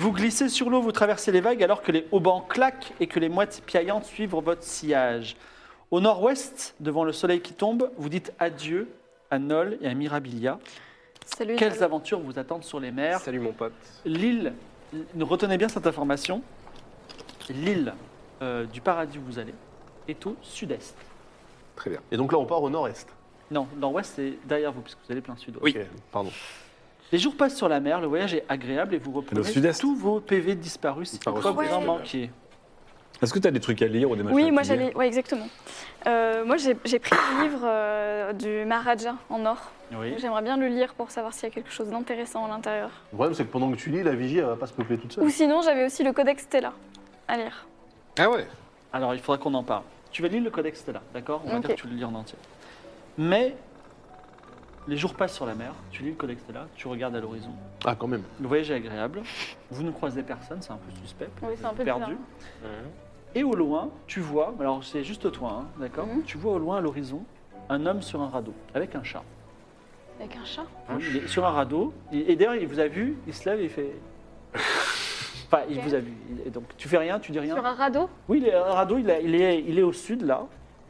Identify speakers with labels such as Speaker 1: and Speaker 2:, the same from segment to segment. Speaker 1: Vous glissez sur l'eau, vous traversez les vagues alors que les haubans claquent et que les mouettes piaillantes suivent votre sillage. Au nord-ouest, devant le soleil qui tombe, vous dites adieu à Nol et à Mirabilia.
Speaker 2: Salut.
Speaker 1: Quelles aventures vous attendent sur les mers
Speaker 3: Salut mon pote.
Speaker 1: L'île, retenez bien cette information, l'île euh, du paradis où vous allez est au sud-est.
Speaker 3: Très bien. Et donc là, on part au nord-est.
Speaker 1: Non, nord-ouest, c'est derrière vous, puisque vous allez plein sud-ouest.
Speaker 3: Ok, Pardon.
Speaker 1: Les jours passent sur la mer, le voyage est agréable et vous
Speaker 4: Mais au
Speaker 1: reprenez
Speaker 4: sud-est.
Speaker 1: tous vos PV disparus, si
Speaker 3: Disparus.
Speaker 1: toutefois vous
Speaker 2: Ouais.
Speaker 1: en manquiez.
Speaker 4: Est-ce que tu as des trucs à lire ou des machins
Speaker 2: Oui,
Speaker 4: à
Speaker 2: moi
Speaker 4: publier
Speaker 2: j'allais. Oui, exactement. Euh, moi j'ai j'ai pris le livre euh, du Maharaja en or.
Speaker 1: Oui.
Speaker 2: J'aimerais bien le lire pour savoir s'il y a quelque chose d'intéressant à l'intérieur.
Speaker 3: Le problème, c'est que pendant que tu lis, la vigie, elle va pas se peupler toute
Speaker 2: Ou
Speaker 3: seule.
Speaker 2: sinon, j'avais aussi le Codex Stella à lire.
Speaker 5: Ah ouais
Speaker 1: Alors, il faudra qu'on en parle. Tu vas lire le codex Stella, d'accord On va
Speaker 2: Ok.
Speaker 1: dire que tu le lis en entier. Mais les jours passent sur la mer, tu lis le codex Stella, tu regardes à l'horizon.
Speaker 3: Ah, quand même.
Speaker 1: Le voyage est agréable, vous ne croisez personne, c'est un peu suspect,
Speaker 2: Oui, c'est un peu
Speaker 1: perdu. Et au loin, tu vois, alors c'est juste toi, hein, d'accord
Speaker 2: Mhm.
Speaker 1: Tu vois au loin à l'horizon un homme sur un radeau, avec un chat.
Speaker 2: Avec un chat.
Speaker 1: Oui, il est sur un radeau. Et, et d'ailleurs, il vous a vu, il se lève et il fait. Enfin, il
Speaker 2: Ok.
Speaker 1: vous a vu. Il- et donc, tu fais rien, tu dis rien.
Speaker 2: Sur un radeau.
Speaker 1: Oui, le radeau, il, a- il est, il est au sud, là.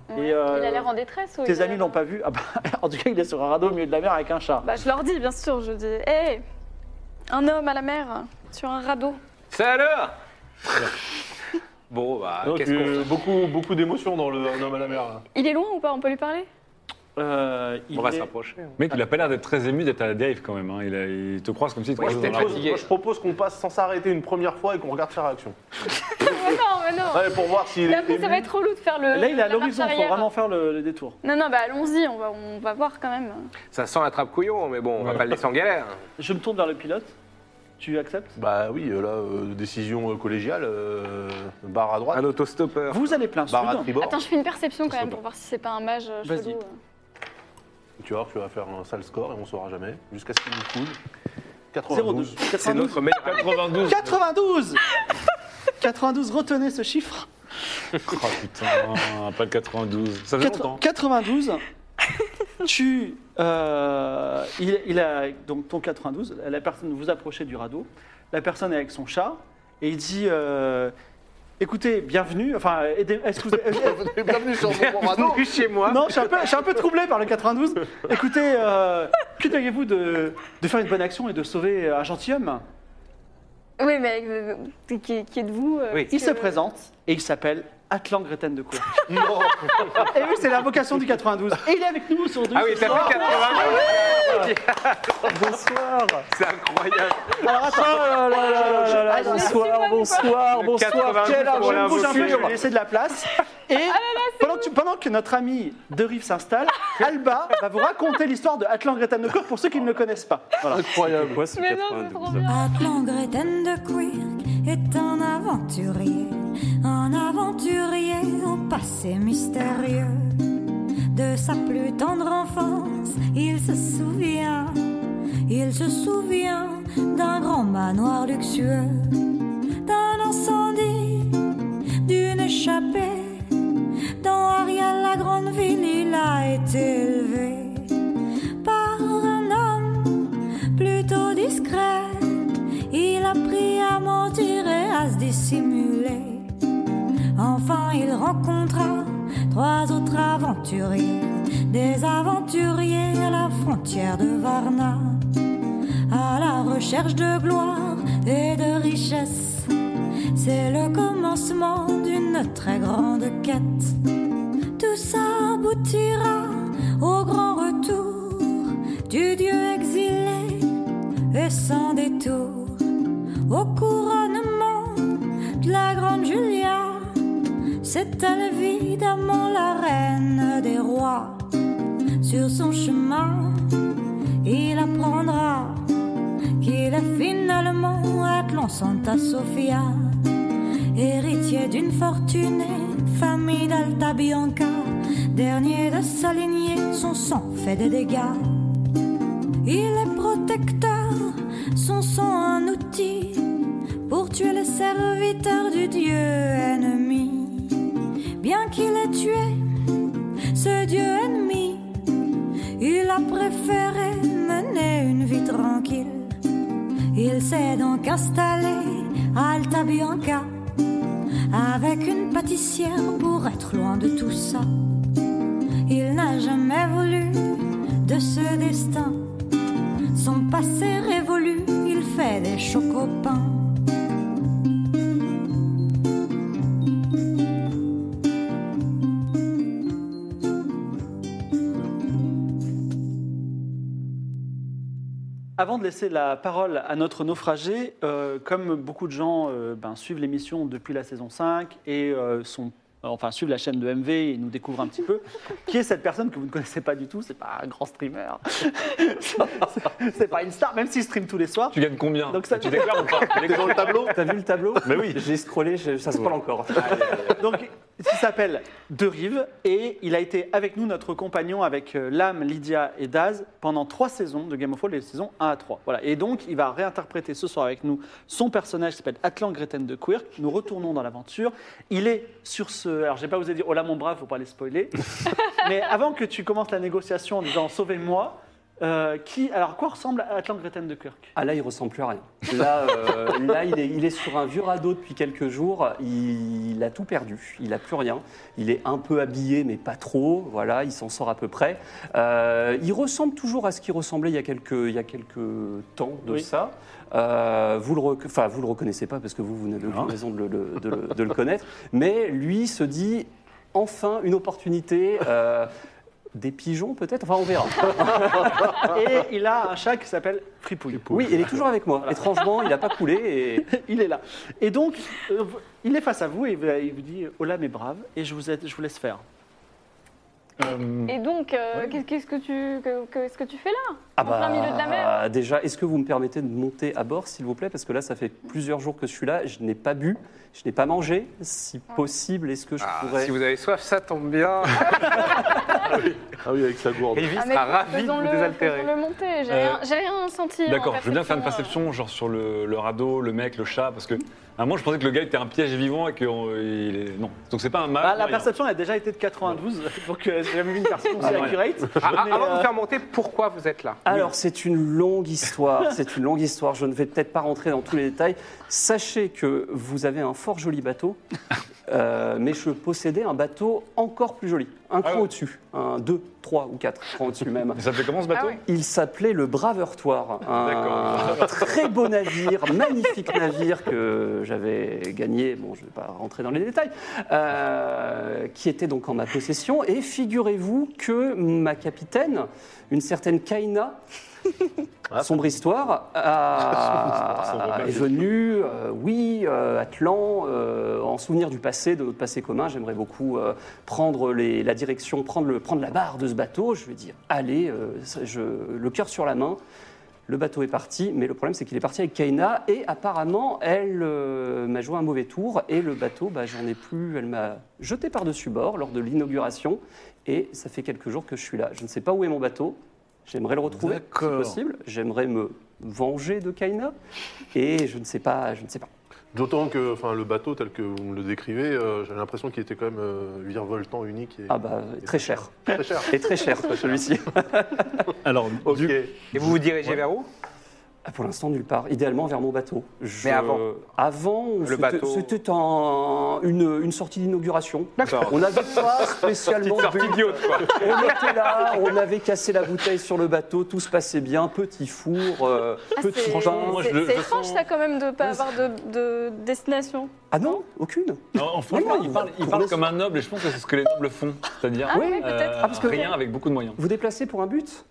Speaker 2: Ouais.
Speaker 1: Et, euh,
Speaker 2: Il a l'air en détresse. ou il
Speaker 1: Tes
Speaker 2: a
Speaker 1: amis
Speaker 2: l'air-
Speaker 1: l'ont pas vu. Ah bah, en tout cas, il est sur un radeau au milieu de la mer avec un chat.
Speaker 2: Bah, je leur dis, bien sûr. Je dis, hé, un homme à la mer sur un radeau.
Speaker 5: Ça alors Bon, bah,
Speaker 3: Donc,
Speaker 5: qu'est-ce qu'on
Speaker 3: euh,
Speaker 5: fait
Speaker 3: beaucoup beaucoup d'émotions dans le un homme à la mer. hein. là.
Speaker 2: Il est loin ou pas On peut lui parler Bah.
Speaker 1: Euh, il
Speaker 5: On va
Speaker 1: est-
Speaker 5: se rapprocher.
Speaker 4: Mec, il a pas l'air d'être très ému d'être à la dérive quand même. hein. Il, a- il te croise comme si te
Speaker 5: Ouais,
Speaker 3: Moi, Ah, je
Speaker 4: croisait dans la
Speaker 5: c'était
Speaker 3: propose,
Speaker 4: rue.
Speaker 5: fatigué.
Speaker 3: moi, je propose qu'on passe sans s'arrêter une première fois et qu'on regarde sa réaction.
Speaker 2: Mais Non, mais non.
Speaker 3: Ouais, pour voir s'il
Speaker 2: Mais
Speaker 3: est
Speaker 2: après, ça
Speaker 3: ému.
Speaker 2: va être relou de faire le.
Speaker 1: Euh, Là, il est à
Speaker 2: Euh, la marche
Speaker 1: l'horizon, il faut
Speaker 2: arrière.
Speaker 1: vraiment faire le, le détour.
Speaker 2: Non, non, bah allons-y, on va, on va voir quand même.
Speaker 5: Ça sent la trappe couillon, mais bon, on va
Speaker 4: Ouais.
Speaker 5: pas le laisser en galère.
Speaker 1: Je me tourne vers le pilote. Tu acceptes
Speaker 3: Bah oui, euh, là, euh, décision euh, collégiale, euh, barre à droite,
Speaker 5: Un autostoppeur.
Speaker 1: Vous allez plein sud. hein.
Speaker 3: barre à tribord.
Speaker 2: Attends, je fais une perception quand même pour voir si c'est pas un mage euh,
Speaker 1: Vas-y.
Speaker 2: chelou.
Speaker 3: Tu vas voir, tu vas faire un sale score et on saura jamais, jusqu'à ce qu'il nous coule.
Speaker 1: 02.
Speaker 3: 92.
Speaker 5: C'est
Speaker 1: 92.
Speaker 5: notre meilleur. 92
Speaker 1: 92 92, retenez ce chiffre.
Speaker 4: Oh putain, pas le 92. Ça fait
Speaker 1: Quatre-
Speaker 4: longtemps.
Speaker 1: 92. tu. euh, il, il a. Donc, ton 92, la personne, vous approchez du radeau. La personne est avec son chat. Et il dit euh, Écoutez, bienvenue. Enfin, aidez- est-ce que vous.
Speaker 3: Bienvenue sur mon radeau
Speaker 5: Bienvenue chez moi.
Speaker 1: Non, je suis un peu, je suis un peu troublé par le 92. Écoutez, euh, que diriez-vous de, de faire une bonne action et de sauver un gentilhomme
Speaker 2: Oui, mais euh, qui, qui êtes-vous euh,
Speaker 5: Oui.
Speaker 2: parce
Speaker 1: Il se
Speaker 2: que-
Speaker 1: présente et il s'appelle Atlan Greten de Cour.
Speaker 3: Non
Speaker 1: et oui, c'est la vocation du 92. Et il est avec nous aujourd'hui.
Speaker 5: Ah oui,
Speaker 1: ce
Speaker 5: t'as
Speaker 1: soir.
Speaker 5: fait 92
Speaker 1: Bonsoir.
Speaker 5: C'est incroyable.
Speaker 1: Alors attends, oh là là là là
Speaker 2: Ah,
Speaker 1: là, bonsoir, bonsoir,
Speaker 5: Le
Speaker 1: bonsoir.
Speaker 5: 92
Speaker 1: Quel argent
Speaker 5: pour la
Speaker 1: bouge un peu, je
Speaker 5: voiture.
Speaker 1: vais laisser de la place. Et pendant que, tu- pendant que notre ami De Rive s'installe, Alba va vous raconter l'histoire de Atlan Greten de Cour pour ceux qui ne le connaissent pas. Voilà.
Speaker 3: Incroyable
Speaker 4: Quoi, ce
Speaker 2: Mais non, c'est trop
Speaker 4: 92?
Speaker 2: bien.
Speaker 6: Atlan Greten de Quirk est un aventurier, un aventurier au passé mystérieux. De sa plus tendre enfance, il se souvient, il se souvient d'un grand manoir luxueux, d'un incendie, d'une échappée. Dans Ariel, la grande ville, il a été élevé par un homme plutôt discret. Il apprit à mentir et à se dissimuler. Enfin, il rencontra trois autres aventuriers, des aventuriers à la frontière de Varna, à la recherche de gloire et de richesse. C'est le commencement d'une très grande quête. Tout ça aboutira au grand retour du dieu exilé et sans détour au couronnement de la grande Julia. C'est elle évidemment la reine des rois. Sur son chemin, il apprendra qu'il est finalement Atlan Santa Sofia, héritier d'une fortunée famille d'Alta Bianca, dernier de sa lignée, son sang fait des dégâts. Il est protecteur, son sang un outil pour tuer les serviteurs du dieu ennemi. Bien qu'il ait tué ce dieu ennemi, il a préféré mener une vie tranquille. Il s'est donc installé à Alta Bianca avec une pâtissière pour être loin de tout ça. Il n'a jamais voulu de ce destin. Son passé révolu, il fait des chocopins.
Speaker 1: Avant de laisser la parole à notre naufragé, euh, comme beaucoup de gens euh, ben, suivent l'émission depuis la saison 5 et euh, sont, enfin, suivent la chaîne de MV et nous découvrent un petit peu, qui est cette personne que vous ne connaissez pas du tout C'est pas un grand streamer, C'est- c'est pas une star, même s'il stream tous les soirs.
Speaker 4: Tu gagnes combien
Speaker 1: Donc ça-
Speaker 4: Tu déclares ou pas Tu déclares
Speaker 3: Dans le tableau
Speaker 1: T'as vu le tableau
Speaker 4: Mais oui.
Speaker 3: J'ai scrollé, je- ça se parle encore.
Speaker 1: Donc, il s'appelle De Rive et il a été avec nous notre compagnon avec euh, Lame, Lydia et Daz pendant trois saisons de Game of Thrones, les saisons 1 à 3. Voilà. Et donc, il va réinterpréter ce soir avec nous son personnage qui s'appelle Atlan Greten de Quirk. Nous retournons dans l'aventure. Il est sur ce. Alors, j'ai pas osé dire Oh là, mon brave, faut pas les spoiler. Mais avant que tu commences la négociation en disant Sauvez-moi. euh, qui, alors, à quoi ressemble Atlan Greten de Quirk
Speaker 7: Ah là, il ressemble plus à rien. Là, euh, là il, est, il est sur un vieux radeau depuis quelques jours. Il, a tout perdu. Il a plus rien. Il est un peu habillé, mais pas trop. Voilà, il s'en sort à peu près. Euh, il ressemble toujours à ce qu'il ressemblait il y a quelques, il y a quelques temps de
Speaker 1: Oui.
Speaker 7: ça. Euh, vous le, rec- enfin, vous le reconnaissez pas parce que vous, vous n'avez aucune raison de le, le- de le- de le connaître. Mais lui se dit enfin une opportunité. euh, des pigeons peut-être, enfin on verra.
Speaker 1: Et il a un chat qui s'appelle Fripouille.
Speaker 7: Oui, il est toujours avec moi. Étrangement, il n'a pas coulé et
Speaker 1: Il est là. Et donc, euh, il est face à vous et il vous- il vous dit Hola mes braves, et je vous, aide- je vous laisse faire.
Speaker 4: Euh,
Speaker 2: Et donc, euh, qu'est- qu'est-ce que tu que- que- qu'est-ce que tu fais là
Speaker 7: Ah
Speaker 2: En plein milieu de la mer.
Speaker 7: euh, déjà, est-ce que vous me permettez de monter à bord, s'il vous plaît Parce que là, ça fait plusieurs jours que je suis là, je n'ai pas bu, je n'ai pas mangé. Si possible, est-ce que je
Speaker 5: Ah,
Speaker 7: pourrais...
Speaker 5: Si vous avez soif, ça tombe bien.
Speaker 3: Ah oui, avec sa gourde.
Speaker 5: Elvis
Speaker 2: Ah, mais
Speaker 5: sera ravi de vous
Speaker 2: faisons-le-
Speaker 5: désaltérer.
Speaker 2: faisons-le monter. J'ai
Speaker 4: Euh,
Speaker 2: rien, j'ai rien senti. en
Speaker 4: D'accord, je veux bien faire une
Speaker 2: perception,
Speaker 4: perception, genre sur le, le radeau, le mec, le chat, parce que à un moment je pensais que le gars était un piège vivant et que euh, il est... non. Donc c'est pas un mal.
Speaker 1: Ah, la perception a déjà été de 92, donc euh, j'ai jamais vu une perception aussi
Speaker 7: Ah, ouais.
Speaker 1: accurate.
Speaker 5: Ah, ah,
Speaker 1: Mais,
Speaker 5: Avant de
Speaker 1: euh,
Speaker 5: vous faire monter, pourquoi vous êtes là
Speaker 7: Alors, c'est une longue histoire, c'est une longue histoire. Je ne vais peut-être pas rentrer dans tous les détails. Sachez que vous avez un fort joli bateau, euh, mais je possédais un bateau encore plus joli. Un cran
Speaker 4: Ah ouais.
Speaker 7: au-dessus, un, deux, trois ou quatre crans au-dessus même.
Speaker 4: Ça fait comment ce bateau
Speaker 2: Ah ouais.
Speaker 7: Il s'appelait le Bravertoire, un très beau navire, magnifique navire que j'avais gagné, bon je ne vais pas rentrer dans les détails, euh, qui était donc en ma possession. Et figurez-vous que ma capitaine, une certaine Kaina, sombre histoire, a-
Speaker 3: Sombre histoire, sombre
Speaker 7: est venue, euh, oui, euh, Atlan, euh, en souvenir du passé, de notre passé commun, j'aimerais beaucoup euh, prendre les- la direction, prendre, le- prendre la barre de ce bateau. Je vais dire, allez, euh, ça- je- le cœur sur la main. Le bateau est parti, mais le problème c'est qu'il est parti avec Kaina et apparemment elle euh, m'a joué un mauvais tour et le bateau, bah, j'en ai plus, elle m'a jeté par-dessus bord lors de l'inauguration et ça fait quelques jours que je suis là. Je ne sais pas où est mon bateau, j'aimerais le retrouver si
Speaker 4: D'accord.
Speaker 7: possible, j'aimerais me venger de Kaina et je ne sais pas, je ne sais pas.
Speaker 3: D'autant que enfin, le bateau tel que vous me le décrivez, euh, j'ai l'impression qu'il était quand même euh, virevoltant, unique et
Speaker 7: Ah bah très cher,
Speaker 3: très cher.
Speaker 7: et très cher celui-ci.
Speaker 4: Alors,
Speaker 3: Ok.
Speaker 4: du-
Speaker 5: Et vous vous dirigez vers où
Speaker 7: Ah, Pour l'instant, nulle part. Idéalement, vers mon bateau. Je-
Speaker 5: Mais avant
Speaker 7: Avant, c'était-
Speaker 5: bateau.
Speaker 7: c'était un- une, une sortie d'inauguration.
Speaker 5: D'accord.
Speaker 7: On n'avait pas spécialement... bu. On était là, on avait cassé la bouteille sur le bateau, tout se passait bien, petit four, euh,
Speaker 2: Ah,
Speaker 7: petit
Speaker 2: c'est-
Speaker 7: pain.
Speaker 4: moi, je
Speaker 2: c'est-
Speaker 4: le-
Speaker 2: C'est
Speaker 4: je
Speaker 2: étrange
Speaker 4: sens-
Speaker 2: ça quand même de pas avoir de, de destination.
Speaker 4: Euh,
Speaker 7: Ah non, aucune
Speaker 4: Non, franchement,
Speaker 7: Non,
Speaker 4: il parle, il
Speaker 7: on
Speaker 4: parle
Speaker 7: laisse-
Speaker 4: comme un noble et je pense que c'est ce que les nobles font, c'est-à-dire
Speaker 2: Ah oui, peut-être.
Speaker 7: Ah, parce que-
Speaker 4: rien avec beaucoup de moyens.
Speaker 7: Vous déplacez pour un but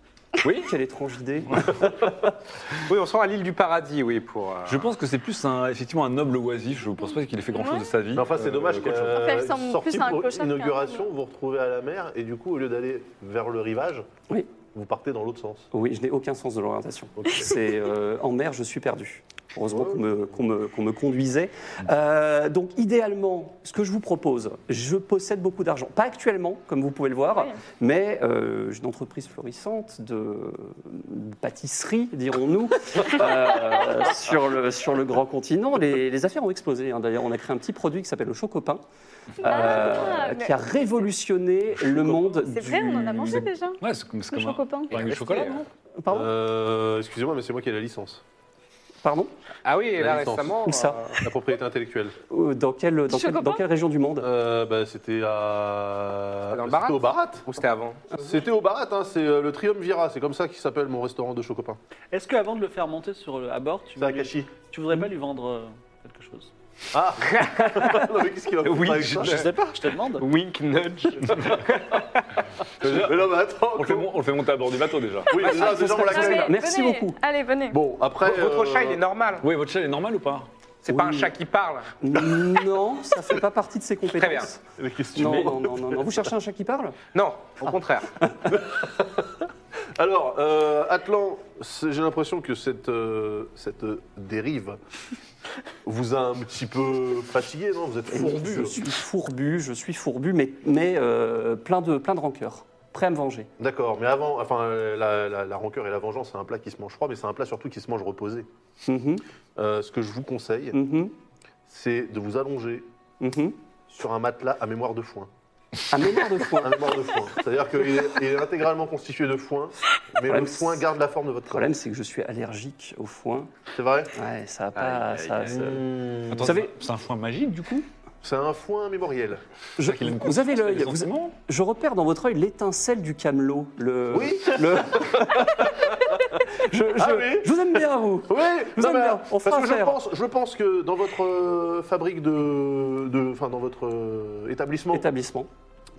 Speaker 4: Oui
Speaker 7: Quelle étrange idée.
Speaker 5: Oui, on sent à l'île du paradis, oui, pour. euh,
Speaker 4: Je pense que c'est plus un, effectivement un noble oisif. Je ne pense pas qu'il ait fait grand-chose de sa vie.
Speaker 3: Mais enfin, c'est
Speaker 4: Euh,
Speaker 3: dommage
Speaker 4: qu'autre chose.
Speaker 2: En fait, elle
Speaker 3: que
Speaker 2: ressemble
Speaker 3: sortie
Speaker 2: plus à un
Speaker 3: pour
Speaker 2: clochard qu'à un
Speaker 3: inauguration,
Speaker 2: homme.
Speaker 3: vous vous retrouvez à la mer et du coup, au lieu d'aller vers le rivage,
Speaker 7: Oui.
Speaker 3: vous partez dans l'autre sens.
Speaker 7: Oui, je n'ai aucun sens de l'orientation.
Speaker 3: Ok.
Speaker 7: C'est euh, en mer, je suis perdu. Heureusement qu'on me, qu'on me- qu'on me conduisait.
Speaker 3: Mm.
Speaker 7: Euh, donc, idéalement, ce que je vous propose, je possède beaucoup d'argent. Pas actuellement, comme vous pouvez le voir,
Speaker 2: Oui.
Speaker 7: mais euh, j'ai une entreprise florissante de pâtisserie, dirons-nous, euh, sur, le, sur le grand continent. Les, les affaires ont explosé. hein. D'ailleurs, on a créé un petit produit qui s'appelle le Chocopin,
Speaker 2: Ah,
Speaker 7: euh,
Speaker 2: mais-
Speaker 7: qui a révolutionné le monde
Speaker 2: C'est vrai, on en a mangé déjà.
Speaker 4: Ouais, c'est comme, c'est
Speaker 2: Le
Speaker 4: comme un-
Speaker 2: chocopin.
Speaker 4: un du chocolat, hein. non
Speaker 7: Pardon
Speaker 3: Euh, Excusez-moi, mais c'est moi qui ai la licence.
Speaker 7: Pardon
Speaker 5: Ah oui, et
Speaker 3: La
Speaker 5: là
Speaker 3: licence.
Speaker 5: récemment.
Speaker 7: Où ça
Speaker 5: euh,
Speaker 3: La propriété intellectuelle.
Speaker 7: Euh, dans, quelle- dans, quelle-
Speaker 2: Chocopin
Speaker 7: dans quelle région du monde
Speaker 3: Euh, bah, C'était à.
Speaker 5: Dans le Barat
Speaker 3: C'était au Barat.
Speaker 5: Ou c'était avant
Speaker 3: C'était au Barat, hein, c'est euh, le Triumvirat, c'est comme ça qu'il s'appelle mon restaurant de chocopin.
Speaker 1: Est-ce qu'avant de le faire monter sur le, à bord, tu,
Speaker 3: C'est à
Speaker 1: voulais-
Speaker 3: Kashi.
Speaker 1: tu voudrais pas
Speaker 3: Hmm.
Speaker 1: lui vendre euh, quelque chose
Speaker 3: Ah Non, Ah, mais qu'est-ce qu'il va faire
Speaker 4: Oui,
Speaker 3: avec
Speaker 4: je-
Speaker 3: ça
Speaker 1: Je sais pas, je te demande.
Speaker 5: Wink Nudge.
Speaker 3: Mais non, mais attends
Speaker 4: on le, fait, mon- on le fait monter à bord du bateau déjà.
Speaker 3: Oui, déjà, déjà, on
Speaker 2: Ah,
Speaker 3: l'accepte.
Speaker 2: mais
Speaker 7: Merci
Speaker 2: venez.
Speaker 7: beaucoup.
Speaker 2: Allez, venez.
Speaker 3: Bon, après.
Speaker 5: Votre
Speaker 3: euh,
Speaker 5: chat, il est normal.
Speaker 4: Oui, votre chat elle est normale ou pas
Speaker 5: C'est pas un chat qui parle.
Speaker 7: Non, ça fait pas partie de ses compétences.
Speaker 3: les questions.
Speaker 7: Non, non, non, non, non. Vous cherchez un chat qui parle
Speaker 5: Non, au
Speaker 7: Ah.
Speaker 5: contraire.
Speaker 3: Alors, euh, Atlan, c'est- j'ai l'impression que cette, euh, cette euh, dérive vous a un petit peu fatigué, non Vous êtes
Speaker 7: Je
Speaker 3: fourbu.
Speaker 7: suis fourbu, je suis fourbu, mais, mais euh, plein, de, plein de rancœur. Prêt à me venger.
Speaker 3: D'accord, mais avant, enfin, euh, la, la- la rancœur et la vengeance, c'est un plat qui se mange froid, mais c'est un plat surtout qui se mange reposé.
Speaker 7: Mhm,
Speaker 3: Euh, ce que je vous conseille,
Speaker 7: mhm,
Speaker 3: c'est de vous allonger
Speaker 7: mhm.
Speaker 3: sur un matelas à mémoire de foin.
Speaker 7: À mémoire de foin.
Speaker 3: Un mémoire de foin. C'est-à-dire qu'il est, il est intégralement constitué de foin, mais
Speaker 7: Problème,
Speaker 3: le foin garde la forme de votre
Speaker 7: Le
Speaker 3: corps.
Speaker 7: problème, c'est que je suis allergique au foin.
Speaker 3: C'est vrai
Speaker 7: Ouais, ça va pas.
Speaker 4: Aïe, aïe,
Speaker 7: ça-
Speaker 4: aïe.
Speaker 7: ça-
Speaker 3: Mmh.
Speaker 4: Attends,
Speaker 7: savez-
Speaker 4: c'est un foin magique du coup
Speaker 3: C'est un foin mémoriel.
Speaker 7: Je-
Speaker 4: qu'il aime
Speaker 7: vous avez l'œil.
Speaker 4: Les
Speaker 7: vous-
Speaker 4: sentiments
Speaker 7: Je repère dans votre œil l'étincelle du camelot. Le,
Speaker 3: Oui.
Speaker 7: le- je, je-
Speaker 3: Ah oui.
Speaker 7: je vous aime bien, vous.
Speaker 3: Oui,
Speaker 7: Nous
Speaker 3: non,
Speaker 7: aimons
Speaker 3: mais,
Speaker 7: bien, on fera
Speaker 3: parce que je
Speaker 7: affaire.
Speaker 3: pense, je pense que dans votre euh, fabrique de, de- enfin dans votre euh, établissement
Speaker 7: Établissement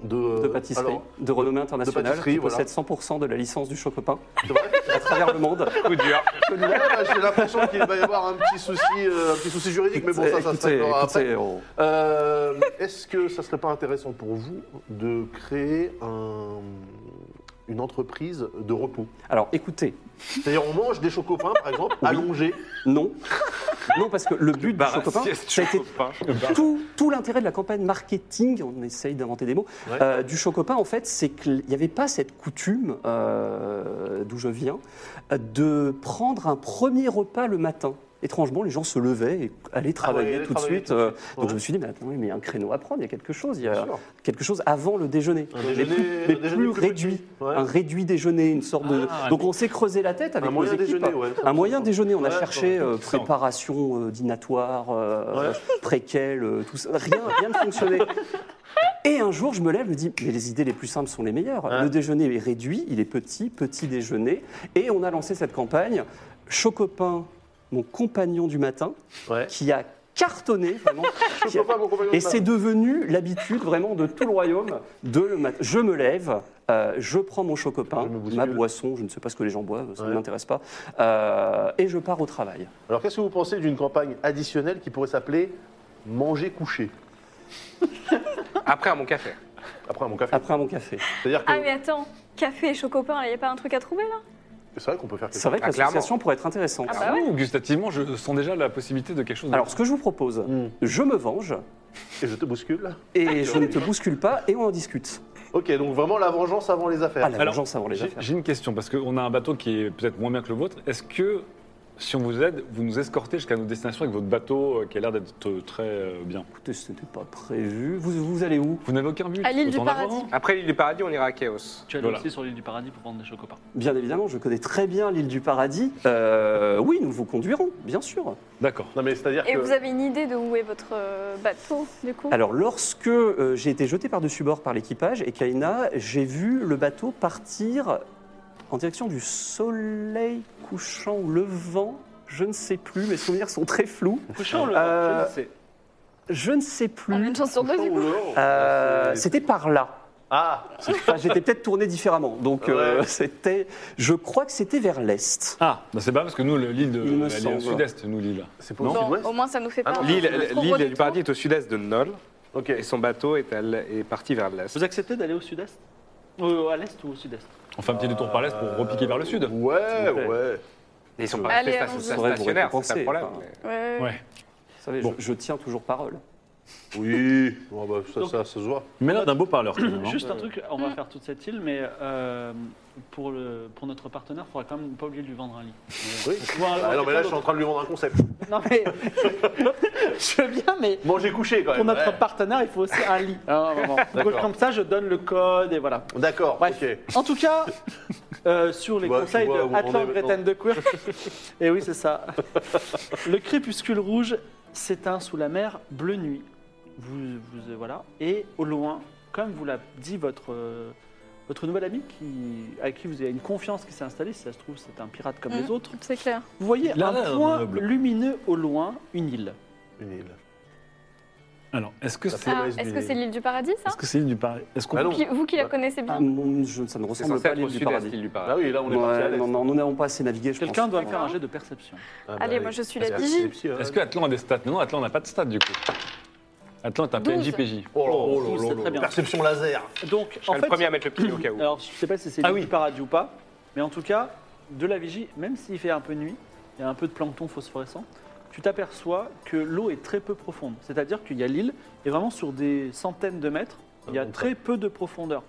Speaker 3: de, euh,
Speaker 7: de pâtisserie
Speaker 3: alors,
Speaker 7: de renommée internationale
Speaker 3: pâtisserie,
Speaker 7: qui
Speaker 3: voilà.
Speaker 7: possède 100% de la licence du Chocopin
Speaker 3: c'est vrai
Speaker 7: à travers le monde.
Speaker 5: Coup dur.
Speaker 3: Ouais, bah, J'ai l'impression qu'il va y avoir un petit souci, euh, un petit souci juridique, mais bon, ça, ça se
Speaker 7: Écoutez,
Speaker 3: réglera
Speaker 7: écoutez,
Speaker 3: après.
Speaker 7: on-
Speaker 3: Euh, Est-ce que ça serait pas intéressant pour vous de créer un- une entreprise de repos
Speaker 7: Alors, écoutez,
Speaker 3: C'est-à-dire, on mange des chocopins, par exemple,
Speaker 7: Oui.
Speaker 3: allongés.
Speaker 7: non. Non, parce que le but du
Speaker 4: Bar à
Speaker 7: Chocopin,
Speaker 4: sieste,
Speaker 7: ça a été
Speaker 4: chocopin. Le bar-
Speaker 7: tout, tout l'intérêt de la campagne marketing, on essaye d'inventer des mots,
Speaker 3: Ouais.
Speaker 7: euh, du Chocopin, en fait, c'est qu'il n'y avait pas cette coutume, euh, d'où je viens, euh, de prendre un premier repas le matin. Étrangement, les gens se levaient et allaient travailler
Speaker 3: Ah allaient
Speaker 7: tout de
Speaker 3: travailler
Speaker 7: suite.
Speaker 3: tout de
Speaker 7: euh,
Speaker 3: suite,
Speaker 7: Donc
Speaker 3: ouais.
Speaker 7: je me suis dit, mais attends, oui, mais il y a un créneau à prendre, il y a quelque chose, il y
Speaker 3: Bien
Speaker 7: a
Speaker 3: sûr.
Speaker 7: quelque chose avant le déjeuner.
Speaker 3: Un
Speaker 7: mais
Speaker 3: déjeuner-
Speaker 7: plus,
Speaker 3: un
Speaker 7: mais
Speaker 3: déjeuner plus
Speaker 7: plus
Speaker 3: petit.
Speaker 7: réduit,
Speaker 3: Ouais.
Speaker 7: un réduit déjeuner, une sorte de.
Speaker 4: Ah,
Speaker 7: Donc on s'est creusé la tête avec
Speaker 3: Un moyen
Speaker 7: nos équipes.
Speaker 3: déjeuner, ouais.
Speaker 7: Un moyen déjeuner, on a
Speaker 3: Ouais,
Speaker 7: cherché euh,
Speaker 4: Excellent.
Speaker 7: préparation euh, dînatoire, euh,
Speaker 3: Ouais.
Speaker 7: préquel, euh, tout ça. Rien, rien ne fonctionnait. Et un jour, je me lève, je me dis, mais les idées les plus simples sont les meilleures.
Speaker 3: Ouais.
Speaker 7: Le déjeuner est réduit, il est petit, petit déjeuner. Et on a lancé cette campagne. Chocopin, mon compagnon du matin,
Speaker 3: Ouais.
Speaker 7: qui a cartonné vraiment. qui a-
Speaker 3: Chocopin, mon compagnon de
Speaker 7: et c'est devenu l'habitude vraiment de tout le royaume de le matin. Je me lève, euh, je prends mon chocopin,
Speaker 3: Je me bouscule.
Speaker 7: ma boisson, je ne sais pas ce que les gens boivent, ça ne
Speaker 3: Ouais.
Speaker 7: m'intéresse pas, euh, et je pars au travail.
Speaker 3: Alors qu'est-ce que vous pensez d'une campagne additionnelle qui pourrait s'appeler Manger couché
Speaker 5: Après, à mon café.
Speaker 3: Après mon café.
Speaker 7: Après mon café.
Speaker 3: C'est-à-dire que
Speaker 4: euh,
Speaker 2: Ah, mais attends, café et chocopin, il n'y a pas un truc à trouver là
Speaker 3: c'est vrai qu'on peut faire quelque
Speaker 7: C'est vrai que
Speaker 5: Ah,
Speaker 7: l'association pourrait être intéressante.
Speaker 2: Ah bah ouais.
Speaker 4: Ouh, gustativement, je sens déjà la possibilité de quelque chose. de-
Speaker 7: Alors ce que je vous propose,
Speaker 3: Mm.
Speaker 7: je me venge,
Speaker 3: chose. Et je te bouscule.
Speaker 7: et je ne te bouscule pas, et on en discute.
Speaker 3: Ok, donc vraiment la vengeance avant les affaires.
Speaker 7: Ah, la
Speaker 4: Alors,
Speaker 7: vengeance avant les
Speaker 4: J'ai-
Speaker 7: affaires.
Speaker 4: J'ai une question, parce qu'on a un bateau qui est peut-être moins bien que le vôtre. Est-ce que, si on vous aide, vous nous escortez jusqu'à nos destinations avec votre bateau euh, qui a l'air d'être euh, très euh, bien
Speaker 7: Écoutez, ce n'était pas prévu. Vous, vous allez où
Speaker 4: Vous n'avez aucun but
Speaker 2: À l'île du
Speaker 4: Autant d'avoir.
Speaker 2: paradis.
Speaker 5: Après l'île du paradis, on ira à Chaos.
Speaker 1: Tu as
Speaker 4: Voilà.
Speaker 1: aussi sur l'île du paradis pour vendre des chocopins.
Speaker 7: Bien évidemment, je connais très bien l'île du paradis. Euh, oui, nous vous conduirons, bien sûr.
Speaker 4: D'accord.
Speaker 3: Non mais c'est-à-dire
Speaker 2: Et
Speaker 3: que
Speaker 2: vous avez une idée de où est votre euh, bateau, du coup
Speaker 7: Alors, lorsque euh, j'ai été jeté par-dessus bord par l'équipage et Kaina, j'ai vu le bateau partir en direction du soleil couchant ou levant. Je ne sais plus, mes souvenirs sont très flous.
Speaker 1: Couchant le
Speaker 7: Euh,
Speaker 1: je sais.
Speaker 7: Je ne sais
Speaker 2: On a
Speaker 7: plus.
Speaker 2: une chance sur deux, du
Speaker 3: Chaud
Speaker 2: coup.
Speaker 3: ou dehors,
Speaker 7: Euh,
Speaker 3: c'est-
Speaker 7: C'était par là.
Speaker 3: Ah
Speaker 7: Enfin, J'étais peut-être tourné différemment. Donc, euh,
Speaker 3: Ouais.
Speaker 7: c'était. Je crois que c'était vers l'est.
Speaker 4: Ah, bah, c'est pas parce que nous, le- l'île de-
Speaker 7: Il me
Speaker 4: elle est au
Speaker 7: semble.
Speaker 4: sud-est, nous, l'île.
Speaker 3: C'est pas
Speaker 4: Non.
Speaker 3: au
Speaker 4: Bon,
Speaker 3: sud-ouest
Speaker 2: Au moins, ça nous fait
Speaker 3: Ah
Speaker 2: pas.
Speaker 3: non,
Speaker 5: L'île
Speaker 2: Parce qu'on
Speaker 5: l'île du
Speaker 2: redétourne.
Speaker 5: paradis est au sud-est de Nol
Speaker 3: Ok.
Speaker 5: et son bateau est, à l- est parti vers l'est.
Speaker 1: Vous acceptez d'aller au sud-est Euh, À l'est ou au sud-est
Speaker 4: On fait un petit détour par l'est pour repiquer vers le sud.
Speaker 3: Ouais,
Speaker 7: plaît.
Speaker 3: ouais.
Speaker 5: Et Ils sont pas
Speaker 2: Allez,
Speaker 5: restés
Speaker 2: allons-y.
Speaker 5: sta-
Speaker 7: Faudrait vous
Speaker 5: stationnaires, c'est ça
Speaker 7: récompenser,
Speaker 5: le problème.
Speaker 7: enfin.
Speaker 5: mais-
Speaker 2: Ouais, ouais, ouais.
Speaker 4: Ouais.
Speaker 7: Vous savez,
Speaker 4: Bon.
Speaker 7: je, je tiens toujours parole.
Speaker 3: Oui. Bon, bah, ça,
Speaker 1: Donc-
Speaker 3: ça, ça se voit.
Speaker 4: Mais là, d'un beau parleur. quand même, hein.
Speaker 1: Juste un truc, on va faire toute cette île, mais euh, pour, le, pour notre partenaire, il faudra quand même pas oublier de lui vendre un lit.
Speaker 3: Oui.
Speaker 1: Ou un-
Speaker 3: Ah, non, mais là, je suis en train de lui vendre un concept.
Speaker 1: Non, mais. je veux bien, mais
Speaker 3: Manger couché, quand
Speaker 1: pour
Speaker 3: même.
Speaker 1: notre
Speaker 3: ouais.
Speaker 1: partenaire, il faut aussi un lit. à un moment. Donc,
Speaker 3: D'accord.
Speaker 1: comme ça, je donne le code et voilà.
Speaker 3: D'accord,
Speaker 1: Bref.
Speaker 3: ok.
Speaker 1: En tout cas, euh, sur les
Speaker 3: Je vois- je
Speaker 1: conseils
Speaker 3: Bah, vois où
Speaker 1: de
Speaker 3: on
Speaker 1: Atlan
Speaker 3: est
Speaker 1: Gretten de Quirk, et oui, c'est ça. Le crépuscule rouge s'éteint sous la mer bleu nuit. Vous, vous- euh, voilà. Et au loin, comme vous l'a dit votre, euh, votre nouvel ami, qui, à qui vous avez une confiance qui s'est installée, si ça se trouve, c'est un pirate comme les
Speaker 2: Mhm.
Speaker 1: autres,
Speaker 2: C'est clair.
Speaker 1: vous voyez
Speaker 4: Il a
Speaker 1: un
Speaker 4: l'air
Speaker 1: point
Speaker 4: noble.
Speaker 1: lumineux au loin, une île.
Speaker 3: Une île.
Speaker 4: Alors, est-ce que
Speaker 3: Ça
Speaker 4: c'est
Speaker 3: fait-
Speaker 2: Ah,
Speaker 3: reste
Speaker 2: Est-ce
Speaker 3: du-
Speaker 2: que c'est l'île du paradis, ça
Speaker 4: est-ce que c'est l'île du Paris Est-ce qu'on
Speaker 3: Ah non.
Speaker 2: Qui- Vous qui la
Speaker 3: Bah,
Speaker 2: connaissez bien.
Speaker 7: Ah, mon- je- ça ne
Speaker 5: C'est
Speaker 7: ressemble
Speaker 5: censé
Speaker 7: pas à
Speaker 5: être au
Speaker 7: l'île du
Speaker 5: sud-est,
Speaker 7: paradis.
Speaker 5: l'île du paradis.
Speaker 3: Ah oui, là, on est
Speaker 7: Ouais,
Speaker 3: parti à l'est.
Speaker 7: non, non, nous n'avons pas assez navigué, je pense.
Speaker 1: Quelqu'un doit me faire un
Speaker 2: D'accord.
Speaker 1: jet de perception.
Speaker 3: Ah, bah,
Speaker 2: Allez, moi, je suis la
Speaker 3: Ah,
Speaker 2: vigie.
Speaker 3: c'est psy, hein.
Speaker 4: Est-ce que Atlan a des stats Non, Atlan n'a pas de stats du coup. Atlan est un
Speaker 2: Douze.
Speaker 4: PNJPJ.
Speaker 3: Oh là,
Speaker 1: Oh,
Speaker 3: oh là,
Speaker 1: c'est
Speaker 3: oh là,
Speaker 1: très
Speaker 3: oh là.
Speaker 1: bien.
Speaker 3: Perception laser.
Speaker 1: Donc, en
Speaker 5: Je serai
Speaker 1: fait,
Speaker 5: le premier à mettre le pied au cas où.
Speaker 1: Alors, je sais pas si c'est
Speaker 4: Ah
Speaker 1: l'île
Speaker 4: oui.
Speaker 1: du paradis ou pas, mais en tout cas, de la vigie, même s'il fait un peu nuit, il y a un peu de plancton phosphorescent, tu t'aperçois que l'eau est très peu profonde. C'est-à-dire qu'il y a l'île, et vraiment sur des centaines de mètres,
Speaker 4: Ah
Speaker 1: il y a
Speaker 3: bon,
Speaker 1: très peu de profondeur.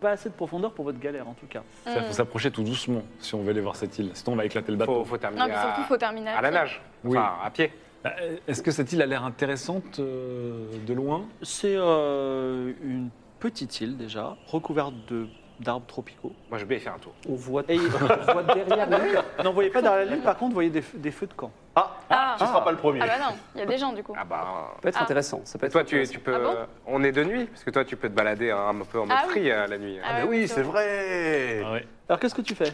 Speaker 1: Pas assez de profondeur pour votre galère, en tout cas.
Speaker 2: Hum.
Speaker 4: Il faut s'approcher tout doucement si on veut aller voir cette île. Sinon, on va éclater le bateau.
Speaker 5: faut, faut terminer
Speaker 2: Non, mais surtout,
Speaker 3: Ah.
Speaker 5: à,
Speaker 2: faut terminer.
Speaker 5: à la nage.
Speaker 4: Oui.
Speaker 5: Enfin, à pied.
Speaker 4: Bah, Est-ce que cette île a l'air intéressante euh, de loin
Speaker 1: C'est euh, une petite île, déjà, recouverte de- d'arbres tropicaux.
Speaker 5: Moi, je vais faire un tour.
Speaker 7: On voit,
Speaker 1: Et
Speaker 7: on voit
Speaker 1: Ah
Speaker 7: derrière l'île.
Speaker 1: n'en voyez bah pas derrière l'île, par contre, vous voyez des, des feux de camp.
Speaker 3: Ah,
Speaker 2: Ah,
Speaker 3: tu seras pas le premier.
Speaker 2: Ah bah non, il y a des gens du coup.
Speaker 5: Ah bah.
Speaker 7: Ça peut être
Speaker 2: Ah.
Speaker 7: intéressant. Ça peut être
Speaker 5: Toi, tu,
Speaker 7: intéressant.
Speaker 5: tu peux.
Speaker 2: Ah bon
Speaker 5: on est de nuit, parce que toi, tu peux te balader un peu en mode
Speaker 2: Ah oui.
Speaker 5: free euh, la nuit.
Speaker 2: Ah
Speaker 3: Mais
Speaker 2: ouais,
Speaker 3: oui, c'est vrai.
Speaker 4: Ah ouais.
Speaker 1: Alors, qu'est-ce que tu fais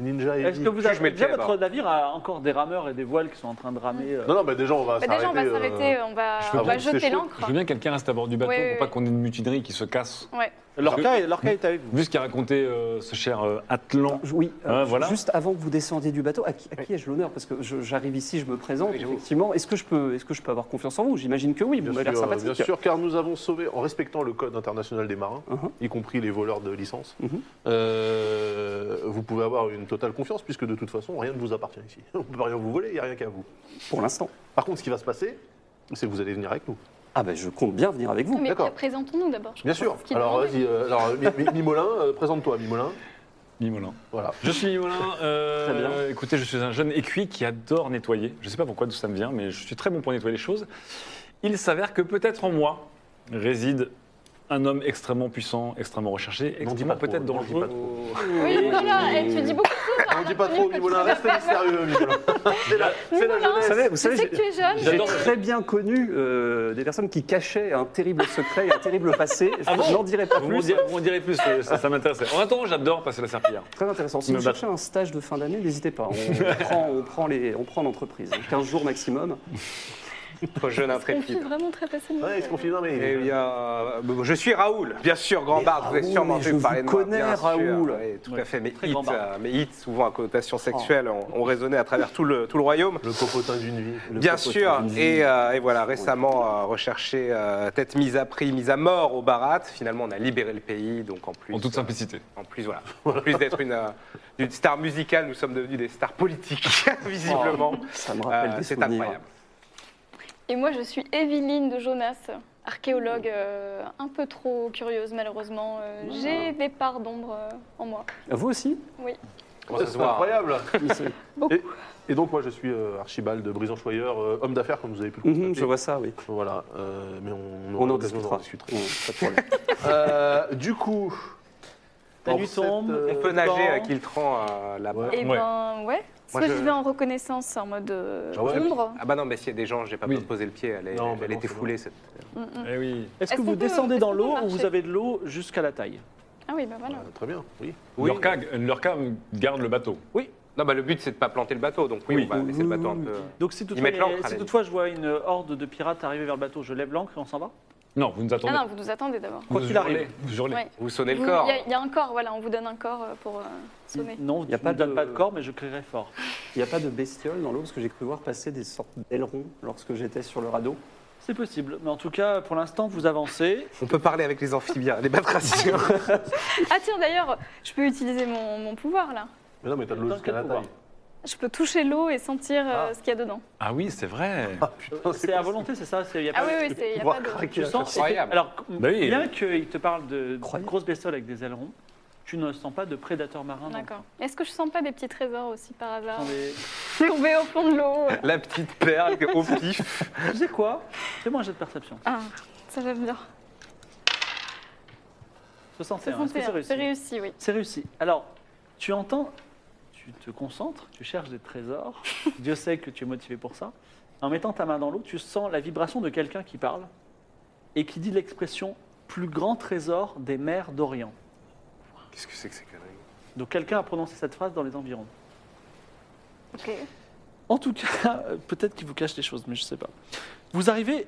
Speaker 3: Ninja et
Speaker 1: Est-ce que vous
Speaker 5: Je mets
Speaker 1: avez
Speaker 5: le
Speaker 1: déjà
Speaker 5: pied
Speaker 1: votre navire a encore des rameurs et des voiles qui sont en train de ramer euh,
Speaker 3: Non, non, bah déjà, on va
Speaker 2: Bah, déjà, on va
Speaker 3: s'arrêter. euh,
Speaker 2: s'arrêter, on va,
Speaker 4: je veux
Speaker 2: on va
Speaker 3: bien que c'est
Speaker 2: jeter
Speaker 3: chaud.
Speaker 4: Je
Speaker 2: l'ancre.
Speaker 4: veux bien que quelqu'un reste à bord du bateau
Speaker 2: Ouais,
Speaker 4: pour
Speaker 2: ouais,
Speaker 4: pas
Speaker 2: ouais.
Speaker 4: qu'on ait une mutinerie qui se casse.
Speaker 2: Ouais.
Speaker 1: Lorca, est- Lorca est avec vous.
Speaker 4: Vu ce qu'a raconté euh, ce cher euh, Atlan.
Speaker 7: Je- Oui, euh,
Speaker 4: Ah, voilà.
Speaker 7: juste avant que vous descendiez du bateau, à qui, à qui ai-je l'honneur Parce que je- j'arrive ici, je me présente,
Speaker 5: Oui, j'avoue.
Speaker 7: effectivement. Est-ce que, je peux, est que je peux avoir confiance en vous J'imagine que oui, vous m'avez
Speaker 3: Bien
Speaker 7: l'air
Speaker 3: sûr, euh, bien
Speaker 7: sympathique.
Speaker 3: sûr, car nous avons sauvé, en respectant le code international des marins,
Speaker 1: Uh-huh.
Speaker 7: Mhm.
Speaker 3: y compris les voleurs de licence,
Speaker 1: Mm-hmm.
Speaker 7: Mhm.
Speaker 3: euh, vous pouvez avoir une totale confiance, puisque de toute façon, rien ne vous appartient ici. On ne peut rien vous voler, il n'y a rien qu'à vous.
Speaker 7: Pour l'instant.
Speaker 3: Par contre, ce qui va se passer, c'est que vous allez venir avec nous.
Speaker 7: Ah ben, je compte bien venir avec vous.
Speaker 2: Mais
Speaker 3: D'accord.
Speaker 2: présentons-nous d'abord.
Speaker 3: Bien sûr.
Speaker 2: Ce qu'il
Speaker 3: Alors,
Speaker 2: demandait.
Speaker 3: vas-y, euh, alors, Mi- Mi- Mimolin, euh, présente-toi, Mimolin.
Speaker 4: Mimolin.
Speaker 3: Voilà.
Speaker 4: Je suis Mimolin. euh,
Speaker 7: Très bien.
Speaker 4: Écoutez, je suis un jeune écuyer qui adore nettoyer. Je ne sais pas pourquoi d'où ça me vient, mais je suis très bon pour nettoyer les choses. Il s'avère que peut-être en moi réside un homme extrêmement puissant, extrêmement recherché,
Speaker 3: N'en dis
Speaker 4: extrêmement
Speaker 3: pas trop,
Speaker 4: peut-être
Speaker 3: n'en dis pas
Speaker 4: dangereux.
Speaker 3: trop.
Speaker 2: Oui, voilà, elle, tu dis beaucoup.
Speaker 3: On dit pas trop,
Speaker 2: que tu
Speaker 3: Mimolin,
Speaker 2: vas
Speaker 3: reste mystérieux, Mimolin. C'est la, c'est la
Speaker 2: Mimolin.
Speaker 7: Vous
Speaker 3: jeunesse.
Speaker 7: savez, vous
Speaker 2: Je sais
Speaker 7: savez,
Speaker 2: que tu es jeune.
Speaker 7: j'ai très bien connu euh, des personnes qui cachaient un terrible secret et un terrible passé. Je n'en dirai pas
Speaker 4: Vous m'en
Speaker 7: plus.
Speaker 4: direz, vous m'en direz plus, euh, ça, ça m'intéresse. En attendant, j'adore passer la serpillière.
Speaker 7: Très intéressant. Si
Speaker 4: Me
Speaker 7: vous
Speaker 4: battre.
Speaker 7: cherchez un stage de fin d'année, n'hésitez pas. On prend, on prend les, on prend l'entreprise. 15 jours maximum.
Speaker 5: Trop jeune
Speaker 2: Je me suis
Speaker 5: intrépide.
Speaker 2: vraiment très facilement.
Speaker 3: Ouais, il se confie, non, mais-
Speaker 5: Eh bien, euh, bon, je suis Raoul, bien sûr, grand
Speaker 7: Mais
Speaker 5: barbe, vous avez
Speaker 7: Raoul,
Speaker 5: sûrement
Speaker 7: mais je
Speaker 5: entendu parler de
Speaker 7: vous
Speaker 5: moi.
Speaker 7: connais,
Speaker 5: bien sûr.
Speaker 7: Raoul. Oh.
Speaker 5: Oui, tout
Speaker 1: Ouais,
Speaker 5: à fait, mais
Speaker 1: très
Speaker 5: hit,
Speaker 1: grand barbe.
Speaker 5: euh, mais hit, souvent à connotation sexuelle, on, on résonnait à travers tout le, tout le royaume.
Speaker 3: Le copotin d'une vie. Le
Speaker 5: Bien
Speaker 3: copotin
Speaker 5: sûr,
Speaker 3: d'une vie.
Speaker 5: et, euh, et voilà, récemment euh, recherché euh, tête mise à prix, mise à mort au Barat. Finalement, on a libéré le pays, donc en plus.
Speaker 4: En toute
Speaker 5: euh,
Speaker 4: simplicité.
Speaker 5: En plus, voilà. En plus d'être une, euh, une star musicale, nous sommes devenus des stars politiques, visiblement.
Speaker 7: Ça me Oh. rappelle
Speaker 5: Euh,
Speaker 7: des
Speaker 5: c'est
Speaker 7: souvenirs.
Speaker 5: incroyable.
Speaker 2: Et moi, je suis Evelyne de Jonas, archéologue euh, un peu trop curieuse, malheureusement. Euh, J'ai des parts d'ombre euh, en moi.
Speaker 7: Ah, Vous aussi
Speaker 2: Oui.
Speaker 5: Comment ça se
Speaker 3: C'est
Speaker 5: voit, hein
Speaker 3: incroyable.
Speaker 7: Mais c'est-
Speaker 3: Et, et donc moi je suis euh, Archibald de Brisanchoyeur, euh, homme d'affaires comme vous avez pu le constater.
Speaker 7: Mhm, Je vois ça, oui.
Speaker 3: Voilà, euh, mais on, aura
Speaker 7: On en
Speaker 3: l'occasion d'en
Speaker 7: discutera.
Speaker 3: discuter.
Speaker 5: Mhm,
Speaker 7: Mm, pas de problème.
Speaker 3: Euh, du coup,
Speaker 1: La
Speaker 3: Or,
Speaker 1: nuit
Speaker 3: cette,
Speaker 1: tombe.
Speaker 3: euh,
Speaker 5: On peut
Speaker 1: le
Speaker 5: nager
Speaker 1: temps.
Speaker 5: à Kiltran euh, là-bas.
Speaker 3: Ouais.
Speaker 2: Et ben, ouais. Soit
Speaker 5: Moi,
Speaker 2: je
Speaker 5: je-
Speaker 2: vais en reconnaissance, en mode euh,
Speaker 3: Ah ouais.
Speaker 2: ombre.
Speaker 5: Ah bah non, mais s'il y a des gens, j'ai pas
Speaker 4: Oui.
Speaker 5: besoin de poser le pied, elle, est-
Speaker 3: Non, mais
Speaker 5: elle
Speaker 3: non,
Speaker 5: était
Speaker 3: c'est
Speaker 5: foulée. Cette...
Speaker 2: Mm, mm.
Speaker 4: Eh oui.
Speaker 1: Est-ce que
Speaker 2: qu'on
Speaker 1: vous
Speaker 2: peut-
Speaker 1: descendez dans
Speaker 2: est-ce qu'on
Speaker 1: l'eau
Speaker 2: peut
Speaker 1: ou vous
Speaker 2: marcher
Speaker 1: avez de l'eau jusqu'à la taille
Speaker 2: Ah oui, ben voilà.
Speaker 3: euh, très bien, oui.
Speaker 4: Lorca, Lorca garde le bateau.
Speaker 5: Non, bah le but, c'est de pas planter le bateau, donc oui,
Speaker 4: Oui.
Speaker 5: on va laisser le
Speaker 2: Mmh.
Speaker 5: bateau un peu.
Speaker 1: Donc si toutefois,
Speaker 5: mettent l'ancre,
Speaker 1: si
Speaker 5: allez.
Speaker 1: toutefois je vois une horde de pirates arriver vers le bateau, je lève l'ancre et on s'en va
Speaker 4: Non, vous nous
Speaker 2: Ah
Speaker 4: attendez.
Speaker 2: non, vous nous attendez d'abord.
Speaker 1: Quoi
Speaker 4: Vous
Speaker 1: qu'il arrive.
Speaker 4: hurlez, Vous hurlez.
Speaker 2: Ouais.
Speaker 5: Vous sonnez le
Speaker 2: Vous-
Speaker 5: corps.
Speaker 2: Il y a- il y, a un corps, voilà, on vous donne un corps euh, pour euh, sonner.
Speaker 1: Non,
Speaker 7: Y a
Speaker 1: tu
Speaker 7: pas
Speaker 1: ne donnes
Speaker 7: de-
Speaker 1: pas de corps, mais je crierai fort.
Speaker 7: Il n'y a pas de bestioles dans l'eau parce que j'ai cru voir passer des sortes d'ailerons lorsque j'étais sur le radeau.
Speaker 1: C'est possible. Mais en tout cas, pour l'instant, vous avancez.
Speaker 5: On peut parler avec les amphibiens, les batraciens.
Speaker 2: Ah tiens, d'ailleurs, je peux utiliser mon, mon pouvoir là.
Speaker 3: Mais non, mais t'as le
Speaker 1: Dans
Speaker 3: jusqu'à
Speaker 1: quel
Speaker 3: la
Speaker 1: pouvoir
Speaker 3: taille.
Speaker 2: Je peux toucher l'eau et sentir euh,
Speaker 1: Ah.
Speaker 2: ce qu'il y a dedans.
Speaker 4: Ah oui, c'est vrai.
Speaker 1: Euh, C'est à volonté, c'est ça C'est- y a
Speaker 2: Ah
Speaker 1: pas-
Speaker 2: oui, oui, c'est- il n'y a pas de...
Speaker 1: Tu sens.
Speaker 5: Incroyable.
Speaker 1: Alors,
Speaker 4: Bah oui.
Speaker 1: bien qu'il te parle de
Speaker 7: Incroyable.
Speaker 1: grosses bestioles avec des ailerons, tu ne sens pas de prédateurs marins. dans le
Speaker 2: D'accord. Est-ce que je sens pas des petits trésors aussi par hasard
Speaker 1: sang des-
Speaker 2: tombés au fond de l'eau euh.
Speaker 5: La petite perle au pif.
Speaker 1: Tu sais quoi Fais-moi un jet de perception.
Speaker 2: Ah, ça j'aime bien.
Speaker 1: 61, est-ce que
Speaker 2: 61,
Speaker 1: c'est réussi
Speaker 2: c'est réussi, oui.
Speaker 1: C'est réussi. Alors, tu entends, tu te concentres, tu cherches des trésors. Dieu sait que tu es motivé pour ça. En mettant ta main dans l'eau, tu sens la vibration de quelqu'un qui parle et qui dit l'expression plus grand trésor des mers d'Orient.
Speaker 5: Qu'est-ce que c'est que ces conneries
Speaker 1: Donc quelqu'un a prononcé cette phrase dans les environs.
Speaker 2: Ok.
Speaker 1: En tout cas, euh, peut-être qu'il vous cache des choses, mais je ne sais pas. Vous arrivez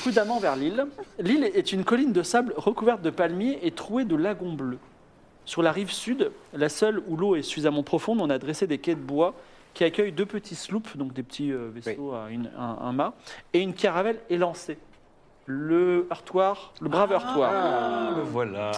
Speaker 1: prudemment vers l'île. L'île est une colline de sable recouverte de palmiers et trouée de lagons bleus. Sur la rive sud, la seule où l'eau est suffisamment profonde, on a dressé des quais de bois qui accueillent deux petits sloops, donc des petits euh, vaisseaux à une- un, un mât, et une caravelle élancée. Le heurtoir, le brave heurtoir.
Speaker 4: Ah, le voilà.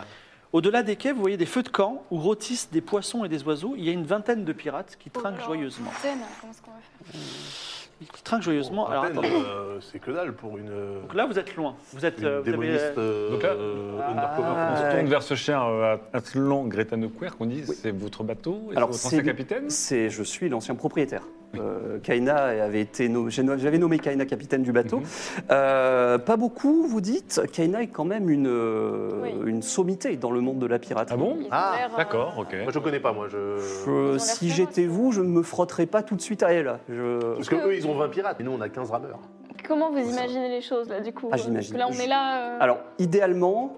Speaker 1: Au-delà des quais, vous voyez des feux de camp où rôtissent des poissons et des oiseaux. Il y a une vingtaine de pirates qui trinquent
Speaker 2: Alors,
Speaker 1: joyeusement.
Speaker 2: scène, comment est-ce qu'on va faire
Speaker 1: Qui trinquent joyeusement. Alors,
Speaker 3: À peine,
Speaker 1: attendez.
Speaker 3: euh, c'est que dalle pour une, euh,
Speaker 1: Donc là, vous êtes loin. Vous êtes.
Speaker 3: une
Speaker 1: euh, vous avez, Ah.
Speaker 3: démoniste
Speaker 1: euh,
Speaker 3: euh,
Speaker 4: Donc là-
Speaker 3: euh, undercover.
Speaker 4: On se tourne vers ce chien euh, Atlan Gretanoquer qu'on dit c'est votre bateau et c'est votre ancien
Speaker 7: c'est-
Speaker 4: capitaine
Speaker 7: c'est- Je suis l'ancien propriétaire. Euh, Kaina avait été nom- j'ai no- j'avais nommé Kaina capitaine du bateau.
Speaker 4: Mhm.
Speaker 7: Euh, pas beaucoup, vous dites. Kaina est quand même une, euh,
Speaker 2: Oui.
Speaker 7: une sommité dans le monde de la piraterie.
Speaker 4: Ah bon
Speaker 2: Ils ont
Speaker 3: Ah,
Speaker 2: l'air, euh,
Speaker 4: D'accord, ok.
Speaker 3: Moi, je connais pas, moi. Je...
Speaker 7: Je-
Speaker 2: l'air
Speaker 7: si
Speaker 2: féroces.
Speaker 7: j'étais vous, je ne me frotterais pas tout de suite à elle. Je...
Speaker 3: Parce que eux, ils ont 20 pirates, et nous, on a 15 rameurs.
Speaker 2: Comment vous imaginez les choses là du coup
Speaker 7: Ah,
Speaker 2: euh,
Speaker 7: j'imagine.
Speaker 2: parce que Là on est là. euh,
Speaker 7: Alors, idéalement,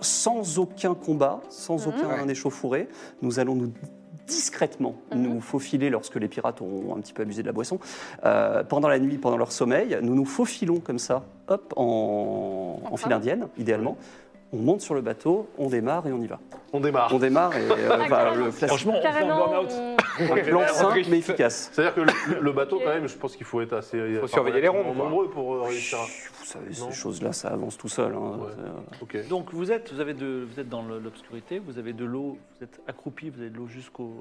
Speaker 7: sans aucun combat, sans
Speaker 2: Mhm.
Speaker 7: aucun
Speaker 5: Ouais.
Speaker 7: échauffouré, nous allons nous discrètement
Speaker 2: Mhm.
Speaker 7: nous faufiler lorsque les pirates auront un petit peu abusé de la boisson. Euh, pendant la nuit, pendant leur sommeil, nous nous faufilons comme ça, hop, en, en file
Speaker 2: train.
Speaker 7: indienne, idéalement. On monte sur le bateau, on démarre et on y va.
Speaker 3: On démarre.
Speaker 7: On démarre et euh,
Speaker 2: Ah,
Speaker 7: bah,
Speaker 2: carrément.
Speaker 7: le classique
Speaker 4: Franchement, on fait un
Speaker 2: carrément,
Speaker 4: burn-out.
Speaker 2: on-
Speaker 7: plan simple mais efficace.
Speaker 3: C'est-à-dire que le, le bateau,
Speaker 2: Ok.
Speaker 3: quand même, je pense qu'il faut être assez. enfin,
Speaker 5: surveiller les
Speaker 3: relativement
Speaker 5: ronds, quoi.
Speaker 3: nombreux pour euh, réussir à.
Speaker 7: Vous savez,
Speaker 3: Non.
Speaker 7: ces choses-là, ça avance tout seul. hein.
Speaker 3: Ouais.
Speaker 7: C'est-
Speaker 3: Ok.
Speaker 1: Donc vous êtes, vous avez de, vous êtes dans le- l'obscurité, vous avez de l'eau, vous êtes accroupi, vous avez de l'eau jusqu'au,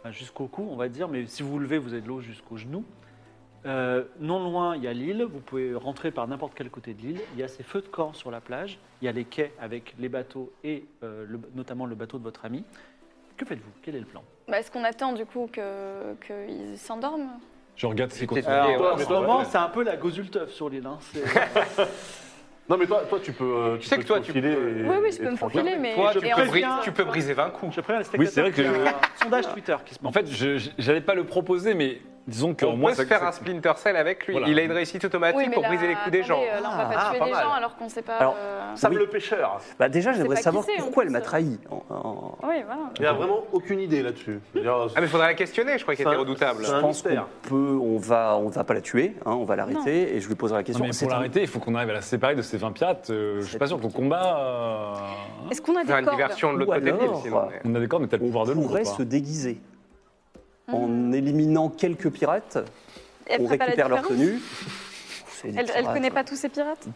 Speaker 1: enfin, jusqu'au cou, on va dire. Mais si vous vous levez, vous avez de l'eau jusqu'au genou. Euh, non loin, il y a l'île. Vous pouvez rentrer par n'importe quel côté de l'île. Il y a ces feux de camp sur la plage. Il y a les quais avec les bateaux et euh, le- notamment le bateau de votre ami. Que faites-vous Quel est le plan
Speaker 2: Bah, Est-ce qu'on attend du coup que qu'ils s'endorment
Speaker 4: Je regarde ses
Speaker 5: J'étais-
Speaker 4: conteneurs.
Speaker 5: Et ouais,
Speaker 1: En
Speaker 5: mais
Speaker 1: ce
Speaker 5: toi,
Speaker 1: moment,
Speaker 5: ouais.
Speaker 1: c'est un peu la Gozulteuf sur l'île. hein. C'est-
Speaker 3: Non, mais toi, toi tu peux. euh, Tu
Speaker 5: sais que toi,
Speaker 3: te
Speaker 5: tu
Speaker 3: faufiler
Speaker 5: peux-
Speaker 3: et-
Speaker 2: Oui, oui, je
Speaker 3: et
Speaker 2: peux me
Speaker 3: te
Speaker 2: faufiler, mais
Speaker 1: Toi,
Speaker 2: et
Speaker 1: tu
Speaker 2: en-
Speaker 1: peux- préviens-
Speaker 5: tu peux briser 20 coups.
Speaker 1: Je préviens les
Speaker 4: Oui, c'est
Speaker 1: spectateurs.
Speaker 4: vrai que
Speaker 1: qu'il y a
Speaker 4: je-
Speaker 1: un sondage Twitter qui se
Speaker 4: En
Speaker 1: monte.
Speaker 4: fait, je n'allais pas le proposer, mais disons que
Speaker 5: On
Speaker 4: moi,
Speaker 5: peut se faire un Splinter Cell avec lui.
Speaker 4: Voilà.
Speaker 5: Il a une réussite automatique
Speaker 2: Oui, mais
Speaker 5: pour
Speaker 2: là,
Speaker 5: briser les coups des gens.
Speaker 2: attendez, euh, Là, on va pas
Speaker 5: Ah,
Speaker 2: tuer
Speaker 5: pas
Speaker 2: des
Speaker 5: mal.
Speaker 2: gens alors qu'on sait pas.
Speaker 7: Alors-
Speaker 2: euh,
Speaker 3: Sam
Speaker 7: Oui.
Speaker 3: le pêcheur.
Speaker 7: Bah, déjà,
Speaker 2: pas
Speaker 7: j'aimerais
Speaker 2: qui
Speaker 7: savoir
Speaker 2: c'est, en
Speaker 7: pourquoi elle
Speaker 2: plus.
Speaker 7: m'a trahi. En- en-
Speaker 2: Oui, voilà.
Speaker 5: hein
Speaker 3: Il n'y a vraiment aucune idée là-dessus. C'est-à-dire,
Speaker 2: euh,
Speaker 5: Ah, mais faudrait la questionner, je croyais qu'elle
Speaker 3: C'est
Speaker 5: était
Speaker 3: un-
Speaker 5: redoutable.
Speaker 3: c'est un-
Speaker 7: Je pense qu'on
Speaker 3: mystère.
Speaker 7: peut, on va, on va pas la tuer, hein, on va l'arrêter et je lui poserai la
Speaker 4: Non,
Speaker 7: question.
Speaker 4: mais
Speaker 7: C'est
Speaker 4: pour
Speaker 7: un-
Speaker 4: l'arrêter, il faut qu'on arrive à la séparer de ces 20 pirates. euh, je suis pas sûr que le combat. euh,
Speaker 2: Est-ce qu'on a Ah,
Speaker 5: Faire
Speaker 2: des
Speaker 5: une
Speaker 2: cordes
Speaker 5: diversion de l'autre
Speaker 7: Ou
Speaker 5: côté de l'île,
Speaker 7: alors,
Speaker 5: sinon. mais-
Speaker 4: On a d'accord, mais t'as le
Speaker 7: On
Speaker 4: pouvoir de l'ombre.
Speaker 7: pourrait
Speaker 4: ou pas
Speaker 7: se déguiser. En éliminant quelques pirates,
Speaker 2: Hmm. Elle
Speaker 7: on
Speaker 2: ferait pas la
Speaker 7: récupère leur
Speaker 2: différence
Speaker 7: tenue. C'est des
Speaker 2: Elle, elle
Speaker 7: pirates.
Speaker 2: connaît pas tous ces pirates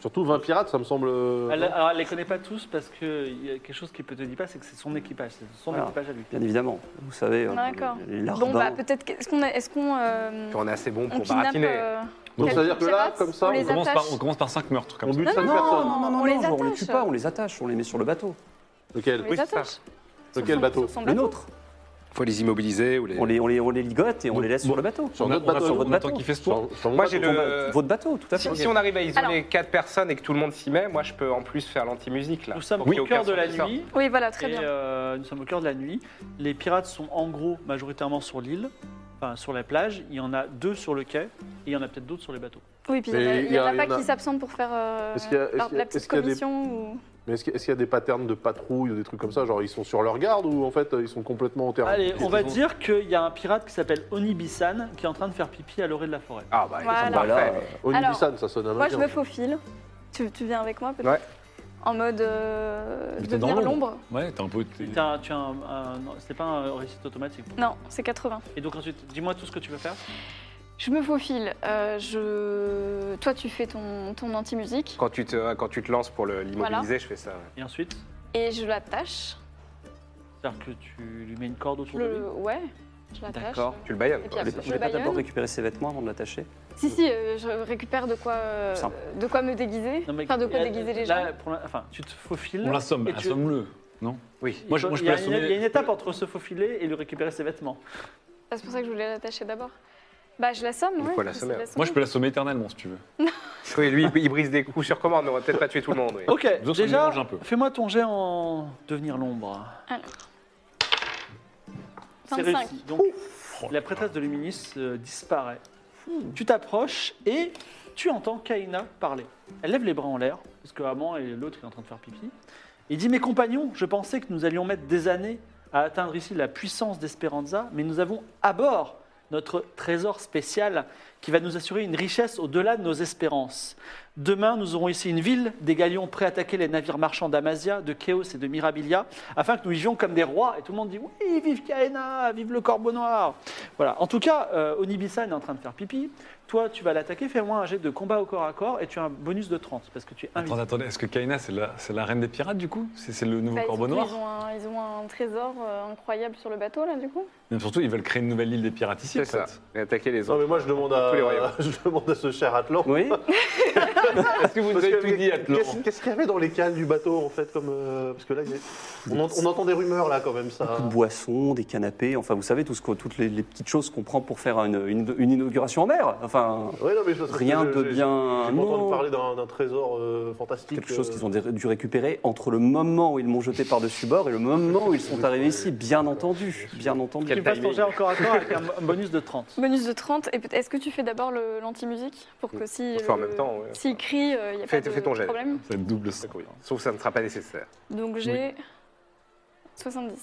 Speaker 3: Surtout 20 pirates, ça me semble. euh,
Speaker 1: Elle, alors, elle les connaît pas tous parce qu'il y a quelque chose qui peut te dire pas, c'est que c'est son équipage, c'est son
Speaker 7: Voilà.
Speaker 1: équipage à lui.
Speaker 7: Bien évidemment, vous savez, euh,
Speaker 2: Ah, D'accord.
Speaker 7: les lardins.
Speaker 2: Bon, bah peut-être. que- Est-ce qu'on a- est-ce qu'on euh,
Speaker 5: Puis On est assez bon
Speaker 2: on
Speaker 5: pour
Speaker 2: kidnappe
Speaker 5: baratiner.
Speaker 2: euh,
Speaker 3: Donc,
Speaker 2: quelques
Speaker 3: c'est-à-dire que là,
Speaker 2: pirates,
Speaker 3: comme ça,
Speaker 2: on
Speaker 4: on
Speaker 2: les
Speaker 4: commence, par,
Speaker 2: attache.
Speaker 4: on commence par 5 meurtres, comme
Speaker 3: on
Speaker 4: ça.
Speaker 3: bute 5
Speaker 2: non,
Speaker 3: personnes.
Speaker 7: non, non,
Speaker 2: on
Speaker 7: non,
Speaker 2: les
Speaker 7: non, on les
Speaker 2: attache.
Speaker 7: tue pas, on les attache, on les met sur le bateau.
Speaker 3: Lequel
Speaker 2: on les
Speaker 5: Oui, c'est ça.
Speaker 2: attache.
Speaker 3: De quel
Speaker 2: Sur son-
Speaker 3: bateau
Speaker 2: sur son
Speaker 7: Le nôtre.
Speaker 5: Faut les immobiliser ou les.
Speaker 7: On les, on les, on les ligote et on
Speaker 4: Donc,
Speaker 7: les laisse sur le bateau.
Speaker 3: Sur
Speaker 4: On a-
Speaker 3: notre
Speaker 4: on a-
Speaker 3: bateau,
Speaker 4: on
Speaker 3: votre
Speaker 4: attend
Speaker 7: bateau.
Speaker 4: qu'il fasse toi.
Speaker 3: Sur- sur mon
Speaker 5: Moi
Speaker 3: bateau.
Speaker 5: j'ai
Speaker 7: Ton ba-
Speaker 5: le.
Speaker 7: Votre bateau, tout à fait.
Speaker 5: Si, si on arrive à isoler
Speaker 2: Alors.
Speaker 5: 4 personnes et que tout le monde s'y met, moi je peux en plus faire l'anti-musique là.
Speaker 1: Nous sommes
Speaker 5: Pour qu'il y ait
Speaker 1: au
Speaker 5: aucun
Speaker 1: cœur de la
Speaker 5: sortisseur.
Speaker 1: nuit.
Speaker 2: Oui, voilà, très
Speaker 1: Et
Speaker 2: bien.
Speaker 1: euh, nous sommes au cœur de la nuit. Les pirates sont en gros majoritairement sur l'île, enfin sur la plage. Il y en a deux sur le quai et il y en a peut-être d'autres sur les bateaux.
Speaker 2: Oui, puis il
Speaker 3: Mais
Speaker 2: n'y en a
Speaker 3: il y
Speaker 2: pas
Speaker 3: en a-
Speaker 2: qui s'absentent pour faire euh,
Speaker 3: Est-ce qu'il y a- est-ce
Speaker 2: leur-
Speaker 3: qu'il y a-
Speaker 2: la petite
Speaker 3: est-ce qu'il y a des-
Speaker 2: commission ou-
Speaker 3: Mais est-ce qu'il y a- est-ce qu'il y a des patterns de patrouille ou des trucs comme ça Genre, ils sont sur leur garde ou en fait, ils sont complètement en terrain
Speaker 1: Allez, on va
Speaker 3: Ils sont-
Speaker 1: dire qu'il y a un pirate qui s'appelle Onibisan qui est en train de faire pipi à l'orée de la forêt.
Speaker 5: Ah bah, ils
Speaker 2: Voilà.
Speaker 5: sont parfaits.
Speaker 3: Onibisan, ça sonne à
Speaker 2: Moi, je
Speaker 3: maintien.
Speaker 2: me faufile. Tu, tu viens avec moi peut-être
Speaker 5: Ouais.
Speaker 2: En mode euh,
Speaker 4: Mais t'es
Speaker 2: devenir
Speaker 4: dans l'ombre.
Speaker 2: l'ombre
Speaker 4: Ouais, t'es un peu. t'es-
Speaker 1: T'as- Tu as un, un- non, c'était pas un réussite automatique.
Speaker 2: Non, c'est 80.
Speaker 1: Et donc ensuite, dis-moi tout ce que tu veux faire.
Speaker 2: Je me faufile. euh, je... Toi, tu fais ton, ton anti-musique
Speaker 5: Quand tu te, quand tu te lances pour le- l'immobiliser, je fais ça. ouais.
Speaker 1: Et ensuite,
Speaker 2: et je l'attache.
Speaker 1: c'est-à-dire que tu lui mets une corde autour de lui.
Speaker 2: Le... Ouais, je l'attache.
Speaker 7: D'accord.
Speaker 5: Tu le baïonnes.
Speaker 2: Et puis
Speaker 5: quoi.
Speaker 7: Vous
Speaker 2: après,
Speaker 7: voulez- vous
Speaker 2: je le
Speaker 7: voulez pas d'abord
Speaker 2: baïonne.
Speaker 7: récupérer ses vêtements avant de l'attacher
Speaker 2: Si, si, euh, je récupère de quoi, euh,
Speaker 7: Simple.
Speaker 2: de quoi me déguiser.
Speaker 1: Non, mais-
Speaker 2: enfin, de quoi
Speaker 1: là,
Speaker 2: déguiser les gens.
Speaker 1: là, pour la- enfin, tu te faufiles.
Speaker 4: On l'assomme,
Speaker 1: et tu-
Speaker 4: assomme-le. Non
Speaker 5: Oui.
Speaker 4: Moi, je- moi, je
Speaker 1: il, y a
Speaker 4: peux
Speaker 1: une,
Speaker 4: l'assommer.
Speaker 1: il y a une étape entre se faufiler et lui récupérer ses vêtements.
Speaker 2: Ah, C'est pour ça que je voulais l'attacher d'abord. Bah, je l'assomme,
Speaker 5: Il
Speaker 2: ouais.
Speaker 5: faut
Speaker 2: je
Speaker 5: l'assommer.
Speaker 2: vais essayer de
Speaker 4: Moi, je peux l'assommer éternellement si tu veux.
Speaker 5: Oui, lui, il brise des coups sur commande, mais on va peut-être pas tuer tout le monde. oui.
Speaker 1: Ok,
Speaker 4: Nous autres, on
Speaker 1: déjà,
Speaker 4: mélange un peu.
Speaker 1: fais-moi ton jet en devenir l'ombre.
Speaker 2: Alors.
Speaker 1: C'est
Speaker 2: 25.
Speaker 1: réussi. Donc,
Speaker 4: Oh
Speaker 1: la prêtresse de Luminis euh, disparaît. Tu t'approches et tu entends Kaina parler. Elle lève les bras en l'air, parce que Amand et l'autre est en train de faire pipi. Il dit Mes compagnons, je pensais que nous allions mettre des années à atteindre ici la puissance d'Espéranza, mais nous avons à bord notre trésor spécial qui va nous assurer une richesse au-delà de nos espérances. Demain, nous aurons ici une ville, des galions prêts à attaquer les navires marchands d'Amazia, de Chaos et de Mirabilia, afin que nous vivions comme des rois. Et tout le monde dit Oui, vive Kaena, vive le corbeau noir. Voilà. En tout cas, euh, Onibisan est en train de faire pipi. Toi, tu vas l'attaquer, fais-moi un jet de combat au corps à corps et tu as un bonus de 30 parce que tu es
Speaker 4: Attendez,
Speaker 1: invisible.
Speaker 4: attendez, est-ce que Kaina, c'est la, c'est la reine des pirates du coup C'est c'est le nouveau
Speaker 2: Bah, ils,
Speaker 4: corbeau
Speaker 2: ont,
Speaker 4: noir
Speaker 2: ils ont un, ils ont un trésor euh, incroyable sur le bateau, là, du coup.
Speaker 4: Mais surtout, ils veulent créer une nouvelle île des pirates ici.
Speaker 5: C'est
Speaker 4: en
Speaker 5: ça.
Speaker 4: fait.
Speaker 5: Et attaquer les
Speaker 3: Non,
Speaker 5: autres.
Speaker 3: mais moi, je demande à,
Speaker 5: Tous les royaumes.
Speaker 3: je demande à ce cher Atlan.
Speaker 7: Oui
Speaker 4: Est-ce que vous nous
Speaker 3: Parce
Speaker 4: avez
Speaker 3: que-
Speaker 4: tout dit, Atlan
Speaker 3: Qu'est-ce qu'est-ce qu'il y avait dans les cales du bateau, en fait comme, euh, Parce que là, il y a- on, en- on entend des rumeurs, là, quand même, ça.
Speaker 7: Beaucoup de boissons, des canapés, enfin vous savez, tout ce que- toutes les, les petites choses qu'on prend pour faire une, une- une inauguration en mer. Enfin,
Speaker 3: Ouais, non, mais parce que
Speaker 7: Rien
Speaker 3: je-
Speaker 7: de
Speaker 3: je-
Speaker 7: bien-
Speaker 3: J'ai pas entendu
Speaker 7: non.
Speaker 3: parler d'un d'un trésor euh, fantastique.
Speaker 7: quelque chose
Speaker 3: euh,
Speaker 7: qu'ils ont dé- dû récupérer entre le moment où ils m'ont jeté par-dessus bord et le moment où ils sont arrivés ici, bien entendu. Bien entendu.
Speaker 1: Tu passes ton jet encore à corps avec un un bonus de 30.
Speaker 2: Bonus de 30. Et peut- est-ce que tu fais d'abord le- l'anti-musique Pour que si.
Speaker 5: On fait en
Speaker 2: le-
Speaker 5: même temps, ouais.
Speaker 2: S'il crie, euh, il n'y a
Speaker 5: Fais-
Speaker 2: pas de
Speaker 5: fais ton jet.
Speaker 2: problème.
Speaker 4: Ça double ça.
Speaker 5: Oui. Sauf que ça ne sera pas nécessaire.
Speaker 2: Donc, j'ai 70.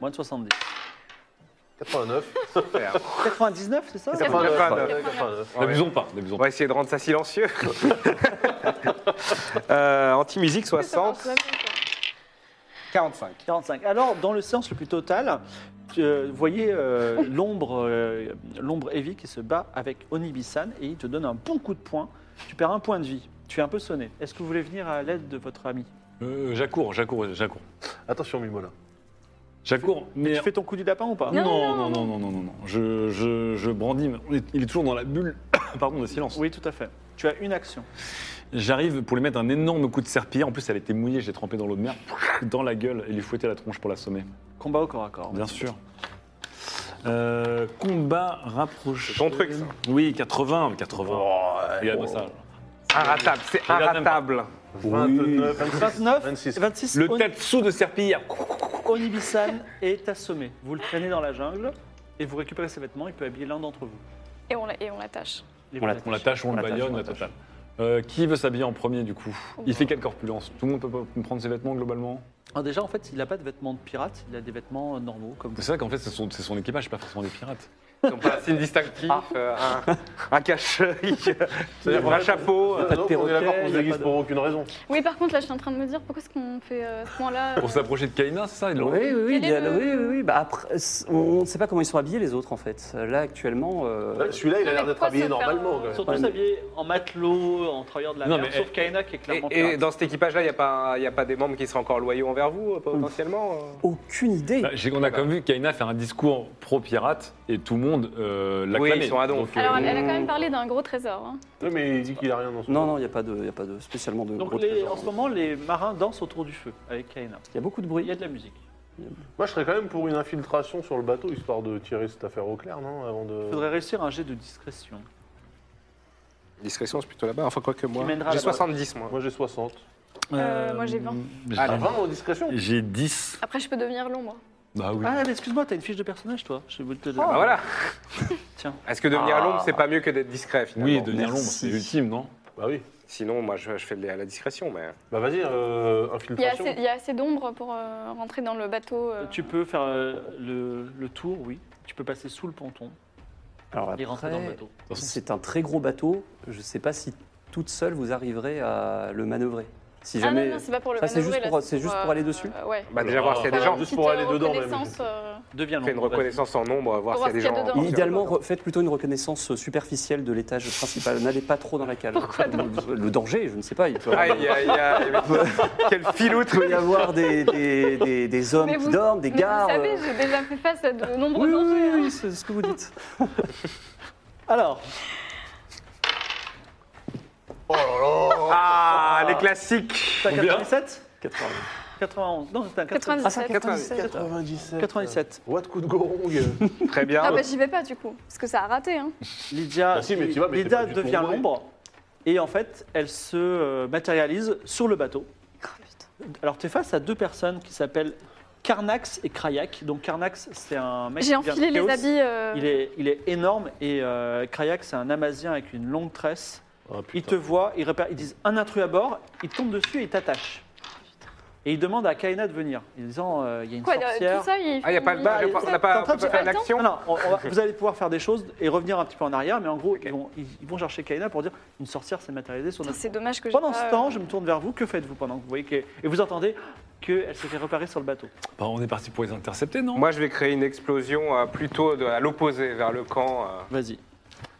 Speaker 1: Moins de 70.
Speaker 3: euh, 89.
Speaker 5: Super.
Speaker 1: 99, c'est ça
Speaker 5: Ça fait
Speaker 3: 89.
Speaker 2: 89.
Speaker 4: N'abusons pas, n'abusons
Speaker 5: On va essayer de rendre ça silencieux. euh, Anti-musique
Speaker 2: Que ça marche
Speaker 5: 60,
Speaker 2: jamais, quoi.
Speaker 5: 45.
Speaker 1: 45. Alors, dans le sens le plus total, tu, euh, vous voyez euh, l'ombre euh, l'ombre Heavy qui se bat avec Onibisan et il te donne un bon coup de poing. Tu perds un point de vie. Tu es un peu sonné. Est-ce que vous voulez venir à l'aide de votre ami
Speaker 4: pas. Euh, j'accours, j'accours, j'accours.
Speaker 3: Attention, Mimola.
Speaker 4: J'accours, mais. ah,
Speaker 1: Tu fais ton coup du lapin ou pas
Speaker 4: Non, non, non, non, non, non, non, non. Je, je, je brandis. mais on est- Il est toujours dans la bulle, pardon, de silence.
Speaker 1: Oui, tout à fait. Tu as une action.
Speaker 4: J'arrive pour lui mettre un énorme coup de serpillière. En plus, elle était mouillée, j'ai trempé dans l'eau de mer, dans la gueule, et lui fouetter la tronche pour l'assommer.
Speaker 1: Combat au corps à corps.
Speaker 4: Bien sûr. Euh, combat rapproché.
Speaker 5: C'est ton truc, ça.
Speaker 4: Oui, 80, 80. Regarde-moi ça.
Speaker 5: Inratable, c'est
Speaker 4: Regarde même pas.
Speaker 5: inratable.
Speaker 3: 29,
Speaker 1: 29,
Speaker 3: 26.
Speaker 1: 26.
Speaker 4: Le
Speaker 1: Oni-
Speaker 4: tatsu de serpillière.
Speaker 1: Onibisan est assommé. Vous le traînez dans la jungle et vous récupérez ses vêtements. Il peut habiller l'un d'entre vous.
Speaker 2: Et on l'a- et on l'attache.
Speaker 1: Et
Speaker 4: On
Speaker 1: vous
Speaker 4: la- on l'attache, on,
Speaker 7: On
Speaker 4: le
Speaker 7: l'attache,
Speaker 4: baillonne,
Speaker 7: on
Speaker 4: la
Speaker 7: l'attache.
Speaker 4: totale. Euh, qui veut s'habiller en premier du coup Il
Speaker 2: moi.
Speaker 4: fait quelle corpulence Tout le monde peut pas me prendre ses vêtements globalement
Speaker 1: Ah, déjà, en fait, il n'a pas de vêtements de pirate. Il a des vêtements normaux comme vous.
Speaker 4: C'est ça qu'en fait c'est son, c'est son équipage, c'est pas forcément des pirates.
Speaker 5: Ils n'ont pas un signe distinctif,
Speaker 1: Ah.
Speaker 5: euh, un, un cache-œil, un chapeau. euh,
Speaker 3: Non,
Speaker 7: Pas de
Speaker 3: non, on est
Speaker 7: perroquet,
Speaker 3: d'accord qu'on
Speaker 1: il
Speaker 3: se
Speaker 1: y a
Speaker 3: déguise
Speaker 1: pas de-
Speaker 3: pour aucune raison.
Speaker 2: Oui, par contre, là, je suis en train de me dire pourquoi est-ce qu'on fait euh, ce point-là
Speaker 4: Pour s'approcher de Kaina, c'est ça il leur-
Speaker 7: Oui, oui, oui,
Speaker 2: Quel
Speaker 7: il y a-
Speaker 2: est le-
Speaker 7: oui, oui, oui. Bah, après, c'est- on ne sait pas comment ils sont habillés les autres en fait. Là actuellement, euh,
Speaker 1: Bah,
Speaker 3: Là, Celui-là, il a l'air d'être
Speaker 2: Pourquoi se
Speaker 3: habillé
Speaker 2: faire,
Speaker 3: normalement.
Speaker 2: euh,
Speaker 3: quand même.
Speaker 1: Surtout tous habillés en matelot, en travailleur de la
Speaker 4: Non,
Speaker 1: mer,
Speaker 4: mais-
Speaker 1: sauf Kaina qui est
Speaker 5: Et,
Speaker 1: clairement
Speaker 5: et
Speaker 1: pirate.
Speaker 5: dans cet équipage-là, il n'y a, pas- y a pas des membres qui seraient encore loyaux envers vous, euh, potentiellement euh
Speaker 7: aucune idée.
Speaker 4: Bah, j'ai- on a quand même vu Kaina faire un discours pro-pirate et tout le monde euh,
Speaker 5: Oui,
Speaker 4: l'acclamait.
Speaker 5: ils sont à donf.
Speaker 4: Donc, euh,
Speaker 2: Alors, elle, elle a quand même parlé d'un gros trésor. hein.
Speaker 3: Oui, mais il dit qu'il a rien dans son.
Speaker 7: Non, non, il n'y a pas de, il y a pas de spécialement de. gros
Speaker 1: Donc les-
Speaker 7: trésors.
Speaker 1: en ce moment, les marins dansent autour du feu avec Kaina.
Speaker 7: il y a beaucoup de
Speaker 1: Il y
Speaker 7: bruit.
Speaker 1: a de la musique.
Speaker 3: Moi, je serais quand même pour une infiltration sur le bateau, histoire de tirer cette affaire au clair, non Avant de.
Speaker 1: Il faudrait réussir un jet de discrétion.
Speaker 5: Discrétion, c'est plutôt là-bas. Enfin, quoi que moi.
Speaker 1: Qui mènera
Speaker 5: J'ai
Speaker 1: là-bas.
Speaker 5: 70, moi.
Speaker 3: Moi, j'ai 60.
Speaker 2: Euh, moi, j'ai 20.
Speaker 4: j'ai-
Speaker 5: Ah, la
Speaker 3: Avant, en discrétion
Speaker 4: J'ai 10.
Speaker 2: Après, je peux devenir l'ombre.
Speaker 4: Bah oui.
Speaker 1: Ah, mais excuse-moi, t'as une fiche de personnage, toi. Je vais te
Speaker 2: Oh. Ah,
Speaker 5: Bah voilà.
Speaker 1: Tiens.
Speaker 5: Est-ce que devenir
Speaker 7: Ah.
Speaker 5: l'ombre, c'est pas mieux que d'être discret,
Speaker 4: oui,
Speaker 5: finalement
Speaker 4: devenir l'ombre,
Speaker 7: merci.
Speaker 4: c'est ultime, non
Speaker 3: Bah oui.
Speaker 5: Sinon, moi, je, je fais de la la discrétion, mais...
Speaker 3: Bah vas-y, euh,
Speaker 2: Il y a
Speaker 3: infiltration.
Speaker 2: assez, il y a assez d'ombre pour euh, rentrer dans le bateau. euh.
Speaker 1: Tu peux faire euh, le, le tour, oui. Tu peux passer sous le ponton
Speaker 7: Alors
Speaker 1: et
Speaker 7: après,
Speaker 1: rentrer dans le bateau.
Speaker 7: c'est un très gros bateau. Je ne sais pas si toute seule, vous arriverez à le manœuvrer. Si
Speaker 2: Ah
Speaker 7: jamais.
Speaker 2: non, non, c'est pas pour le
Speaker 7: Ça, c'est
Speaker 2: manœuvrer,
Speaker 7: juste
Speaker 2: là,
Speaker 7: pour- c'est juste pour aller dessus
Speaker 2: euh, Ouais.
Speaker 5: Bah, bah, déjà voir s'il y a des gens.
Speaker 3: Juste pour aller dedans, même.
Speaker 2: euh,
Speaker 1: Deviens
Speaker 5: Fais une
Speaker 1: l'ombre, vas-y.
Speaker 5: reconnaissance en nombre, voir
Speaker 2: Pour
Speaker 5: s'il y a des
Speaker 2: voir ce qu'il y a
Speaker 5: gens.
Speaker 2: dedans.
Speaker 7: Idéalement, re- faites plutôt une reconnaissance superficielle de l'étage principal. N'allez pas trop dans la cale.
Speaker 2: Pourquoi donc
Speaker 7: Le danger, je ne sais pas. Il peut y avoir,
Speaker 5: Aïe, aïe, aïe. Quel filou
Speaker 7: il peut y avoir des, des- des- des hommes
Speaker 2: Mais
Speaker 7: qui
Speaker 2: vous-
Speaker 7: dorment, des
Speaker 2: Mais vous
Speaker 7: gardes.
Speaker 2: savez, j'ai déjà fait face à de nombreux
Speaker 7: Oui, oui,
Speaker 2: dangers.
Speaker 7: oui,
Speaker 2: hein.
Speaker 7: oui, c'est ce que vous dites.
Speaker 1: Alors,
Speaker 5: Ah, les classiques.
Speaker 1: t'as 97
Speaker 7: 80.
Speaker 1: 91. Non, c'était un Ah, 97.
Speaker 2: 97. Ah,
Speaker 3: 97.
Speaker 1: 97.
Speaker 3: What coup de gorong
Speaker 5: Très bien.
Speaker 2: Ah bah j'y vais pas du coup, parce que ça a raté. Hein.
Speaker 1: Lydia,
Speaker 3: Bah si, mais tu vas, mais
Speaker 1: Lydia
Speaker 3: t'es pas du tout
Speaker 1: devient
Speaker 3: bourré.
Speaker 1: l'ombre et en fait, elle se euh, matérialise sur le bateau.
Speaker 2: Oh, putain.
Speaker 1: Alors, tu es face à deux personnes qui s'appellent Carnax et Krayak. Donc, Carnax, c'est un mec
Speaker 2: J'ai
Speaker 1: qui vient
Speaker 2: enfilé
Speaker 1: de
Speaker 2: les
Speaker 1: Chaos.
Speaker 2: habits. euh,
Speaker 1: Il est, il est énorme et euh, Krayak, c'est un Amazien avec une longue tresse.
Speaker 3: Ah,
Speaker 1: Ils te voient, ils, repèrent, ils disent un intrus à bord, ils tombent dessus et ils t'attachent. Et ils demandent à Kaina de venir, en disant euh, il y a une
Speaker 2: Quoi, euh,
Speaker 1: sorcière.
Speaker 2: tout ça, il
Speaker 5: Ah, il n'y a pas le
Speaker 2: il-
Speaker 5: bas,
Speaker 1: Bah,
Speaker 5: on n'a pas, on peut
Speaker 1: t'as-
Speaker 5: pas faire
Speaker 2: t'as-
Speaker 1: Non,
Speaker 5: l'action
Speaker 1: non, on- on va- vous allez pouvoir faire des choses et revenir un petit peu en arrière, mais en gros, ils, vont, ils- ils vont chercher Kaina pour dire une sorcière s'est matérialisée sur
Speaker 2: Putain,
Speaker 1: notre.
Speaker 2: Ah, C'est dommage que j'ai
Speaker 1: Pendant
Speaker 2: pas,
Speaker 1: ce
Speaker 2: euh,
Speaker 1: temps, je me tourne vers vous. Que faites-vous pendant que vous voyez que, et vous entendez qu'elle s'est fait repérer sur le bateau
Speaker 4: Bah, on est parti pour les intercepter, non
Speaker 5: Moi, je vais créer une explosion euh, plutôt de- à l'opposé, vers le camp, euh,
Speaker 1: Vas-y.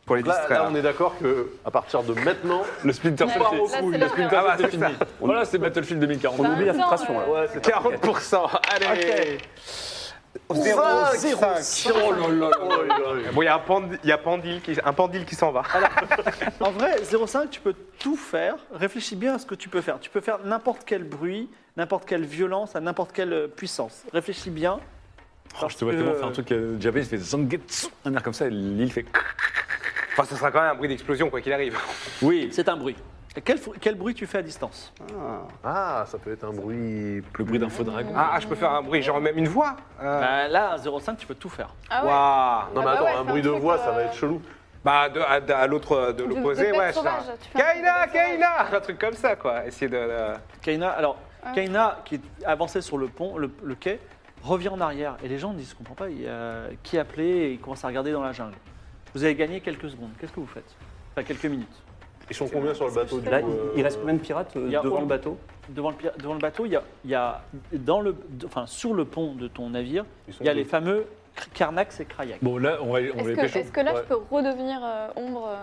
Speaker 5: pour les
Speaker 3: Là,
Speaker 5: distraire.
Speaker 3: là, on est d'accord que à partir de maintenant,
Speaker 4: Le Splinter
Speaker 2: Ouais,
Speaker 4: Cell,
Speaker 2: là,
Speaker 4: c'est
Speaker 2: c'est
Speaker 4: fini.
Speaker 2: la
Speaker 4: Le Splinter
Speaker 5: merde.
Speaker 4: Cell,
Speaker 5: Ah, bah,
Speaker 4: c'est
Speaker 5: c'est
Speaker 4: fini. Voilà, c'est Battlefield 2040.
Speaker 7: On
Speaker 2: Bah,
Speaker 7: oublie la
Speaker 2: non,
Speaker 7: filtration, là.
Speaker 2: euh,
Speaker 3: ouais, c'est
Speaker 5: 40%, allez
Speaker 2: Ah,
Speaker 5: 0,5
Speaker 3: Oh là là là là là.
Speaker 5: Bon, il y a, un, pandi- il y a Pandil qui- un pandil qui s'en va.
Speaker 1: En vrai, 0,5, tu peux tout faire. Réfléchis bien à ce que tu peux faire. Tu peux faire n'importe quel bruit, n'importe quelle violence, à n'importe quelle euh, puissance. Réfléchis bien.
Speaker 4: Oh, je te vois
Speaker 1: Parce que-
Speaker 4: tellement faire un truc euh, japonais, il fait Zangetsu, un air comme ça, et l'île fait.
Speaker 5: Enfin, ce sera quand même un bruit d'explosion, quoi qu'il arrive.
Speaker 4: Oui,
Speaker 1: C'est un bruit. Quel, fr- quel bruit tu fais à distance
Speaker 3: Ah, ça peut être un bruit.
Speaker 4: le bruit d'un faux dragon.
Speaker 5: Ah, ah, je peux faire un bruit, genre même une voix euh,
Speaker 1: Bah, Là, 0,5, tu peux tout faire.
Speaker 2: Ah ouais.
Speaker 5: Waouh
Speaker 3: Non,
Speaker 2: Ah
Speaker 3: mais
Speaker 2: bah
Speaker 3: attends,
Speaker 2: ouais,
Speaker 3: un
Speaker 2: c'est
Speaker 3: bruit
Speaker 2: un
Speaker 3: de
Speaker 2: truc,
Speaker 3: voix,
Speaker 2: euh,
Speaker 3: ça va être chelou.
Speaker 5: Bah, de- à, à l'autre euh, de
Speaker 2: de
Speaker 5: l'opposé,
Speaker 2: bête
Speaker 5: ouais. je-
Speaker 2: sauvage, tu fais un
Speaker 5: Kaina,
Speaker 2: truc de bête
Speaker 5: Kaina Un truc comme ça, quoi. Essayer de. de-
Speaker 1: Kaina, alors,
Speaker 2: Ouais.
Speaker 1: Kaina, qui est avancée sur le pont, le, le quai, revient en arrière. Et les gens disent, je comprends pas, il y a- qui appelait et ils commencent à regarder dans la jungle. Vous avez gagné quelques secondes. Qu'est-ce que vous faites Enfin, quelques minutes.
Speaker 3: Ils sont combien sur le bateau du
Speaker 7: Là,
Speaker 3: coup,
Speaker 7: il-
Speaker 3: euh,
Speaker 7: il reste combien de pirates euh,
Speaker 1: il y a
Speaker 7: devant
Speaker 1: Orbe.
Speaker 7: le bateau
Speaker 1: Devant le, pi- devant le bateau, il y a, il y a dans le, de- enfin, sur le pont de ton navire,
Speaker 3: ils sont
Speaker 1: il y a
Speaker 3: deux.
Speaker 1: les fameux Kr- Karnax et Krayak.
Speaker 4: Bon, là, on va, on va
Speaker 2: Est-ce
Speaker 4: les
Speaker 2: que,
Speaker 4: pécho.
Speaker 2: est-ce que là,
Speaker 4: Ouais.
Speaker 2: je peux redevenir euh, ombre euh,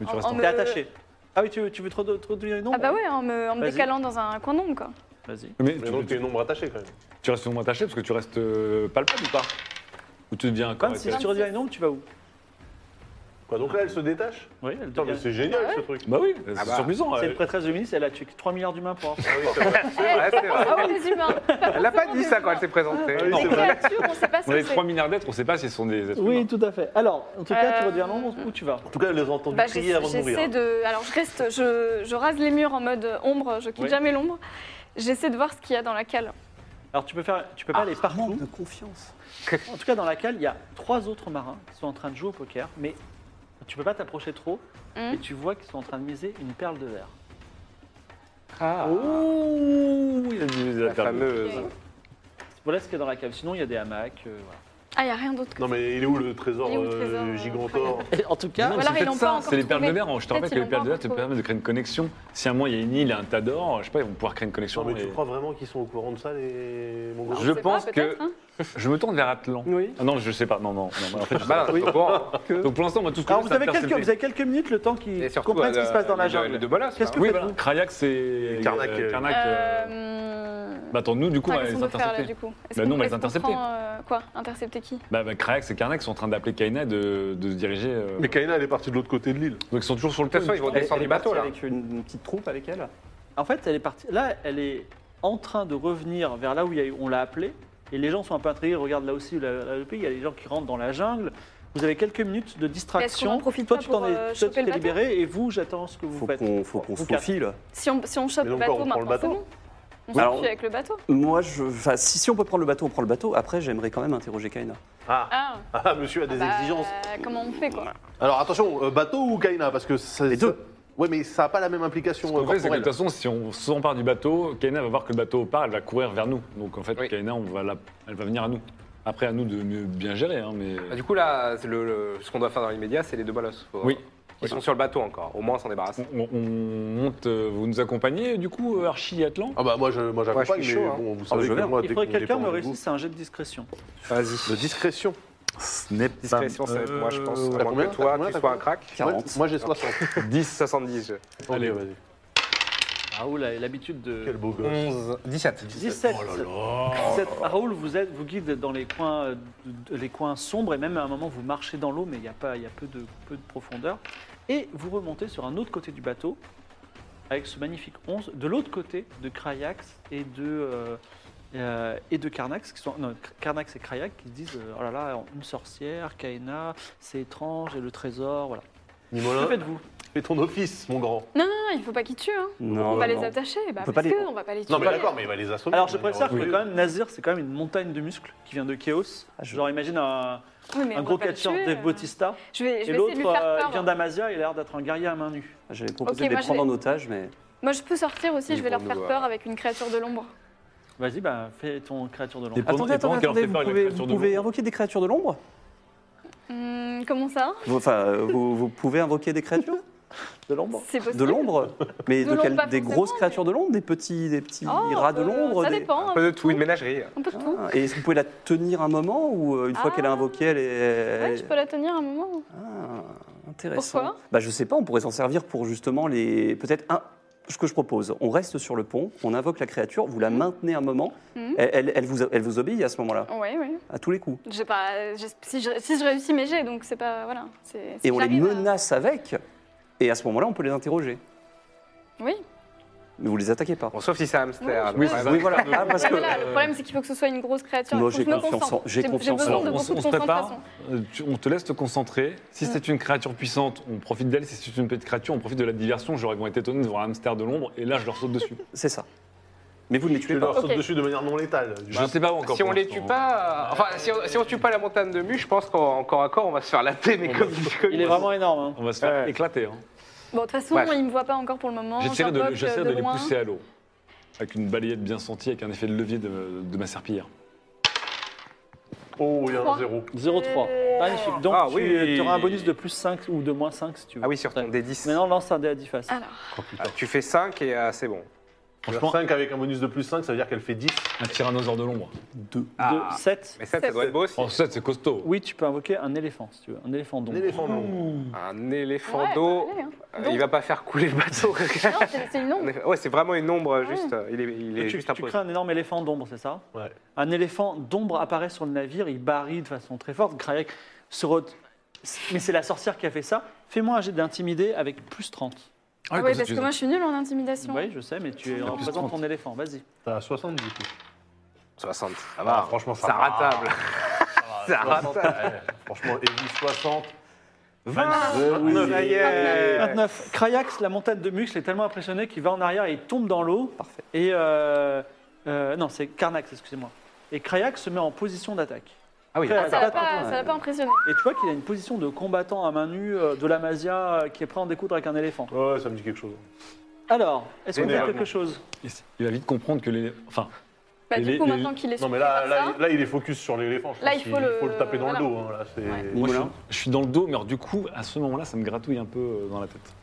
Speaker 4: Mais tu
Speaker 2: en-
Speaker 4: restes
Speaker 2: en
Speaker 4: en-
Speaker 1: T'es
Speaker 2: me-
Speaker 1: attaché. Ah oui, tu, veux- tu veux trop te redevenir une ombre
Speaker 2: Ah bah ouais, en me, en me
Speaker 1: Vas-y.
Speaker 2: décalant dans un coin d'ombre, quoi.
Speaker 1: Vas-y.
Speaker 3: Mais
Speaker 4: Mais tu,
Speaker 3: donc,
Speaker 4: tu-
Speaker 3: t'es une ombre attachée quand même.
Speaker 4: tu restes toujours attaché parce que tu restes euh, palpable ou pas Ou tu deviens encore.
Speaker 1: Quand si tu redeviens une ombre, tu vas où
Speaker 3: Quoi, donc là, elle se détache
Speaker 1: Oui, elle
Speaker 3: Putain, mais
Speaker 1: devient-
Speaker 3: c'est génial ce truc.
Speaker 4: Bah oui, c'est
Speaker 5: Ah bah.
Speaker 4: surpuissant.
Speaker 1: C'est
Speaker 4: euh.
Speaker 1: une prêtresse de ministre, elle a tué 3 milliards d'humains pour avoir-
Speaker 3: Ah oui, c'est vrai.
Speaker 5: Ouais, c'est vrai.
Speaker 2: Ah ouais, les humains.
Speaker 5: Elle l'a pas dit ça quand elle s'est présentée.
Speaker 3: Ah oui,
Speaker 2: Les
Speaker 3: c'est vrai.
Speaker 2: créatures, on sait pas ce
Speaker 4: On a
Speaker 2: que
Speaker 4: les
Speaker 2: c'est.
Speaker 4: 3 milliards d'êtres, on sait pas si ce sont des êtres
Speaker 1: Oui,
Speaker 4: humains.
Speaker 1: tout à fait. Alors, en tout cas, tu
Speaker 2: Euh,
Speaker 1: redeviens l'ombre, où tu vas
Speaker 3: En tout cas, elle les a entendus
Speaker 2: Bah,
Speaker 3: crier
Speaker 2: j'essa-
Speaker 3: avant de mourir.
Speaker 2: J'essaie de. Alors, je reste. Je, je rase les murs en mode euh, ombre, je quitte
Speaker 4: Oui.
Speaker 2: jamais l'ombre. J'essaie de voir ce qu'il y a dans la cale.
Speaker 1: Alors, tu peux, faire, tu peux pas aller partout.
Speaker 7: de confiance.
Speaker 1: En tout cas, dans la cale, il y a trois autres marins qui sont en train de jouer au poker, mais tu peux pas t'approcher trop.
Speaker 2: Hmm.
Speaker 1: Et tu vois qu'ils sont en train de miser une perle de verre.
Speaker 4: Oh, il a divisé
Speaker 3: Ah.
Speaker 4: la
Speaker 5: Ah, La
Speaker 4: table.
Speaker 5: fameuse.
Speaker 1: Voilà ce qu'il y a dans la cave. Sinon, il y a des hamacs. euh, voilà.
Speaker 2: Ah, il n'y a rien d'autre que
Speaker 3: Non, mais il est où le trésor,
Speaker 2: Il est où le trésor,
Speaker 3: euh,
Speaker 2: euh,
Speaker 3: gigantor
Speaker 1: Et en tout cas,
Speaker 2: Ou alors,
Speaker 4: c'est
Speaker 2: ils
Speaker 4: peut-être
Speaker 2: l'ont
Speaker 4: ça,
Speaker 2: pas
Speaker 4: c'est les
Speaker 2: encore
Speaker 4: perles de
Speaker 2: trouvé.
Speaker 4: mer. hein. Je te
Speaker 2: Peut-être
Speaker 4: rappelle que
Speaker 2: ils
Speaker 4: les
Speaker 2: l'ont
Speaker 4: perles
Speaker 2: pas
Speaker 4: de mer te
Speaker 2: encore
Speaker 4: permettent de créer une connexion. Si à un moment il y a une île et un tas d'or, je sais pas, ils vont pouvoir créer une connexion.
Speaker 3: Non, mais
Speaker 4: et-
Speaker 3: tu crois vraiment qu'ils sont au courant de ça, les Mongols
Speaker 4: Je
Speaker 2: sais pas,
Speaker 4: pense que
Speaker 2: peut-être, hein.
Speaker 4: je me tourne vers Atlan.
Speaker 7: Oui.
Speaker 4: Ah non, je sais pas. Non, non, non. En fait, je sais
Speaker 5: Bah,
Speaker 4: pas.
Speaker 5: non, c'est bon.
Speaker 4: Donc pour l'instant, moi, tout ce que
Speaker 1: Alors,
Speaker 4: je
Speaker 1: vous
Speaker 4: sais,
Speaker 1: avez,
Speaker 4: c'est
Speaker 1: quelques,
Speaker 4: intercepter.
Speaker 1: vous avez quelques minutes le temps qu'ils
Speaker 5: Et surtout,
Speaker 1: comprennent ce qui
Speaker 5: euh,
Speaker 1: se passe dans la
Speaker 5: les-
Speaker 1: jungle.
Speaker 5: les deux hein. molosses,
Speaker 1: Qu'est-ce
Speaker 5: là.
Speaker 1: que
Speaker 4: Oui,
Speaker 1: faites
Speaker 4: voilà. Krayak, c'est.
Speaker 3: Karnak,
Speaker 4: euh,
Speaker 3: euh,
Speaker 4: Karnak, euh,
Speaker 2: Euh,
Speaker 4: Bah attends, nous, du coup, on
Speaker 2: Enfin,
Speaker 4: va
Speaker 2: qu'est-ce
Speaker 4: les
Speaker 2: qu'on peut faire là
Speaker 4: intercepter.
Speaker 2: du coup Est-ce
Speaker 4: Bah
Speaker 2: qu'on-
Speaker 4: non, on va les
Speaker 2: est-ce qu'on
Speaker 4: intercepter.
Speaker 2: prend, euh, Quoi Intercepter qui
Speaker 4: Bah, bah, Krayak et Karnak sont en train d'appeler Kaina et de, de se diriger. euh,
Speaker 3: Mais Kaina, elle est partie de l'autre côté de l'île.
Speaker 4: Donc ils sont toujours sur le
Speaker 5: De toute façon,
Speaker 4: pont.
Speaker 5: ils vont
Speaker 7: Elle,
Speaker 5: descendre
Speaker 7: elle est
Speaker 5: du bateau,
Speaker 7: partie
Speaker 5: là.
Speaker 7: avec une, une petite troupe avec elle.
Speaker 1: En fait, elle est partie. Là, elle est en train de revenir vers là où il y a eu- on l'a appelée. Et les gens sont un peu intrigués. Regarde là aussi, là, là, le pays, il y a des gens qui rentrent dans la jungle. Vous avez quelques minutes de distraction.
Speaker 2: Est-ce qu'on en profite
Speaker 1: Toi,
Speaker 2: pas
Speaker 1: tu t'en
Speaker 2: pour,
Speaker 1: es,
Speaker 2: euh,
Speaker 1: toi,
Speaker 2: choper
Speaker 1: tu
Speaker 2: le
Speaker 1: t'es
Speaker 2: bateau
Speaker 1: libéré et vous, j'attends ce que vous
Speaker 7: Faut
Speaker 1: faites.
Speaker 7: qu'on faut qu'on se
Speaker 1: Vous quatre.
Speaker 7: faufile.
Speaker 2: Si on, si on chope le
Speaker 3: Mais donc, on
Speaker 2: bateau,
Speaker 3: prend le
Speaker 2: maintenant c'est
Speaker 3: bateau.
Speaker 2: bon. On se
Speaker 7: Alors-
Speaker 2: tue avec le bateau.
Speaker 7: Moi, je, enfin, si, si on peut prendre le bateau, on prend le bateau. Après, j'aimerais quand même interroger Kaina.
Speaker 3: Ah,
Speaker 2: Ah,
Speaker 3: ah, monsieur a des
Speaker 2: bah,
Speaker 3: exigences.
Speaker 1: euh.
Speaker 2: Comment on fait quoi
Speaker 3: Alors attention, euh, bateau ou Kaina Parce que ça,
Speaker 7: Les
Speaker 3: ça-
Speaker 7: deux.
Speaker 3: Ouais, mais ça n'a pas la même implication.
Speaker 4: En
Speaker 3: euh,
Speaker 4: fait, c'est que de
Speaker 3: corporelle.
Speaker 4: toute façon, si on s'empare du bateau, Kaina va voir que le bateau part, elle va courir vers nous. Donc en fait,
Speaker 5: Oui.
Speaker 4: Kaina, on va la- elle va venir à nous. Après, à nous de mieux bien gérer. Hein, mais...
Speaker 5: Bah, du coup, là, c'est le- le- ce qu'on doit faire dans l'immédiat, c'est les deux molosses. Faut-
Speaker 4: Oui.
Speaker 5: Ils sont sur le bateau encore, au moins on s'en débarrasse.
Speaker 4: On, on- on monte, euh, vous nous accompagnez du coup, euh, Archie et Atlan
Speaker 3: Ah bah moi je- moi, j'accompagne,
Speaker 5: Ouais, je suis chaud,
Speaker 3: mais
Speaker 5: hein.
Speaker 3: bon, vous
Speaker 4: bah,
Speaker 3: savez
Speaker 4: je
Speaker 3: que
Speaker 4: vais.
Speaker 3: moi,
Speaker 1: Il
Speaker 3: dès
Speaker 1: faudrait que
Speaker 3: qu'on
Speaker 1: quelqu'un
Speaker 3: dépend
Speaker 1: me
Speaker 3: de vous-
Speaker 1: réussisse un jet de discrétion.
Speaker 5: Vas-y.
Speaker 3: De discrétion.
Speaker 8: Ce n'est pas.
Speaker 5: Discrétion, ça va être moi, je pense.
Speaker 3: Euh,
Speaker 5: À moins
Speaker 3: combien
Speaker 5: que toi,
Speaker 3: Combien
Speaker 5: tu
Speaker 3: t'as
Speaker 5: sois un
Speaker 3: combien
Speaker 5: crack.
Speaker 3: Moi,
Speaker 7: 40.
Speaker 3: moi, j'ai 60.
Speaker 5: 10, 70.
Speaker 3: Ok,
Speaker 4: Allez.
Speaker 3: vas-y.
Speaker 1: Raoul a Ah, l'habitude de.
Speaker 3: Quel beau gosse.
Speaker 5: 11, 17.
Speaker 1: 17.
Speaker 3: Oh
Speaker 1: Cette- Raoul vous, aide, vous guide dans les coins, euh, de- les coins sombres et même à un moment vous marchez dans l'eau mais il y a, pas, il y a peu, de, peu de profondeur. Et vous remontez sur un autre côté du bateau avec ce magnifique 11 de l'autre côté de Krayax et de, euh, euh, et de Carnax, qui sont, non, Carnax et Krayax qui se disent euh, oh là là, une sorcière, Kaena, c'est étrange et le trésor. Voilà. Que
Speaker 3: Nimolin,
Speaker 1: faites-vous
Speaker 3: fais ton office, mon grand.
Speaker 2: Non, il faut pas qu'ils tuent. Hein.
Speaker 7: Non,
Speaker 2: on
Speaker 7: non,
Speaker 2: va
Speaker 7: non.
Speaker 2: les attacher. Bah,
Speaker 7: On peut
Speaker 2: parce
Speaker 7: pas les-
Speaker 2: que on va pas les tuer.
Speaker 3: Non, mais d'accord, mais il va les assommer.
Speaker 1: Alors je préfère
Speaker 3: Oui.
Speaker 1: que quand même Nazir, c'est quand même une montagne de muscles qui vient de Chaos.
Speaker 7: Ah, je-
Speaker 1: Genre imagine un,
Speaker 2: Oui, mais
Speaker 1: un
Speaker 2: on
Speaker 1: gros
Speaker 2: va pas les
Speaker 1: catcheur
Speaker 2: tuer,
Speaker 1: Dave
Speaker 2: euh.
Speaker 1: Bautista.
Speaker 2: Je vais,
Speaker 1: Et
Speaker 2: je vais essayer de
Speaker 1: l'autre
Speaker 2: lui faire
Speaker 1: euh,
Speaker 2: peur.
Speaker 1: vient d'Amazia, il a l'air d'être un guerrier à main nue.
Speaker 7: J'avais proposé
Speaker 2: Ok,
Speaker 7: de
Speaker 2: moi,
Speaker 7: les
Speaker 2: je
Speaker 7: prendre
Speaker 2: vais-
Speaker 7: en otage, mais
Speaker 2: Moi, je peux sortir aussi.
Speaker 5: Ils
Speaker 2: Je vais leur
Speaker 5: vont
Speaker 2: faire
Speaker 5: nous
Speaker 2: peur
Speaker 5: voir.
Speaker 2: avec une créature de l'ombre.
Speaker 1: Vas-y, bah, fais ton créature de
Speaker 4: Et
Speaker 1: l'ombre.
Speaker 4: pendant-
Speaker 7: attendez,
Speaker 4: et pendant
Speaker 7: attendez,
Speaker 4: qu'elle leur
Speaker 7: attendez,
Speaker 4: fait
Speaker 7: vous
Speaker 4: peur, il y a
Speaker 7: pouvez,
Speaker 4: la créature
Speaker 7: vous
Speaker 4: de
Speaker 7: pouvez
Speaker 4: l'ombre.
Speaker 7: invoquer des créatures de l'ombre
Speaker 2: Hum, comment ça
Speaker 7: Vous- Enfin, euh, vous, vous pouvez invoquer des créatures
Speaker 1: De l'ombre
Speaker 2: C'est possible.
Speaker 7: de l'ombre Mais
Speaker 2: De
Speaker 7: de,
Speaker 2: l'ombre,
Speaker 7: quelle-
Speaker 2: pas
Speaker 7: des
Speaker 2: forcément,
Speaker 7: grosses
Speaker 2: mais-
Speaker 7: créatures de l'ombre Des petits, des petits
Speaker 2: Oh,
Speaker 7: rats de
Speaker 2: euh,
Speaker 7: l'ombre
Speaker 2: Ça
Speaker 7: des-
Speaker 5: Un
Speaker 2: dépend.
Speaker 5: peu de tout, une ménagerie.
Speaker 2: On peut tout.
Speaker 7: Ah, Et est-ce que vous pouvez la tenir un moment ou euh, une fois
Speaker 2: Ah.
Speaker 7: qu'elle est invoquée, elle est.
Speaker 2: Ouais, je peux la tenir un moment.
Speaker 7: Ah, intéressant.
Speaker 2: Pourquoi
Speaker 7: bah, Je sais pas, on pourrait s'en servir pour justement les. Peut-être un. Ce que je propose, on reste sur le pont, on invoque la créature, vous la maintenez un moment,
Speaker 2: Mhm.
Speaker 7: elle, elle- elle vous, elle vous obéit à ce moment-là,
Speaker 2: Ouais, ouais.
Speaker 7: à tous les coups.
Speaker 2: J'ai pas. j'ai- Si je, si je réussis mes jets, donc c'est pas. Voilà. c'est- si
Speaker 7: Et on les
Speaker 2: j'arrive à-
Speaker 7: menace avec, et à ce moment-là, on peut les interroger.
Speaker 2: Oui.
Speaker 7: Mais vous les attaquez pas.
Speaker 5: Bon, sauf si c'est un hamster.
Speaker 2: Oui,
Speaker 5: donc,
Speaker 2: je-
Speaker 5: par exemple.
Speaker 7: Oui, voilà. Ah, parce
Speaker 2: Ouais,
Speaker 7: que.
Speaker 2: voilà, le problème, Ah, c'est qu'il faut que ce soit une grosse créature.
Speaker 7: Moi,
Speaker 2: Il faut
Speaker 7: j'ai
Speaker 2: que je me
Speaker 7: confiance en-
Speaker 2: concentre.
Speaker 7: j'ai confiance
Speaker 2: besoin
Speaker 7: en-
Speaker 2: de
Speaker 4: on, s-
Speaker 2: beaucoup de
Speaker 4: on se prépare,
Speaker 2: concentration.
Speaker 4: euh, tu- on te laisse te concentrer. Si c'est une créature puissante, on profite d'elle. Si c'est une petite créature, on profite de la diversion. J'aurais vraiment été étonné de voir un hamster de l'ombre et là je leur saute dessus.
Speaker 7: C'est ça. Mais vous ne les
Speaker 3: Tu
Speaker 7: tuez pas.
Speaker 3: leur sautes
Speaker 2: Ok.
Speaker 3: dessus de manière non létale. du
Speaker 4: Je
Speaker 3: coup.
Speaker 4: ne sais pas encore.
Speaker 5: Si on
Speaker 4: pour
Speaker 5: les
Speaker 4: l'instant.
Speaker 5: tue pas, euh, enfin si on, si on tue pas la montagne de mu, je pense qu'en corps à corps on va se faire la paix, mais comme comme-
Speaker 1: Il est vraiment énorme. hein.
Speaker 4: On va se faire
Speaker 5: Ouais.
Speaker 4: éclater. hein.
Speaker 2: Bon, de toute façon,
Speaker 5: Bref.
Speaker 2: ils me voient pas encore pour le moment.
Speaker 4: J'essaierai de,
Speaker 2: J'invoque,
Speaker 4: j'essaierai
Speaker 2: euh,
Speaker 4: de les
Speaker 2: loin.
Speaker 4: pousser à l'eau. Avec une balayette bien sentie, avec un effet de levier de, de ma serpillière.
Speaker 3: Oh, il y a un
Speaker 2: Trois.
Speaker 3: zéro.
Speaker 1: 0,3. Magnifique. Donc,
Speaker 5: Ah
Speaker 1: tu
Speaker 5: oui.
Speaker 1: auras un bonus de plus 5 ou de moins 5 si tu veux.
Speaker 5: Ah oui, sur ton D10.
Speaker 1: Maintenant, lance un dé à 10 faces.
Speaker 2: Alors,
Speaker 5: Ah, tu fais 5 et euh, c'est bon.
Speaker 4: Franchement,
Speaker 3: 5 avec un bonus de plus 5, ça veut dire qu'elle fait 10.
Speaker 4: un tyrannosaure de l'ombre.
Speaker 5: Ah.
Speaker 1: 7.
Speaker 5: Mais 7, ça doit être beau aussi.
Speaker 4: En 7, c'est costaud.
Speaker 1: Oui, tu peux invoquer un éléphant si tu veux. Un éléphant
Speaker 3: Un
Speaker 1: donc.
Speaker 3: éléphant de l'ombre.
Speaker 5: Un éléphant
Speaker 2: ouais,
Speaker 5: d'eau,
Speaker 2: allez, hein.
Speaker 5: euh,
Speaker 2: Donc-
Speaker 5: il va pas faire couler le bateau.
Speaker 2: Non, Ah. c'est- c'est une ombre.
Speaker 5: ouais, c'est vraiment une ombre, juste.
Speaker 2: Ouais.
Speaker 5: euh, Il est, il est
Speaker 1: Tu,
Speaker 5: juste
Speaker 1: tu crées
Speaker 5: imposé.
Speaker 1: un énorme éléphant d'ombre, c'est ça
Speaker 3: Ouais.
Speaker 1: Un éléphant d'ombre apparaît sur le navire, il barille de façon très forte. Krayak se re- Mais c'est la sorcière qui a fait ça. Fais-moi un jet d'intimider avec plus 30.
Speaker 4: Ah
Speaker 2: Ah
Speaker 4: oui,
Speaker 2: ouais,
Speaker 4: comme ça,
Speaker 2: parce
Speaker 4: tu
Speaker 2: que
Speaker 4: les
Speaker 2: moi, je suis nulle en intimidation.
Speaker 1: Oui, je sais, mais tu
Speaker 4: T'as plus
Speaker 1: représentes
Speaker 4: 30.
Speaker 1: ton éléphant. Vas-y.
Speaker 3: T'as 60 du coup.
Speaker 5: 60, ça va.
Speaker 3: Ah, franchement, ça
Speaker 5: C'est
Speaker 3: va.
Speaker 5: ratable. C'est ratable.
Speaker 3: Ouais, Franchement, Evie 60.
Speaker 5: 29. Ça y est.
Speaker 1: 29. Krayax, Euh, la montagne de muscles, est tellement impressionné qu'il va en arrière et il tombe dans l'eau.
Speaker 7: Parfait.
Speaker 1: Et. euh, euh, non, c'est Karnax, excusez-moi. Et Krayak se met en position d'attaque.
Speaker 5: Ah oui,
Speaker 1: Après,
Speaker 2: Ça l'a
Speaker 1: Attends,
Speaker 2: pas,
Speaker 1: attends,
Speaker 2: ça l'a pas impressionné.
Speaker 1: Et tu vois qu'il a une position de combattant à main nue euh, de la Mazia euh, qui est prêt à en découdre avec un éléphant.
Speaker 3: Ouais, ça me dit quelque chose.
Speaker 1: Alors, est-ce qu'on fait
Speaker 3: Généralement.
Speaker 1: quelque chose
Speaker 4: Il va vite comprendre que les. Enfin,
Speaker 2: Bah,
Speaker 4: Et les-
Speaker 2: du coup,
Speaker 4: les-
Speaker 2: maintenant qu'il est
Speaker 3: Non,
Speaker 2: sur
Speaker 3: mais là, là,
Speaker 2: ça,
Speaker 3: là, il est focus sur l'éléphant. je
Speaker 2: Là,
Speaker 3: pense
Speaker 2: il faut
Speaker 3: qu'il
Speaker 2: le-
Speaker 3: taper dans le
Speaker 2: voilà.
Speaker 3: dos. hein, là, c'est-
Speaker 2: Ouais.
Speaker 4: moi, je suis-
Speaker 1: Moulin.
Speaker 4: je, suis dans le dos, mais alors, du coup, à ce moment-là, ça me gratouille un peu euh, dans la tête.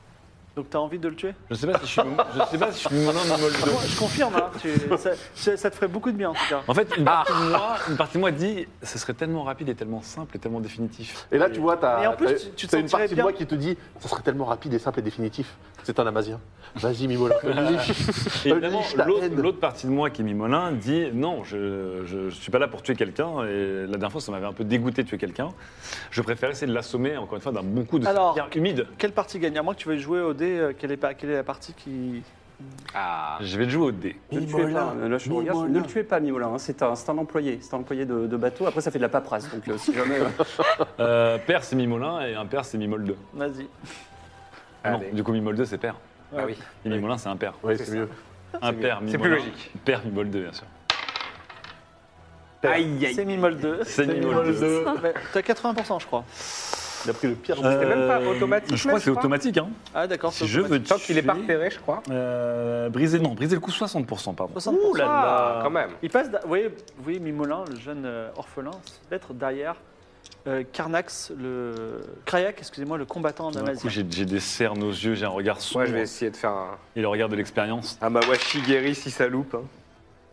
Speaker 1: Donc, t'as envie de le tuer
Speaker 4: Je ne sais pas si je suis, je sais pas si je suis moulin ou molde.
Speaker 1: Moi, Je confirme, hein, tu- ça, ça- ça te ferait beaucoup de bien en tout cas.
Speaker 4: En fait, une partie, de moi, une partie de moi dit ce serait tellement rapide et tellement simple et tellement définitif.
Speaker 3: Et là, tu vois,
Speaker 1: Mais
Speaker 3: t'as
Speaker 1: en plus,
Speaker 3: t'as-
Speaker 1: tu- tu te
Speaker 3: t'as une
Speaker 1: sentirais
Speaker 3: partie de
Speaker 1: bien.
Speaker 3: moi qui te dit ça serait tellement rapide et simple et définitif. C'est un amazien. Vas-y, Mimola.
Speaker 5: Euh,
Speaker 4: Et évidemment,
Speaker 3: Unleash ta
Speaker 4: l'autre
Speaker 3: haine.
Speaker 4: l'autre partie de moi qui est mimolin dit non, je ne suis pas là pour tuer quelqu'un. Et la dernière fois, ça m'avait un peu dégoûté de tuer quelqu'un. Je préfère essayer de l'assommer, encore une fois, d'un bon coup de
Speaker 1: Alors-
Speaker 4: pierre humide.
Speaker 1: Quelle partie gagne À moins que tu veuilles jouer au dé, euh, quelle est, pa- quelle est la partie qui.
Speaker 5: Ah.
Speaker 4: Je vais le jouer au dé.
Speaker 7: Ne le tuez pas. Là, je vous regarde. Ne le tuez pas, Mimolin. hein. C'est un, c'est un employé. C'est un employé de, de bateau. Après, ça fait de la paperasse. Donc, euh, si jamais. euh,
Speaker 4: Euh, père, c'est mimolin et un père, c'est mimol 2.
Speaker 1: Vas-y.
Speaker 4: Ah Non,
Speaker 5: Allez.
Speaker 4: du coup, mimol 2, c'est père.
Speaker 5: Ah oui.
Speaker 4: Et mimolin, c'est un père.
Speaker 3: Ouais,
Speaker 5: C'est
Speaker 3: c'est
Speaker 5: ça.
Speaker 3: mieux.
Speaker 4: Un
Speaker 5: mieux.
Speaker 4: père,
Speaker 5: C'est
Speaker 4: mimolin.
Speaker 5: plus logique.
Speaker 4: Père, mimol 2, bien sûr.
Speaker 5: Aïe,
Speaker 1: C'est
Speaker 5: aïe.
Speaker 1: Mimol 2.
Speaker 4: C'est mimol 2.
Speaker 1: Ouais, T'as 80%, je crois.
Speaker 3: Il a pris le pire.
Speaker 4: Euh,
Speaker 5: C'est même pas automatique,
Speaker 4: Je crois
Speaker 5: même,
Speaker 4: que c'est
Speaker 5: je crois.
Speaker 4: automatique. Hein.
Speaker 1: Ah, d'accord.
Speaker 4: Si
Speaker 1: c'est
Speaker 4: je veux
Speaker 1: automatique.
Speaker 5: Tant qu'il est pas
Speaker 4: tuer-
Speaker 5: repéré, je crois.
Speaker 4: Euh, briser, non, briser le coup 60%, pardon.
Speaker 1: 60%.
Speaker 5: Ah, quand même.
Speaker 1: Il passe, d'a- vous voyez, vous voyez Mimolin, le jeune euh, orphelin, d'être derrière euh, Carnax, le. Krayak, excusez-moi, le combattant
Speaker 4: D'un coup,
Speaker 1: d'Amazir.
Speaker 4: j'ai j'ai des cernes aux yeux, j'ai un regard sombre
Speaker 5: Moi, bah, je vais essayer de faire un, Ah
Speaker 4: et le regard de l'expérience.
Speaker 5: un Mawashi Guéri si ça loupe. Hein.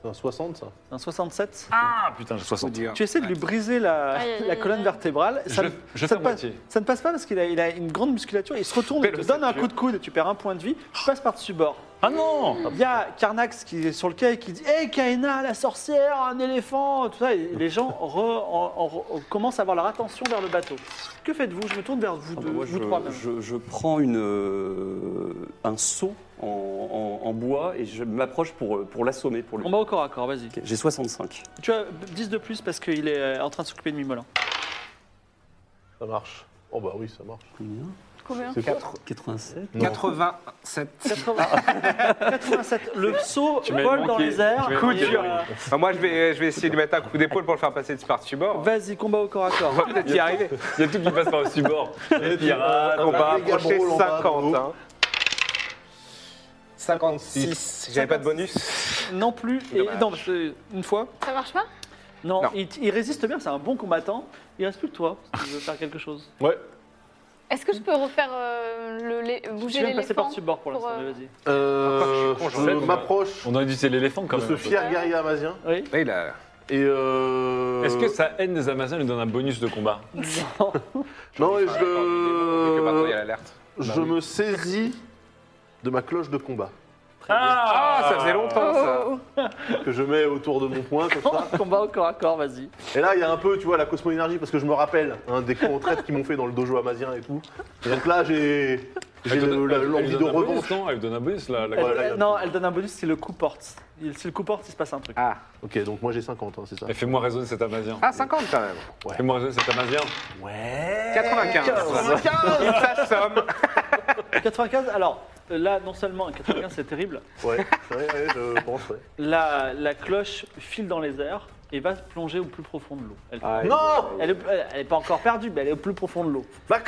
Speaker 3: C'est un 60, ça
Speaker 1: Un 67.
Speaker 4: Ah putain, j'ai
Speaker 5: Faut
Speaker 4: 60.
Speaker 5: dire.
Speaker 1: Tu essaies de lui briser la,
Speaker 2: Aïe, aïe,
Speaker 1: la
Speaker 2: aïe,
Speaker 1: colonne
Speaker 2: aïe.
Speaker 1: vertébrale.
Speaker 4: Je
Speaker 1: Ça,
Speaker 4: le-
Speaker 1: ne-
Speaker 4: je le
Speaker 1: ça
Speaker 4: fais
Speaker 1: ne
Speaker 4: à
Speaker 1: passe,
Speaker 4: moitié.
Speaker 1: ça ne passe pas parce qu'il a, il a une grande musculature. Il se retourne, il te
Speaker 4: Fais-le,
Speaker 1: donne un
Speaker 4: Sergio.
Speaker 1: coup de coude, tu perds un point de vie, tu passes par-dessus bord.
Speaker 4: Ah non
Speaker 1: Il y a Carnax qui est sur le quai et qui dit Hé Kaina, la sorcière, un éléphant, tout ça. Et les gens re- en- en- re- commencent à avoir leur attention vers le bateau. Que faites-vous Je me tourne vers vous
Speaker 7: Ah bah
Speaker 1: deux,
Speaker 7: moi,
Speaker 1: vous
Speaker 7: je,
Speaker 1: trois même.
Speaker 7: je- je prends une, euh, un seau en, en- en bois et je m'approche pour, euh, pour l'assommer. Pour le...
Speaker 1: On va au corps à corps, vas-y.
Speaker 7: Ok, J'ai 65.
Speaker 1: Tu as 10 de plus parce qu'il est euh, en train de s'occuper de Mimolin.
Speaker 3: Ça marche. Oh bah oui, ça marche.
Speaker 7: Combien
Speaker 2: Combien
Speaker 3: C'est
Speaker 5: Quatre-
Speaker 7: 87.
Speaker 3: Non.
Speaker 5: 87.
Speaker 1: 87. Le saut
Speaker 4: m'as
Speaker 1: vole dans
Speaker 4: manqué.
Speaker 1: les airs. euh,
Speaker 4: Tu m'as
Speaker 1: Coup
Speaker 4: manqué,
Speaker 1: dur.
Speaker 4: Laurie.
Speaker 5: Enfin, Ah, moi, je vais, je vais essayer de lui mettre un coup d'épaule pour le faire passer de par-dessus bord.
Speaker 1: Vas-y, combat au corps à
Speaker 5: On
Speaker 1: corps.
Speaker 5: va peut-être y arriver.
Speaker 4: Il y a tout qui passe par-dessus bord. Les pirates,
Speaker 5: On va
Speaker 3: Méga
Speaker 5: approcher
Speaker 3: drôle, on va
Speaker 5: 50.
Speaker 3: drôle.
Speaker 5: hein. 56. J'avais pas de bonus.
Speaker 1: Non plus. Et,
Speaker 5: Dommage.
Speaker 1: non, parce que une fois.
Speaker 2: Ça marche pas
Speaker 1: Non,
Speaker 5: Non.
Speaker 1: Il, il résiste bien, c'est un bon combattant. Il reste plus que toi, si tu veux faire quelque chose.
Speaker 4: Ouais,
Speaker 2: Est-ce que je peux refaire euh, le, lé-
Speaker 1: Tu
Speaker 2: bouger
Speaker 1: viens de passer
Speaker 2: l'éléphant
Speaker 1: par-dessus bord pour
Speaker 2: pour,
Speaker 1: l'instant, mais
Speaker 2: euh,
Speaker 1: vas-y.
Speaker 3: Euh,
Speaker 5: Encore, je suis con, j'en
Speaker 3: je
Speaker 4: sais.
Speaker 3: m'approche
Speaker 4: on aurait dû c'est l'éléphant quand
Speaker 3: de ce
Speaker 4: même.
Speaker 3: fier guerrier amazien.
Speaker 1: Oui
Speaker 5: Là, il a-
Speaker 3: Et euh...
Speaker 4: Est-ce que sa haine des Amazones lui donne un bonus de combat
Speaker 1: Non.
Speaker 3: Non, et
Speaker 5: Enfin, quand il est- vu que maintenant, il y a
Speaker 3: je...
Speaker 5: l'alerte.
Speaker 3: Je me saisis de ma cloche de combat.
Speaker 5: Ah, ça faisait longtemps, ça.
Speaker 2: Oh, oh,
Speaker 3: Que je mets autour de mon poing, comme ça.
Speaker 1: Combat au corps à corps, vas-y.
Speaker 3: Et là, il y a un peu, tu vois, la cosmo-énergie, parce que je me rappelle hein, des retraites qu'ils m'ont fait dans le dojo amazien et tout. Et donc là, j'ai j'ai
Speaker 4: Elle
Speaker 3: le-
Speaker 4: donne-
Speaker 3: la-
Speaker 4: elle- elle lui
Speaker 3: l'envie de
Speaker 4: donne un bonus,
Speaker 3: revanche.
Speaker 4: non Elle lui donne un bonus là. la-
Speaker 1: Elle-
Speaker 3: Voilà, il y a-
Speaker 1: non, elle donne un bonus si le coup porte. Il- Si le coup porte, il se passe un truc.
Speaker 5: Ah.
Speaker 3: Ok, donc moi j'ai 50, hein, c'est ça.
Speaker 4: Elle fait moi raisonner cet Amazien.
Speaker 5: ah, 50 quand même.
Speaker 4: Fais moi raisonner cet Amazien.
Speaker 2: Eh,
Speaker 5: 95. Il s'assomme.
Speaker 1: 95, alors là, non seulement 95, c'est terrible,
Speaker 3: Ouais, ouais, ouais, je pense, ouais.
Speaker 1: la, la cloche file dans les airs et va plonger au plus profond de l'eau. Elle,
Speaker 3: Ah,
Speaker 5: Ah, euh,
Speaker 3: Non
Speaker 1: elle, est- elle est pas encore perdue, mais elle est au plus profond de l'eau.
Speaker 3: Ma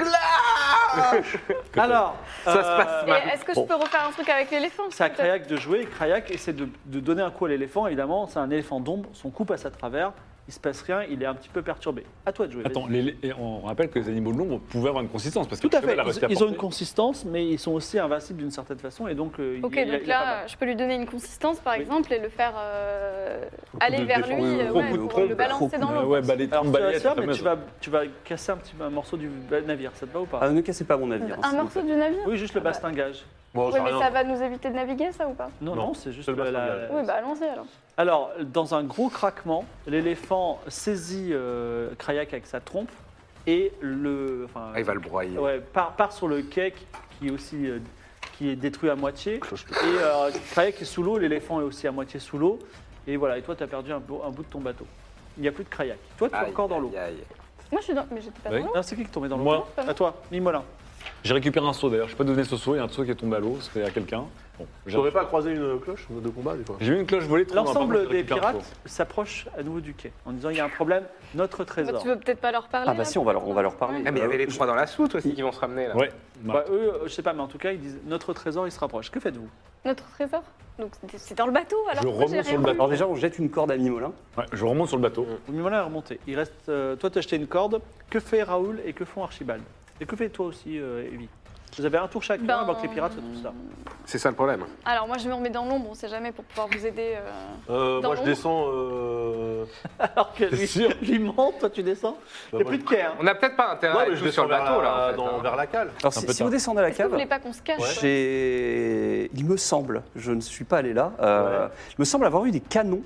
Speaker 3: cloche
Speaker 1: Alors, euh,
Speaker 5: Ça se passe
Speaker 2: oh. Et Est-ce que je peux refaire un truc avec l'éléphant
Speaker 1: C'est à Krayak de jouer. Krayak essaie de, de donner un coup à l'éléphant. Évidemment, c'est un éléphant d'ombre. Son coup passe à travers. Il se passe rien. Il est un petit peu perturbé. À toi de jouer.
Speaker 4: Attends, les- les- et on rappelle que les animaux de l'ombre pouvaient avoir une consistance parce que
Speaker 1: Tout à
Speaker 4: le cheval
Speaker 1: fait.
Speaker 4: a réussi
Speaker 1: Ils,
Speaker 4: à
Speaker 1: ils ont une
Speaker 4: porter.
Speaker 1: consistance, mais ils sont aussi invincibles d'une certaine façon. Et donc, euh, il-
Speaker 2: Ok,
Speaker 1: il-
Speaker 2: donc
Speaker 1: il est pas mal.
Speaker 2: là, je peux lui donner une consistance, par
Speaker 1: Oui.
Speaker 2: exemple, et le faire euh, aller
Speaker 4: de
Speaker 2: vers
Speaker 4: défense.
Speaker 2: lui, euh,
Speaker 4: Gros
Speaker 2: ouais,
Speaker 4: coup de
Speaker 2: pour le
Speaker 4: trompe,
Speaker 2: balancer dans
Speaker 4: Euh,
Speaker 2: l'eau.
Speaker 4: Ouais, balai,
Speaker 1: Alors, tu vas
Speaker 4: balai,
Speaker 1: le faire, mais tu vas, tu vas casser un petit un morceau du navire. Ça te va ou pas
Speaker 7: Ah, ne cassez pas mon navire. hein,
Speaker 2: Un
Speaker 7: s'il vous
Speaker 2: morceau
Speaker 7: plaît.
Speaker 2: du navire
Speaker 1: Oui, juste le bastingage.
Speaker 3: Bon,
Speaker 2: Oui,
Speaker 3: ça
Speaker 2: mais
Speaker 3: rien.
Speaker 2: ça va nous éviter de naviguer, ça ou pas
Speaker 1: Non, non,
Speaker 3: Non,
Speaker 1: Euh, c'est juste
Speaker 3: c'est le
Speaker 1: la-
Speaker 3: bastingage.
Speaker 1: la-
Speaker 2: Oui, bah allons-y alors.
Speaker 1: Alors, dans un gros craquement, l'éléphant saisit euh, Krayak avec sa trompe et le. enfin,
Speaker 5: Ah, il va le broyer.
Speaker 1: Ouais, part, part sur le quai qui- qui est aussi euh, qui est détruit à moitié.
Speaker 3: Cloche de-
Speaker 1: Et euh, Krayak est sous l'eau, l'éléphant est aussi à moitié sous l'eau. Et voilà, et toi, tu as perdu un, bo- un bout de ton bateau. Il n'y a plus de Krayak. Toi, tu es
Speaker 5: Aïe,
Speaker 1: encore dans l'eau.
Speaker 5: aïe, aïe.
Speaker 2: Moi, je suis dans. Mais j'étais pas dans
Speaker 4: Oui.
Speaker 2: l'eau.
Speaker 1: Non, c'est qui qui est tombé dans l'eau
Speaker 4: Moi.
Speaker 1: À toi, Mimolin.
Speaker 4: J'ai récupéré un seau d'ailleurs, je sais pas donné ce seau, il y a un seau qui est tombé à l'eau, c'était à quelqu'un. Bon, j'ai-
Speaker 3: T'aurais pas croisé une cloche de combat, des fois
Speaker 4: j'ai vu une cloche volée trop loin, par contre,
Speaker 1: L'ensemble
Speaker 4: je
Speaker 1: des
Speaker 4: récupère un
Speaker 1: pirates
Speaker 4: seau.
Speaker 1: s'approche à nouveau du quai en disant il y a un problème, notre
Speaker 2: Bah,
Speaker 1: trésor.
Speaker 2: tu veux peut-être pas leur parler.
Speaker 7: Ah bah
Speaker 2: là,
Speaker 7: si, on va leur, on va leur parler.
Speaker 5: Ah, mais il y avait les trois dans la soute aussi qui vont se ramener là.
Speaker 4: Ouais,
Speaker 1: Bah, eux, euh, je sais pas, mais en tout cas, ils disent notre trésor, il se rapproche. Que faites-vous
Speaker 2: Notre trésor Donc c'est- c'est dans le bateau alors
Speaker 4: Je
Speaker 2: pourquoi
Speaker 4: remonte
Speaker 2: j'ai
Speaker 4: sur le
Speaker 2: rien
Speaker 4: bateau.
Speaker 7: Alors déjà, on jette une corde à Mimolin.
Speaker 4: Ouais, je remonte sur le bateau.
Speaker 1: Mimolin est remonté. Il reste. euh, toi, t'as acheté une corde. Que fait Raoul et que font Archibald Et que fais toi aussi, euh, Evie Vous avez un tour chacun
Speaker 2: Ben-
Speaker 1: avant que les pirates soient tous là.
Speaker 5: C'est ça le problème.
Speaker 2: vu Alors moi je me remets dans l'ombre, on sait jamais pour pouvoir vous aider. euh.
Speaker 3: Euh,
Speaker 2: Dans
Speaker 3: Moi, je
Speaker 2: l'ombre.
Speaker 3: descends... Euh...
Speaker 1: Alors que
Speaker 4: C'est
Speaker 1: lui,
Speaker 4: sûr.
Speaker 1: lui monte, toi tu descends. Il
Speaker 3: bah,
Speaker 1: n'y a
Speaker 3: moi,
Speaker 1: plus de quai. hein.
Speaker 5: On n'a peut-être pas
Speaker 3: Non,
Speaker 5: intérêt à
Speaker 3: mais
Speaker 5: être
Speaker 3: je
Speaker 5: tous sur
Speaker 3: descends
Speaker 5: le bateau là. en fait,
Speaker 3: dans-
Speaker 5: hein.
Speaker 3: vers la cale.
Speaker 7: Alors
Speaker 4: un
Speaker 7: si,
Speaker 4: peu
Speaker 7: si
Speaker 4: tard.
Speaker 7: vous descendez à la
Speaker 2: Est-ce que vous
Speaker 7: cave,
Speaker 2: voulez pas qu'on se cache
Speaker 7: j'ai, il me semble, je ne suis pas allé là, euh, il me semble avoir eu des canons.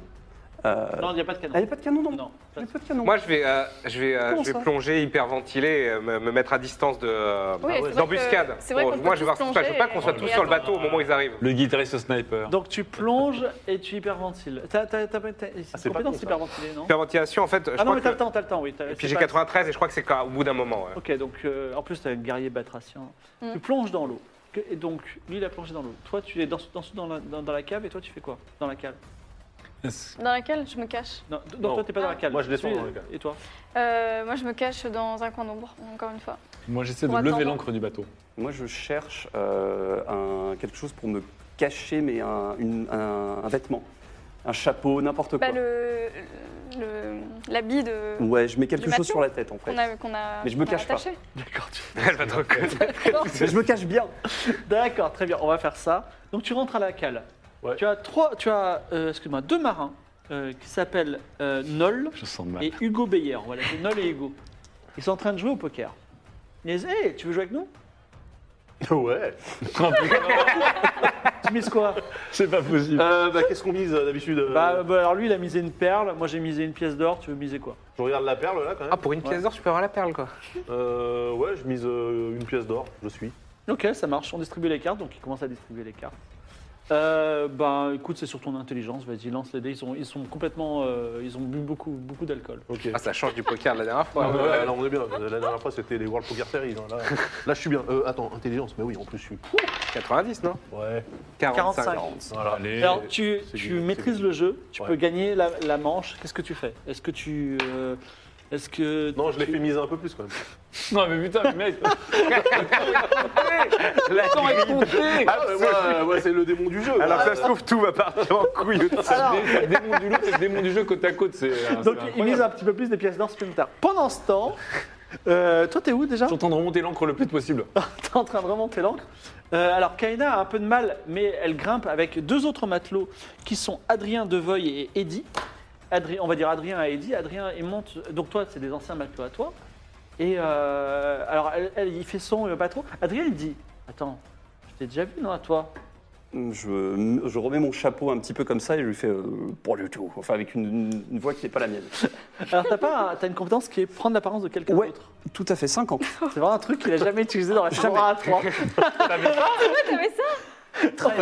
Speaker 7: Euh,
Speaker 1: Non, il n'y a pas de canon.
Speaker 7: ah, il n'y a pas de canon non,
Speaker 1: Non.
Speaker 7: Il n'y a pas de canon.
Speaker 5: Moi, je vais, euh, je vais, euh,
Speaker 7: Comment
Speaker 5: je vais
Speaker 7: ça
Speaker 5: plonger hyperventilé, euh, me, me mettre à distance de euh,
Speaker 2: Oui, c'est vrai
Speaker 5: d'embuscade.
Speaker 2: que- c'est vrai
Speaker 5: Bon,
Speaker 2: qu'on peut
Speaker 5: moi, je vais
Speaker 2: tous
Speaker 5: voir ce qui se passe. Je veux
Speaker 2: plonger
Speaker 5: pas qu'on soit
Speaker 2: et-
Speaker 5: tous
Speaker 2: et
Speaker 5: sur le
Speaker 2: attendre.
Speaker 5: bateau au moment où ils arrivent.
Speaker 4: Le guitariste au sniper.
Speaker 1: Donc tu plonges et tu hyperventiles. T'as t'as- t'as pas t'as-
Speaker 3: Ah, c'est
Speaker 1: c'est
Speaker 3: pas
Speaker 1: compétence
Speaker 3: con, ça.
Speaker 1: hyperventilée, non
Speaker 5: Hyperventilation, en fait, je
Speaker 1: Ah non,
Speaker 5: crois
Speaker 1: mais t'as
Speaker 5: que...
Speaker 1: le temps, t'as le temps, oui. t'as-
Speaker 5: Et puis
Speaker 1: c'est
Speaker 5: j'ai
Speaker 1: pas-
Speaker 5: 93 et je crois que c'est qu'au bout d'un moment. ouais.
Speaker 1: Ok, donc euh, en plus, t'as un guerrier batracien.
Speaker 2: Mm.
Speaker 1: Tu plonges dans l'eau. Que- Et donc, lui, il a plongé dans l'eau. Toi, tu es dans, dans, dans, la, dans, dans la cave et toi, tu fais quoi Dans la cale
Speaker 2: Dans laquelle je me cache
Speaker 1: Non, t- non,
Speaker 3: Non.
Speaker 1: toi, t'es pas dans la cale.
Speaker 3: Moi, je descends
Speaker 1: Tu es-
Speaker 3: dans la cale.
Speaker 1: Et toi
Speaker 2: Euh, Moi je me cache dans un coin d'ombre, encore une fois.
Speaker 4: Moi j'essaie de
Speaker 2: On va
Speaker 4: lever
Speaker 2: attendre.
Speaker 4: l'encre du bateau.
Speaker 7: Moi, je cherche euh, un- quelque chose pour me cacher, mais un, une- un- un vêtement. Un chapeau, n'importe quoi.
Speaker 2: Bah, le, le- l'habit de.
Speaker 7: Ouais, je mets quelque
Speaker 2: du
Speaker 7: chose
Speaker 2: mafieux
Speaker 7: sur la tête en fait.
Speaker 2: Qu'on a, qu'on a,
Speaker 7: Mais je me
Speaker 2: qu'on a
Speaker 7: cache pas.
Speaker 2: attaché.
Speaker 1: D'accord. tu-
Speaker 5: Elle va te reconnaître.
Speaker 7: Mais je me cache bien.
Speaker 1: D'accord, très bien, on va faire ça. Donc tu rentres à la cale.
Speaker 4: Ouais.
Speaker 1: Tu as trois, tu as, euh, excuse-moi, deux marins euh, qui s'appellent euh, Nol
Speaker 4: Je sens mal.
Speaker 1: et Hugo Beyer. Voilà, c'est Nol et Hugo. Ils sont en train de jouer au poker. Ils disent, hey, tu veux jouer avec nous
Speaker 3: Ouais.
Speaker 1: Tu mises quoi
Speaker 4: C'est pas possible.
Speaker 3: Euh, bah, Qu'est-ce qu'on mise euh, d'habitude euh,
Speaker 1: bah, bah, alors lui, il a misé une perle. Moi, j'ai misé une pièce d'or. Tu veux miser quoi
Speaker 3: Je regarde la perle là quand même.
Speaker 5: Ah, pour une pièce d'or, tu peux avoir la perle, quoi.
Speaker 3: Euh, ouais, je mise euh, une pièce d'or, je suis.
Speaker 1: Ok, ça marche. On distribue les cartes, donc il commence à distribuer les cartes. Euh, bah, écoute, c'est sur ton intelligence. Vas-y, lance les dés. Ils sont, ils sont complètement, euh, ils ont bu beaucoup, beaucoup d'alcool.
Speaker 3: Ok.
Speaker 5: Ah, ça change du poker de la dernière fois.
Speaker 3: Ah, ouais, ouais, là, on est bien. La dernière fois, c'était les World Poker Series. hein. Là, là, je suis bien. Euh, attends, intelligence, mais oui, en plus, je suis.
Speaker 5: 90, non
Speaker 3: Ouais.
Speaker 5: 45.
Speaker 1: 45.
Speaker 3: Voilà.
Speaker 4: Allez.
Speaker 1: Alors, tu,
Speaker 3: c'est
Speaker 1: tu
Speaker 3: bien, c'est
Speaker 1: maîtrises
Speaker 3: bien.
Speaker 1: le jeu. Tu
Speaker 3: Ouais.
Speaker 1: peux gagner la, la manche. Qu'est-ce que tu fais Est-ce que tu, euh, est-ce que
Speaker 3: Non, je l'ai fait miser un peu plus quand même.
Speaker 4: Non, mais putain, mais mec.
Speaker 5: La grille.
Speaker 3: Ah, ouais, moi, euh, moi, c'est le démon du jeu.
Speaker 5: Alors,
Speaker 3: Ouais.
Speaker 5: ça se trouve, tout va partir en couille.
Speaker 4: Ça se dé- ça se démonte du loup, ça se démonte du jeu côte à côte. C'est, euh,
Speaker 1: Donc, il
Speaker 4: c'est incroyable.
Speaker 1: mise un petit peu plus des pièces d'or supplémentaires. Pendant ce temps, euh, toi, t'es où déjà
Speaker 4: Je suis en train de remonter l'encre le plus vite possible.
Speaker 1: T'es en train de remonter l'encre. Euh, alors, Kaina a un peu de mal, mais elle grimpe avec deux autres matelots qui sont Adrien Devoy et Eddy. Adri- on va dire Adrien et Eddy. Adrien, il monte. Donc, toi, c'est des anciens matelots à toi. Et euh, alors, elle, elle, il fait son euh, pas trop. Adrien, il dit Attends, je t'ai déjà vu, non, à toi
Speaker 7: Je, je remets mon chapeau un petit peu comme ça et je lui fais euh, pour le tout. Enfin, avec une, une voix qui n'est pas la mienne.
Speaker 1: Alors, t'as pas un- t'as une compétence qui est prendre l'apparence de quelqu'un
Speaker 7: Ouais.
Speaker 1: d'autre.
Speaker 7: Tout à fait 50.
Speaker 1: C'est vraiment un truc qu'il a jamais utilisé dans la chambre à 3.
Speaker 2: Pourquoi t'avais Ah, ça
Speaker 1: 13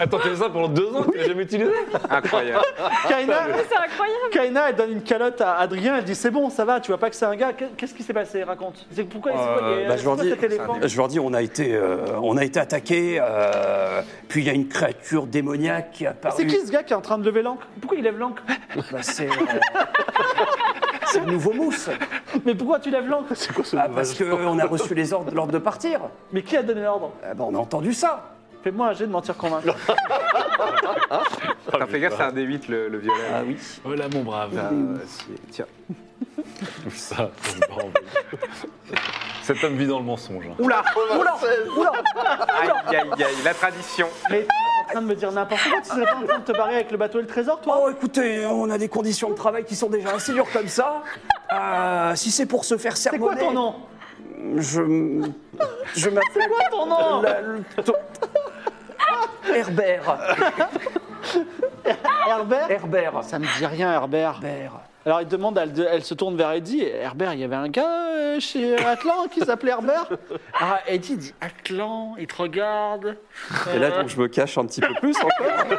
Speaker 4: Attends, t'as ça pendant deux ans, tu l'as jamais utilisé
Speaker 5: Incroyable.
Speaker 1: Kaina,
Speaker 2: Ah, C'est incroyable
Speaker 1: Kaina, elle donne une calotte à Adrien, elle dit c'est bon, ça va, tu vois pas que c'est un gars, Qu'est- qu'est-ce qui s'est passé Raconte. C'est pourquoi c'est quoi, il y a-
Speaker 7: Euh, bah, je,
Speaker 1: c'est
Speaker 7: leur
Speaker 1: quoi
Speaker 7: dis,
Speaker 1: cet éléphant
Speaker 7: je leur dis, on a été, euh, on a été attaqué. euh, puis il y a une créature démoniaque qui a paru.
Speaker 1: C'est qui ce gars qui est en train de lever l'encre Pourquoi il lève l'encre
Speaker 7: Bah, C'est euh, c'est le nouveau mousse.
Speaker 1: Mais pourquoi tu lèves l'encre
Speaker 7: Ah, parce qu'on a reçu les ordres, l'ordre de partir.
Speaker 1: Mais qui a donné l'ordre
Speaker 7: Ah, bah, on a entendu ça.
Speaker 1: Fais-moi un jet de mentir convaincre.
Speaker 5: T'as fait gaffe, c'est un D8, le, le violet.
Speaker 7: Ah oui.
Speaker 4: Voilà, Oh mon brave.
Speaker 5: Ah, si, Tiens.
Speaker 4: Tout ça, ça me rend envie. Cet homme vit dans le mensonge. hein.
Speaker 1: Oula Oula Oula
Speaker 5: Aïe, aïe, aïe, la tradition.
Speaker 1: Mais t'es en train de me dire n'importe quoi, tu serais pas en train de te barrer avec le bateau et le trésor toi
Speaker 7: Oh, écoutez, on a des conditions de travail qui sont déjà assez dures comme ça. Euh, si c'est pour se faire
Speaker 1: C'est
Speaker 7: sermonner...
Speaker 1: quoi ton nom
Speaker 7: Je... m- Je m'appelle...
Speaker 1: C'est quoi ton nom
Speaker 7: la- le- ton- Herbert.
Speaker 1: Herbert
Speaker 7: Herbert.
Speaker 1: Ça me dit rien Herbert.
Speaker 7: Herbert.
Speaker 1: Alors il demande, elle, elle se tourne vers Eddie. et Herbert, il y avait un gars euh, chez Atlan qui s'appelait Herbert. Ah, Eddie dit Atlan, il te regarde.
Speaker 7: Et là, donc, je me cache un petit peu plus encore.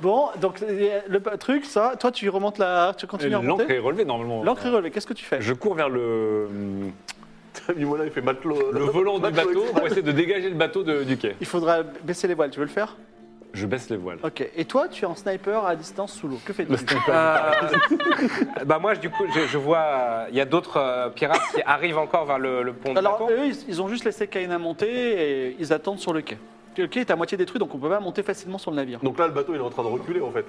Speaker 1: Bon, donc euh, le pa- truc, ça, toi tu remontes la, tu
Speaker 4: Et
Speaker 1: continues à
Speaker 4: L'encre est
Speaker 1: remonter.
Speaker 4: relevée normalement.
Speaker 1: L'encre est relevée. Qu'est-ce que tu fais
Speaker 4: Je cours vers le,
Speaker 3: Mis voilà, il fait matelot.
Speaker 4: le volant du bateau pour essayer de dégager le bateau de- du quai.
Speaker 1: Il faudra baisser les voiles. Tu veux le faire
Speaker 4: Je baisse les voiles.
Speaker 1: Ok. Et toi, tu es en sniper à distance sous l'eau. Que fais-tu Ah.
Speaker 5: Euh, bah moi, je- du coup, je, je vois, euh, il y a d'autres euh, pirates qui arrivent encore vers le, le pont de
Speaker 1: Alors
Speaker 5: Napo.
Speaker 1: eux, ils, ils ont juste laissé Kaina monter et ils attendent sur le quai. Le quai est à moitié détruit, donc on peut pas monter facilement sur le navire.
Speaker 3: Donc là, le bateau, il est en train de reculer en fait.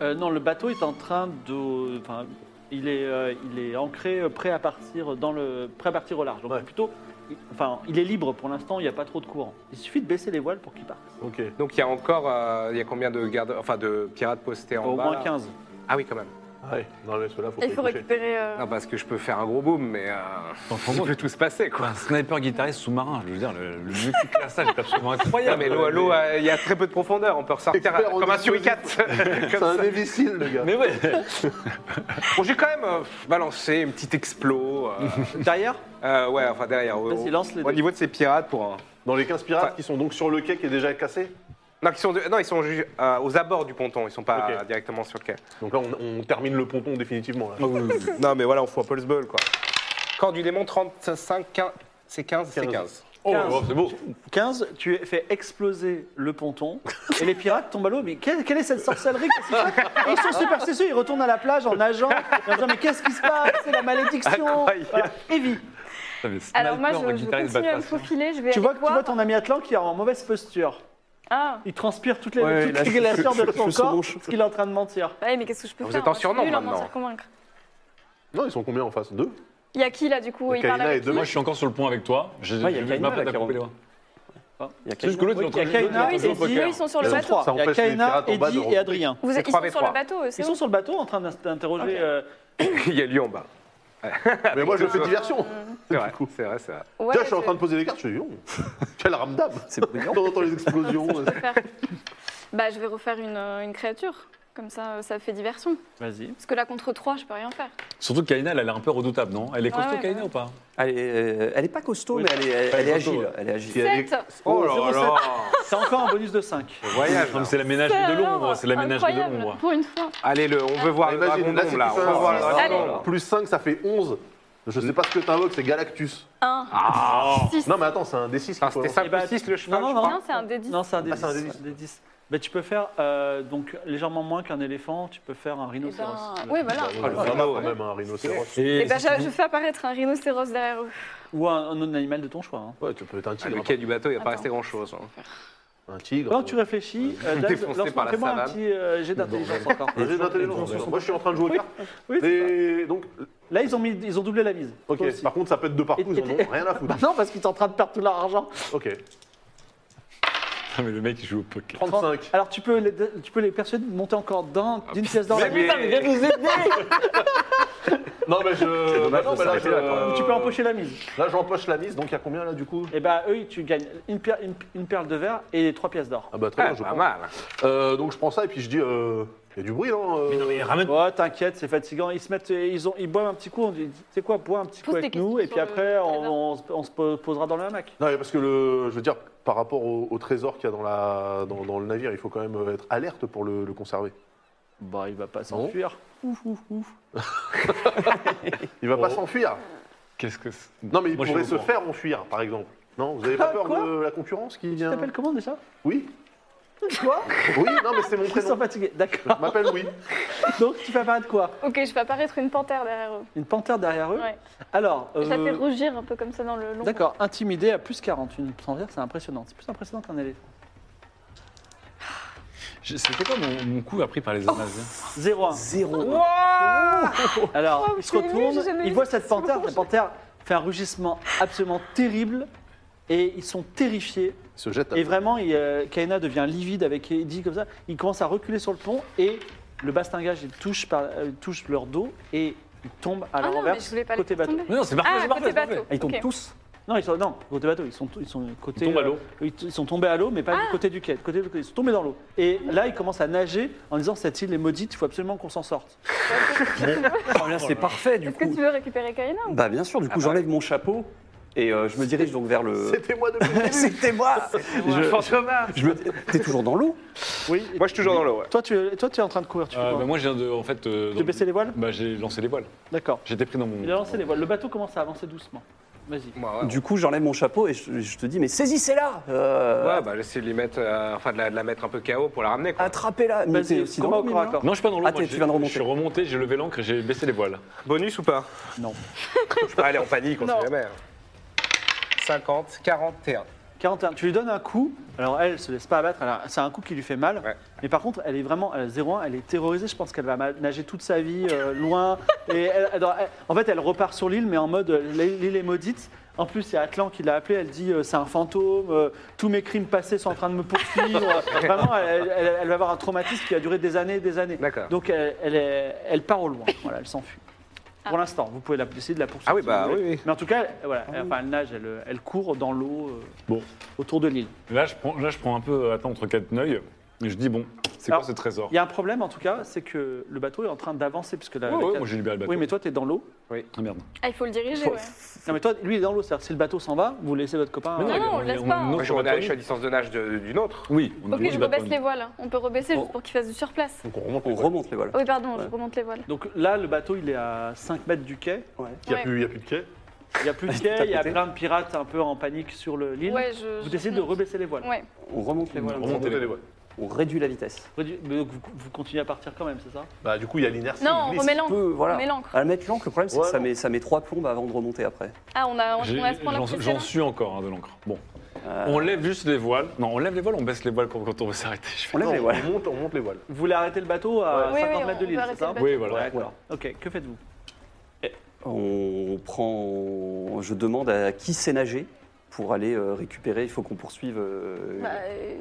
Speaker 1: Euh, non, le bateau est en train de. Enfin, il est, euh, il est ancré, euh, prêt à partir dans le, prêt à partir au large. Donc
Speaker 3: Ouais.
Speaker 1: plutôt, il- enfin, il est libre pour l'instant. Il n'y a pas trop de courant. Il suffit de baisser les voiles pour qu'il parte.
Speaker 3: Ok.
Speaker 5: Donc il y a encore, euh, il y a combien de gardes, enfin de pirates postés en
Speaker 1: Au
Speaker 5: bas
Speaker 1: moins
Speaker 5: là
Speaker 1: 15.
Speaker 5: Ah oui, quand même.
Speaker 3: Ouais. Non, mais ceux-là, faut pas
Speaker 2: Il faut
Speaker 3: les toucher.
Speaker 2: récupérer. euh,
Speaker 5: Non, parce que je peux faire un gros boom, mais euh, il peut tout se passer, quoi.
Speaker 4: Un sniper guitariste sous-marin, je veux dire, le, le vieux cul classage est absolument
Speaker 5: Non,
Speaker 4: incroyable.
Speaker 5: mais l'eau, l'eau, euh, il y a très peu de profondeur, on peut ressortir
Speaker 3: Expert en
Speaker 5: comme un
Speaker 3: explosifs.
Speaker 5: suricate.
Speaker 3: C'est un imbécile, le gars.
Speaker 4: Mais ouais
Speaker 5: bon, j'ai quand même euh, balancé une petite explo. euh,
Speaker 1: Derrière,
Speaker 5: euh, ouais, enfin derrière, au,
Speaker 1: Vas-y, lance les
Speaker 5: au
Speaker 1: dés.
Speaker 5: niveau de ces pirates pour un.
Speaker 3: Dans les 15 pirates
Speaker 5: Enfin-
Speaker 3: qui sont donc sur le quai qui est déjà cassé.
Speaker 5: Non, ils sont, de- non, ils sont ju- euh, aux abords du ponton, ils sont pas
Speaker 3: Ok.
Speaker 5: euh, directement sur le quai.
Speaker 3: Donc là, on, on termine le ponton définitivement.
Speaker 5: Ah
Speaker 3: Là.
Speaker 5: Non, mais voilà, on fout un peu le bol, quoi. Corps du démon, 35, 15, c'est 15, c'est 15.
Speaker 3: 15.
Speaker 4: Oh,
Speaker 1: 15.
Speaker 4: oh, c'est beau
Speaker 1: 15, tu fais exploser le ponton et les pirates tombent à l'eau. Mais quelle, quelle est cette sorcellerie Qu'est-ce qu'ils font Et Ils sont superstitieux. Ils retournent à la plage en nageant, en disant mais qu'est-ce qui se passe C'est la malédiction.
Speaker 5: Incroyable.
Speaker 1: Voilà. Evie,
Speaker 4: Putain, mais
Speaker 2: Alors moi,
Speaker 4: sniper
Speaker 2: je, je
Speaker 4: guitariste
Speaker 2: continue à me
Speaker 4: badass.
Speaker 2: faufiler. Je vais
Speaker 1: tu
Speaker 2: aller
Speaker 1: vois, tu
Speaker 2: voir.
Speaker 1: vois ton ami Atlan qui est en mauvaise posture.
Speaker 2: Ah,
Speaker 1: Il transpire toutes les,
Speaker 5: Ouais,
Speaker 1: toutes
Speaker 5: là,
Speaker 1: les
Speaker 5: je-
Speaker 1: glacières de son
Speaker 7: sens mon
Speaker 1: corps
Speaker 7: chou-
Speaker 1: parce qu'il est en train de mentir.
Speaker 2: bah oui, mais qu'est-ce que je peux
Speaker 5: Vous
Speaker 2: faire
Speaker 5: êtes en
Speaker 2: hein, je suis
Speaker 5: surnom,
Speaker 2: nulle en
Speaker 5: maintenant.
Speaker 2: mentir, convaincre.
Speaker 3: Non, ils sont combien en face Deux
Speaker 2: Il y a qui là du coup
Speaker 3: Le
Speaker 2: Il parle
Speaker 3: Kaina
Speaker 2: avec
Speaker 3: est
Speaker 2: qui
Speaker 3: demain,
Speaker 4: Moi, je suis encore sur le pont avec toi. J'ai
Speaker 7: Ouais, il y a
Speaker 4: j'ai- je
Speaker 7: Kaina,
Speaker 4: m'apprête
Speaker 7: là,
Speaker 4: à
Speaker 7: qui
Speaker 4: couper les
Speaker 7: rentre.
Speaker 4: mains.
Speaker 7: Il y a
Speaker 4: C'est juste
Speaker 7: quelqu'un.
Speaker 4: que l'autre,
Speaker 1: Oui,
Speaker 4: il est en
Speaker 1: il y a
Speaker 4: train
Speaker 1: Kaina,
Speaker 4: de- il est en train de jouer au
Speaker 2: ils,
Speaker 4: poker.
Speaker 1: hein.
Speaker 2: eux, ils sont sur le
Speaker 3: Ils sont
Speaker 2: bateau.
Speaker 3: trois. Ça
Speaker 1: Il y a
Speaker 3: empêche les
Speaker 1: Kaina,
Speaker 3: pirates en bas de
Speaker 1: Eddie et
Speaker 3: rentrer.
Speaker 1: Adrien.
Speaker 2: Vous
Speaker 5: C'est
Speaker 2: êtes, ils
Speaker 5: trois
Speaker 2: sont
Speaker 5: des
Speaker 2: sur
Speaker 5: trois.
Speaker 2: le bateau aussi.
Speaker 1: Ils sont sur le bateau en train d'in- d'interroger.
Speaker 2: Ok.
Speaker 1: euh,
Speaker 5: Il y a lui en bas. Ah,
Speaker 3: Mais moi, je fais diversion.
Speaker 5: C'est vrai, c'est vrai, c'est vrai.
Speaker 2: Ouais,
Speaker 3: Tiens, je suis en train de poser les cartes, je fais, oh, quelle rame d'âme
Speaker 7: C'est brillant.
Speaker 3: On entend les explosions.
Speaker 2: je vais faire- Bah, je vais refaire une, euh, une créature. Comme ça, euh, ça fait diversion.
Speaker 1: Vas-y.
Speaker 2: Parce que là, contre 3, je peux rien faire.
Speaker 4: Surtout que Kaina, elle a l'air un peu redoutable, non Elle est
Speaker 2: Ouais,
Speaker 4: costaud,
Speaker 2: ouais,
Speaker 4: Kaina,
Speaker 2: ouais.
Speaker 4: ou pas
Speaker 7: Elle est, euh, elle est pas costaud,
Speaker 1: Oui.
Speaker 7: mais elle est, elle,
Speaker 4: Elle est
Speaker 7: est
Speaker 4: costaud,
Speaker 7: agile.
Speaker 4: ouais.
Speaker 7: Elle est agile.
Speaker 3: Allez.
Speaker 2: 7
Speaker 5: Oh là là
Speaker 1: C'est encore un bonus de 5.
Speaker 5: Le Voyage
Speaker 4: Non, mais
Speaker 5: là.
Speaker 4: C'est la ménagerie de l'ombre. C'est la ménagerie de
Speaker 2: Incroyable,
Speaker 4: l'ombre.
Speaker 2: pour une fois.
Speaker 5: Allez, le, on veut voir le dragon
Speaker 3: Imagine, là, si
Speaker 5: d'ombre,
Speaker 3: tu
Speaker 5: là.
Speaker 3: fais
Speaker 5: On
Speaker 3: un
Speaker 5: veut voir le
Speaker 3: dragon
Speaker 5: dragon
Speaker 3: d'ombre,
Speaker 5: d'ombre.
Speaker 3: plus 5, ça fait 11. Je sais pas ce que t'invoques, c'est Galactus.
Speaker 2: 1,
Speaker 4: Ah
Speaker 2: 6.
Speaker 3: Non, mais attends, c'est un D6. qu'il
Speaker 5: Enfin,
Speaker 3: faut
Speaker 5: Ah, C'était
Speaker 1: Eh
Speaker 3: avoir.
Speaker 5: 5
Speaker 1: ben,
Speaker 5: ou 6 le cheval,
Speaker 1: Non, non,
Speaker 5: je
Speaker 1: non.
Speaker 5: crois.
Speaker 2: Non, c'est un D10.
Speaker 1: Non, c'est un
Speaker 3: Ah, c'est un
Speaker 1: D10.
Speaker 3: D10.
Speaker 1: des 10. Bah, tu peux faire euh, donc légèrement moins qu'un éléphant, tu peux faire un
Speaker 2: Eh
Speaker 1: rhinocéros.
Speaker 2: ben, oui, voilà.
Speaker 3: Ah, le
Speaker 5: Ah,
Speaker 3: Rama,
Speaker 5: ouais.
Speaker 3: quand même, un rhinocéros.
Speaker 4: Et
Speaker 2: Et ben, je, je fais apparaître un rhinocéros derrière eux.
Speaker 1: Ou un, un autre animal de ton choix. hein.
Speaker 3: Ouais, tu peux être un
Speaker 5: Ah, Le
Speaker 3: tigre.
Speaker 5: quai du bateau, il n'y a pas
Speaker 2: Attends.
Speaker 5: resté grand-chose. hein.
Speaker 3: Un tigre.
Speaker 1: Pendant que tu réfléchis, euh, Daz,
Speaker 5: Défoncé
Speaker 1: lance-moi-
Speaker 5: par la
Speaker 1: fais-moi un
Speaker 5: savane.
Speaker 1: petit euh, jet d'intelligence encore.
Speaker 3: Un jet d'intelligence. Moi, je suis en train de jouer aux cartes.
Speaker 1: Oui, c'est ça.
Speaker 3: Et donc,
Speaker 1: Là, ils ont, mis, ils ont doublé la mise.
Speaker 3: ok,
Speaker 1: Toi aussi.
Speaker 3: par contre, ça peut être deux
Speaker 1: Et-
Speaker 3: parcours, ils en
Speaker 1: et-
Speaker 3: ont rien à
Speaker 1: Bah
Speaker 3: foutre.
Speaker 1: non, parce qu'ils sont en train de perdre tout leur argent.
Speaker 3: Ok,
Speaker 4: Ah, mais le mec, il joue au poker.
Speaker 3: 35.
Speaker 1: Alors, tu peux les, tu peux les persuader de monter encore d'un- d'une pièce dans la
Speaker 5: Ah, mais- putain, mais viens
Speaker 1: nous aider
Speaker 3: Non, mais je.
Speaker 5: dommage
Speaker 3: bah non,
Speaker 5: de
Speaker 3: mais là,
Speaker 5: s'arrêter là, quand
Speaker 3: je-
Speaker 1: euh, Tu peux empocher la mise.
Speaker 3: Là, j'empoche la mise, donc il y a combien là du coup
Speaker 1: Et bah, eux, tu gagnes une, pierre- une- une perle de verre et trois pièces d'or.
Speaker 3: Ah bah très
Speaker 5: Ah,
Speaker 3: bien, je
Speaker 5: Pas
Speaker 3: prends.
Speaker 5: mal.
Speaker 3: Euh, donc je prends ça et puis je dis, euh, il y a du bruit non euh,
Speaker 4: mais ramène.
Speaker 1: Ouais, t'inquiète, c'est fatigant. Ils se mettent, ils, ont, ils boivent un petit coup. On dit, tu sais quoi, bois un petit
Speaker 2: Pose
Speaker 1: coup
Speaker 2: tes
Speaker 1: avec nous,
Speaker 2: questions
Speaker 1: et puis
Speaker 2: sur
Speaker 1: après,
Speaker 2: le trésor.
Speaker 1: on, on se- on se po- posera dans le hamac.
Speaker 3: Non, mais parce que le, je veux dire, par rapport au, au trésor qu'il y a dans, la, dans, dans le navire, il faut quand même euh, être alerte pour le, le conserver.
Speaker 1: Bah, il va pas s'enfuir. Ouf, ouf, ouf.
Speaker 3: Il va pas
Speaker 4: Oh.
Speaker 3: s'enfuir.
Speaker 4: Qu'est-ce que c'est
Speaker 3: Non, mais il
Speaker 4: Moi, je
Speaker 3: pourrait
Speaker 4: suis
Speaker 3: se
Speaker 4: au courant.
Speaker 3: faire enfuir, par exemple. Non, vous avez pas
Speaker 1: Ah,
Speaker 3: peur
Speaker 1: quoi
Speaker 3: de la concurrence qui
Speaker 1: Tu
Speaker 3: vient
Speaker 1: t'appelles comment déjà
Speaker 3: Oui,
Speaker 1: Quoi
Speaker 3: oui, non, mais c'est mon
Speaker 1: Ils sont
Speaker 3: prénom.
Speaker 1: fatigués.
Speaker 3: Je
Speaker 1: D'accord.
Speaker 3: m'appelle oui.
Speaker 1: Donc, tu fais apparaître quoi
Speaker 2: Ok, je fais apparaître une panthère derrière eux.
Speaker 1: Une panthère derrière eux.
Speaker 2: Ouais.
Speaker 1: Alors,
Speaker 2: Je la
Speaker 1: euh,
Speaker 2: fais rugir un peu comme ça dans le long.
Speaker 1: d'accord, intimidé à plus 40. Une panthère, c'est impressionnant. C'est plus impressionnant qu'un éléphant.
Speaker 4: Je- C'était quoi mon, mon coup appris par les hein. Amaziens
Speaker 1: 0-1.
Speaker 7: Zéro.
Speaker 1: Alors,
Speaker 2: Oh,
Speaker 1: il se
Speaker 2: j'ai aimé,
Speaker 1: retourne,
Speaker 2: j'ai jamais
Speaker 1: il
Speaker 2: vu
Speaker 1: voit
Speaker 2: ça.
Speaker 1: cette panthère. La panthère fait un rugissement absolument terrible. Et ils sont terrifiés.
Speaker 3: Il se jette. à-
Speaker 1: Et vraiment, il, euh, Kaena devient livide avec Eddie comme ça. Il commence à reculer sur le pont et le bastingage il touche, par- euh, touche leur dos et ils tombent à
Speaker 2: Ah
Speaker 1: leur
Speaker 2: non, mais
Speaker 1: renverse
Speaker 2: je voulais pas les
Speaker 1: côté
Speaker 2: faire
Speaker 1: bateau.
Speaker 2: tomber.
Speaker 4: Mais non, c'est
Speaker 2: Ah,
Speaker 4: parfait,
Speaker 2: côté
Speaker 4: c'est parfait. c'est
Speaker 2: bateau.
Speaker 4: parfait.
Speaker 1: Ah, ils tombent
Speaker 2: Ok.
Speaker 1: tous Non, ils sont, non, côté bateau, ils sont, ils sont côté.
Speaker 4: Ils tombent à l'eau.
Speaker 1: euh, Ils, ils sont tombés à l'eau, mais pas du côté du quai. du Côté, du- ils sont tombés dans l'eau. Et là, ils commencent à nager en disant Cette île est maudite, il faut absolument qu'on s'en sorte.
Speaker 7: Oh là, c'est parfait du
Speaker 2: Est-ce que tu
Speaker 7: coup.
Speaker 2: veux récupérer Kaina ou
Speaker 7: Bah bien sûr, du coup, j'enlève mon chapeau et euh, je me dirige donc vers le.
Speaker 3: C'était moi depuis le début.
Speaker 7: C'était moi. Je-
Speaker 5: Fantômas
Speaker 7: je me- T'es toujours dans l'eau.
Speaker 1: Oui.
Speaker 5: Moi, je suis toujours dans l'eau, ouais.
Speaker 1: Toi, tu, toi, tu es en train de courir. Tu fais
Speaker 4: Euh,
Speaker 1: quoi
Speaker 4: bah, moi, j'ai de. En fait. euh,
Speaker 1: Tu
Speaker 4: dans-
Speaker 1: as baissé les voiles
Speaker 4: Bah, j'ai lancé les voiles.
Speaker 1: D'accord.
Speaker 4: J'étais pris dans mon.
Speaker 1: Il a lancé les voiles. Le bateau commence à avancer doucement. Vas-y.
Speaker 5: Moi, ouais.
Speaker 7: Du coup, j'enlève mon chapeau et je, je te dis, mais saisissez-la euh,
Speaker 5: Ouais, bah, j'essaie de, lui mettre, euh, enfin, de, la, de la mettre un peu KO pour la ramener. Quoi.
Speaker 7: Attrapez-la Mais t'es
Speaker 1: Vas-y,
Speaker 7: aussi dans
Speaker 1: combat au
Speaker 7: l'eau,
Speaker 1: corps à
Speaker 7: mais
Speaker 1: corps.
Speaker 4: Non, je suis pas dans l'eau.
Speaker 7: Ah,
Speaker 4: moi,
Speaker 7: t'es-
Speaker 4: j'ai-
Speaker 7: tu viens de remonter.
Speaker 4: Je suis remonté, j'ai levé l'ancre et j'ai baissé les voiles.
Speaker 5: Bonus ou pas
Speaker 1: Non.
Speaker 5: Je peux aller en panique, on
Speaker 2: Non.
Speaker 5: sait jamais. hein. 50, 41.
Speaker 1: 41. Tu lui donnes un coup. Alors elle, elle se laisse pas abattre. Elle a- C'est un coup qui lui fait mal.
Speaker 5: Ouais.
Speaker 1: Mais par contre, elle est vraiment elle a 0-1. Elle est terrorisée. Je pense qu'elle va ma- nager toute sa vie euh, loin. Et elle- elle- elle- en fait, elle repart sur l'île, mais en mode euh, l'île est maudite. En plus, c'est Atlan qui l'a appelée. Elle dit euh, c'est un fantôme. euh, tous mes crimes passés sont en train de me poursuivre. vraiment, elle, elle- elle va avoir un traumatisme qui a duré des années, et des années.
Speaker 5: D'accord.
Speaker 1: Donc elle, elle est- elle part au loin. Voilà, elle s'enfuit.
Speaker 2: Ah.
Speaker 1: Pour l'instant, vous pouvez la, essayer de la poursuivre.
Speaker 5: Ah oui,
Speaker 1: si
Speaker 5: bah
Speaker 1: vous voulez.
Speaker 5: oui, Ah oui.
Speaker 1: Mais en tout cas, elle- voilà, elle, enfin, elle nage, elle, elle court dans l'eau euh,
Speaker 4: Bon.
Speaker 1: autour de l'île.
Speaker 4: Là, je prends, là, je prends un peu. euh, Attends, entre quatre noeuds. Et je dis, bon, c'est quoi
Speaker 1: Alors,
Speaker 4: ce trésor
Speaker 1: Il y a un problème en tout cas, c'est que le bateau est en train d'avancer puisque la,
Speaker 4: Ouais,
Speaker 1: la
Speaker 4: ouais,
Speaker 1: cale-
Speaker 4: moi, j'ai libéré le bateau.
Speaker 1: Oui, mais toi t'es dans l'eau.
Speaker 4: Ah, merde.
Speaker 2: Ah, il faut le diriger, ouais.
Speaker 1: Non mais toi, lui il est dans l'eau, c'est-à-dire que si le bateau s'en va, vous laissez votre copain. hein.
Speaker 4: Mais
Speaker 2: non,
Speaker 4: il y a-
Speaker 2: on
Speaker 4: il y a-
Speaker 2: laisse
Speaker 4: on a
Speaker 2: pas.
Speaker 4: une autre
Speaker 5: Moi, je suis
Speaker 4: bateau.
Speaker 5: à la distance de nage de- d'une autre.
Speaker 4: Oui, on a
Speaker 2: Ok, je
Speaker 4: du bateau.
Speaker 2: rebaisse les voiles. hein. On peut rebaisser juste pour qu'il fasse du surplace.
Speaker 3: Donc on remonte
Speaker 7: On
Speaker 3: les voiles.
Speaker 7: remonte les voiles.
Speaker 2: Oui, pardon, je
Speaker 7: Ouais.
Speaker 2: remonte les voiles.
Speaker 1: Donc là le bateau il est à 5 mètres du quai,
Speaker 3: Il n'y a,
Speaker 2: Ouais.
Speaker 3: plus- il y a plus de quai.
Speaker 1: il n'y a plus de
Speaker 7: Tout à
Speaker 1: quai, il y a
Speaker 7: côté.
Speaker 1: plein de pirates un peu en panique sur le- l'île.
Speaker 2: Ouais, je.
Speaker 1: vous
Speaker 2: je
Speaker 1: essayez de
Speaker 2: remonte.
Speaker 1: rebaisser les voiles.
Speaker 2: Ouais.
Speaker 7: On remonte les voiles.
Speaker 4: On
Speaker 7: un
Speaker 4: remonte
Speaker 7: petit peu.
Speaker 3: Remontez les voiles.
Speaker 7: On réduit la vitesse.
Speaker 1: Redu- mais donc, vous, vous continuez à partir quand même, c'est ça
Speaker 3: Bah, du coup, il y a l'inertie.
Speaker 2: Non,
Speaker 3: il
Speaker 2: on
Speaker 3: glisse.
Speaker 2: remet l'encre.
Speaker 7: Peu, voilà.
Speaker 2: On met l'encre.
Speaker 7: À mettre l'encre, le problème, c'est que
Speaker 3: Ouais,
Speaker 7: ça
Speaker 3: non.
Speaker 7: met, ça met trois plombes avant de remonter après.
Speaker 2: Ah, on a, on,
Speaker 4: J'ai-
Speaker 2: on a ce point
Speaker 4: j'en-
Speaker 2: d'encre.
Speaker 9: hein,
Speaker 4: J'en suis encore hein, de l'encre. Bon.
Speaker 2: Euh.
Speaker 9: On lève juste les voiles. Non, on lève les voiles, on baisse les voiles pour quand on veut s'arrêter. Je fais-
Speaker 7: On lève
Speaker 3: Non,
Speaker 7: les voiles.
Speaker 3: on, monte, on monte les voiles.
Speaker 1: Vous voulez arrêter le bateau à
Speaker 2: Oui,
Speaker 1: 50
Speaker 2: oui,
Speaker 1: mètres
Speaker 2: on
Speaker 1: de
Speaker 2: peut
Speaker 1: l'île, c'est
Speaker 2: arrêter
Speaker 1: ça
Speaker 2: le bateau.
Speaker 9: Oui, voilà.
Speaker 1: D'accord. Ok, que faites-vous
Speaker 7: On prend. Je demande à qui sait nager pour aller euh, récupérer. Il faut qu'on poursuive euh,
Speaker 2: Bah, euh,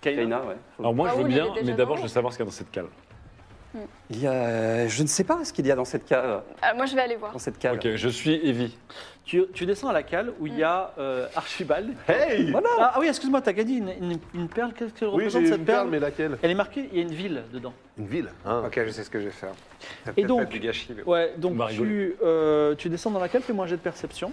Speaker 7: Kaina. ouais.
Speaker 9: Alors moi,
Speaker 2: Ah,
Speaker 9: je veux
Speaker 2: oui, il est
Speaker 9: bien,
Speaker 2: déjà
Speaker 9: mais d'abord, je
Speaker 2: dans
Speaker 9: veux savoir ce qu'il y a dans cette cale.
Speaker 7: Il y a- Je ne sais pas ce qu'il y a dans cette cave.
Speaker 2: ah, moi, je vais aller voir.
Speaker 7: Dans cette cave.
Speaker 9: Ok, je suis Evie.
Speaker 1: tu, tu descends à la cale où il y a euh, Archibald.
Speaker 3: Hey
Speaker 1: Ah, ah oui, excuse-moi, t'as gagné une, une- une perle. Qu'est-ce qu'elle
Speaker 3: Oui, j'ai
Speaker 1: représente
Speaker 3: une
Speaker 1: cette
Speaker 3: perle,
Speaker 1: perle,
Speaker 3: mais laquelle
Speaker 1: Elle est marquée, il y a une ville dedans.
Speaker 3: Une ville. hein.
Speaker 5: Ok, je sais ce que je vais faire. Ça peut
Speaker 1: Et
Speaker 5: être
Speaker 1: donc-
Speaker 5: du gâchis, mais-
Speaker 1: Ouais, donc
Speaker 9: On va
Speaker 1: tu,
Speaker 9: rigoler.
Speaker 1: euh, tu descends dans la cale, fais-moi un jet de perception.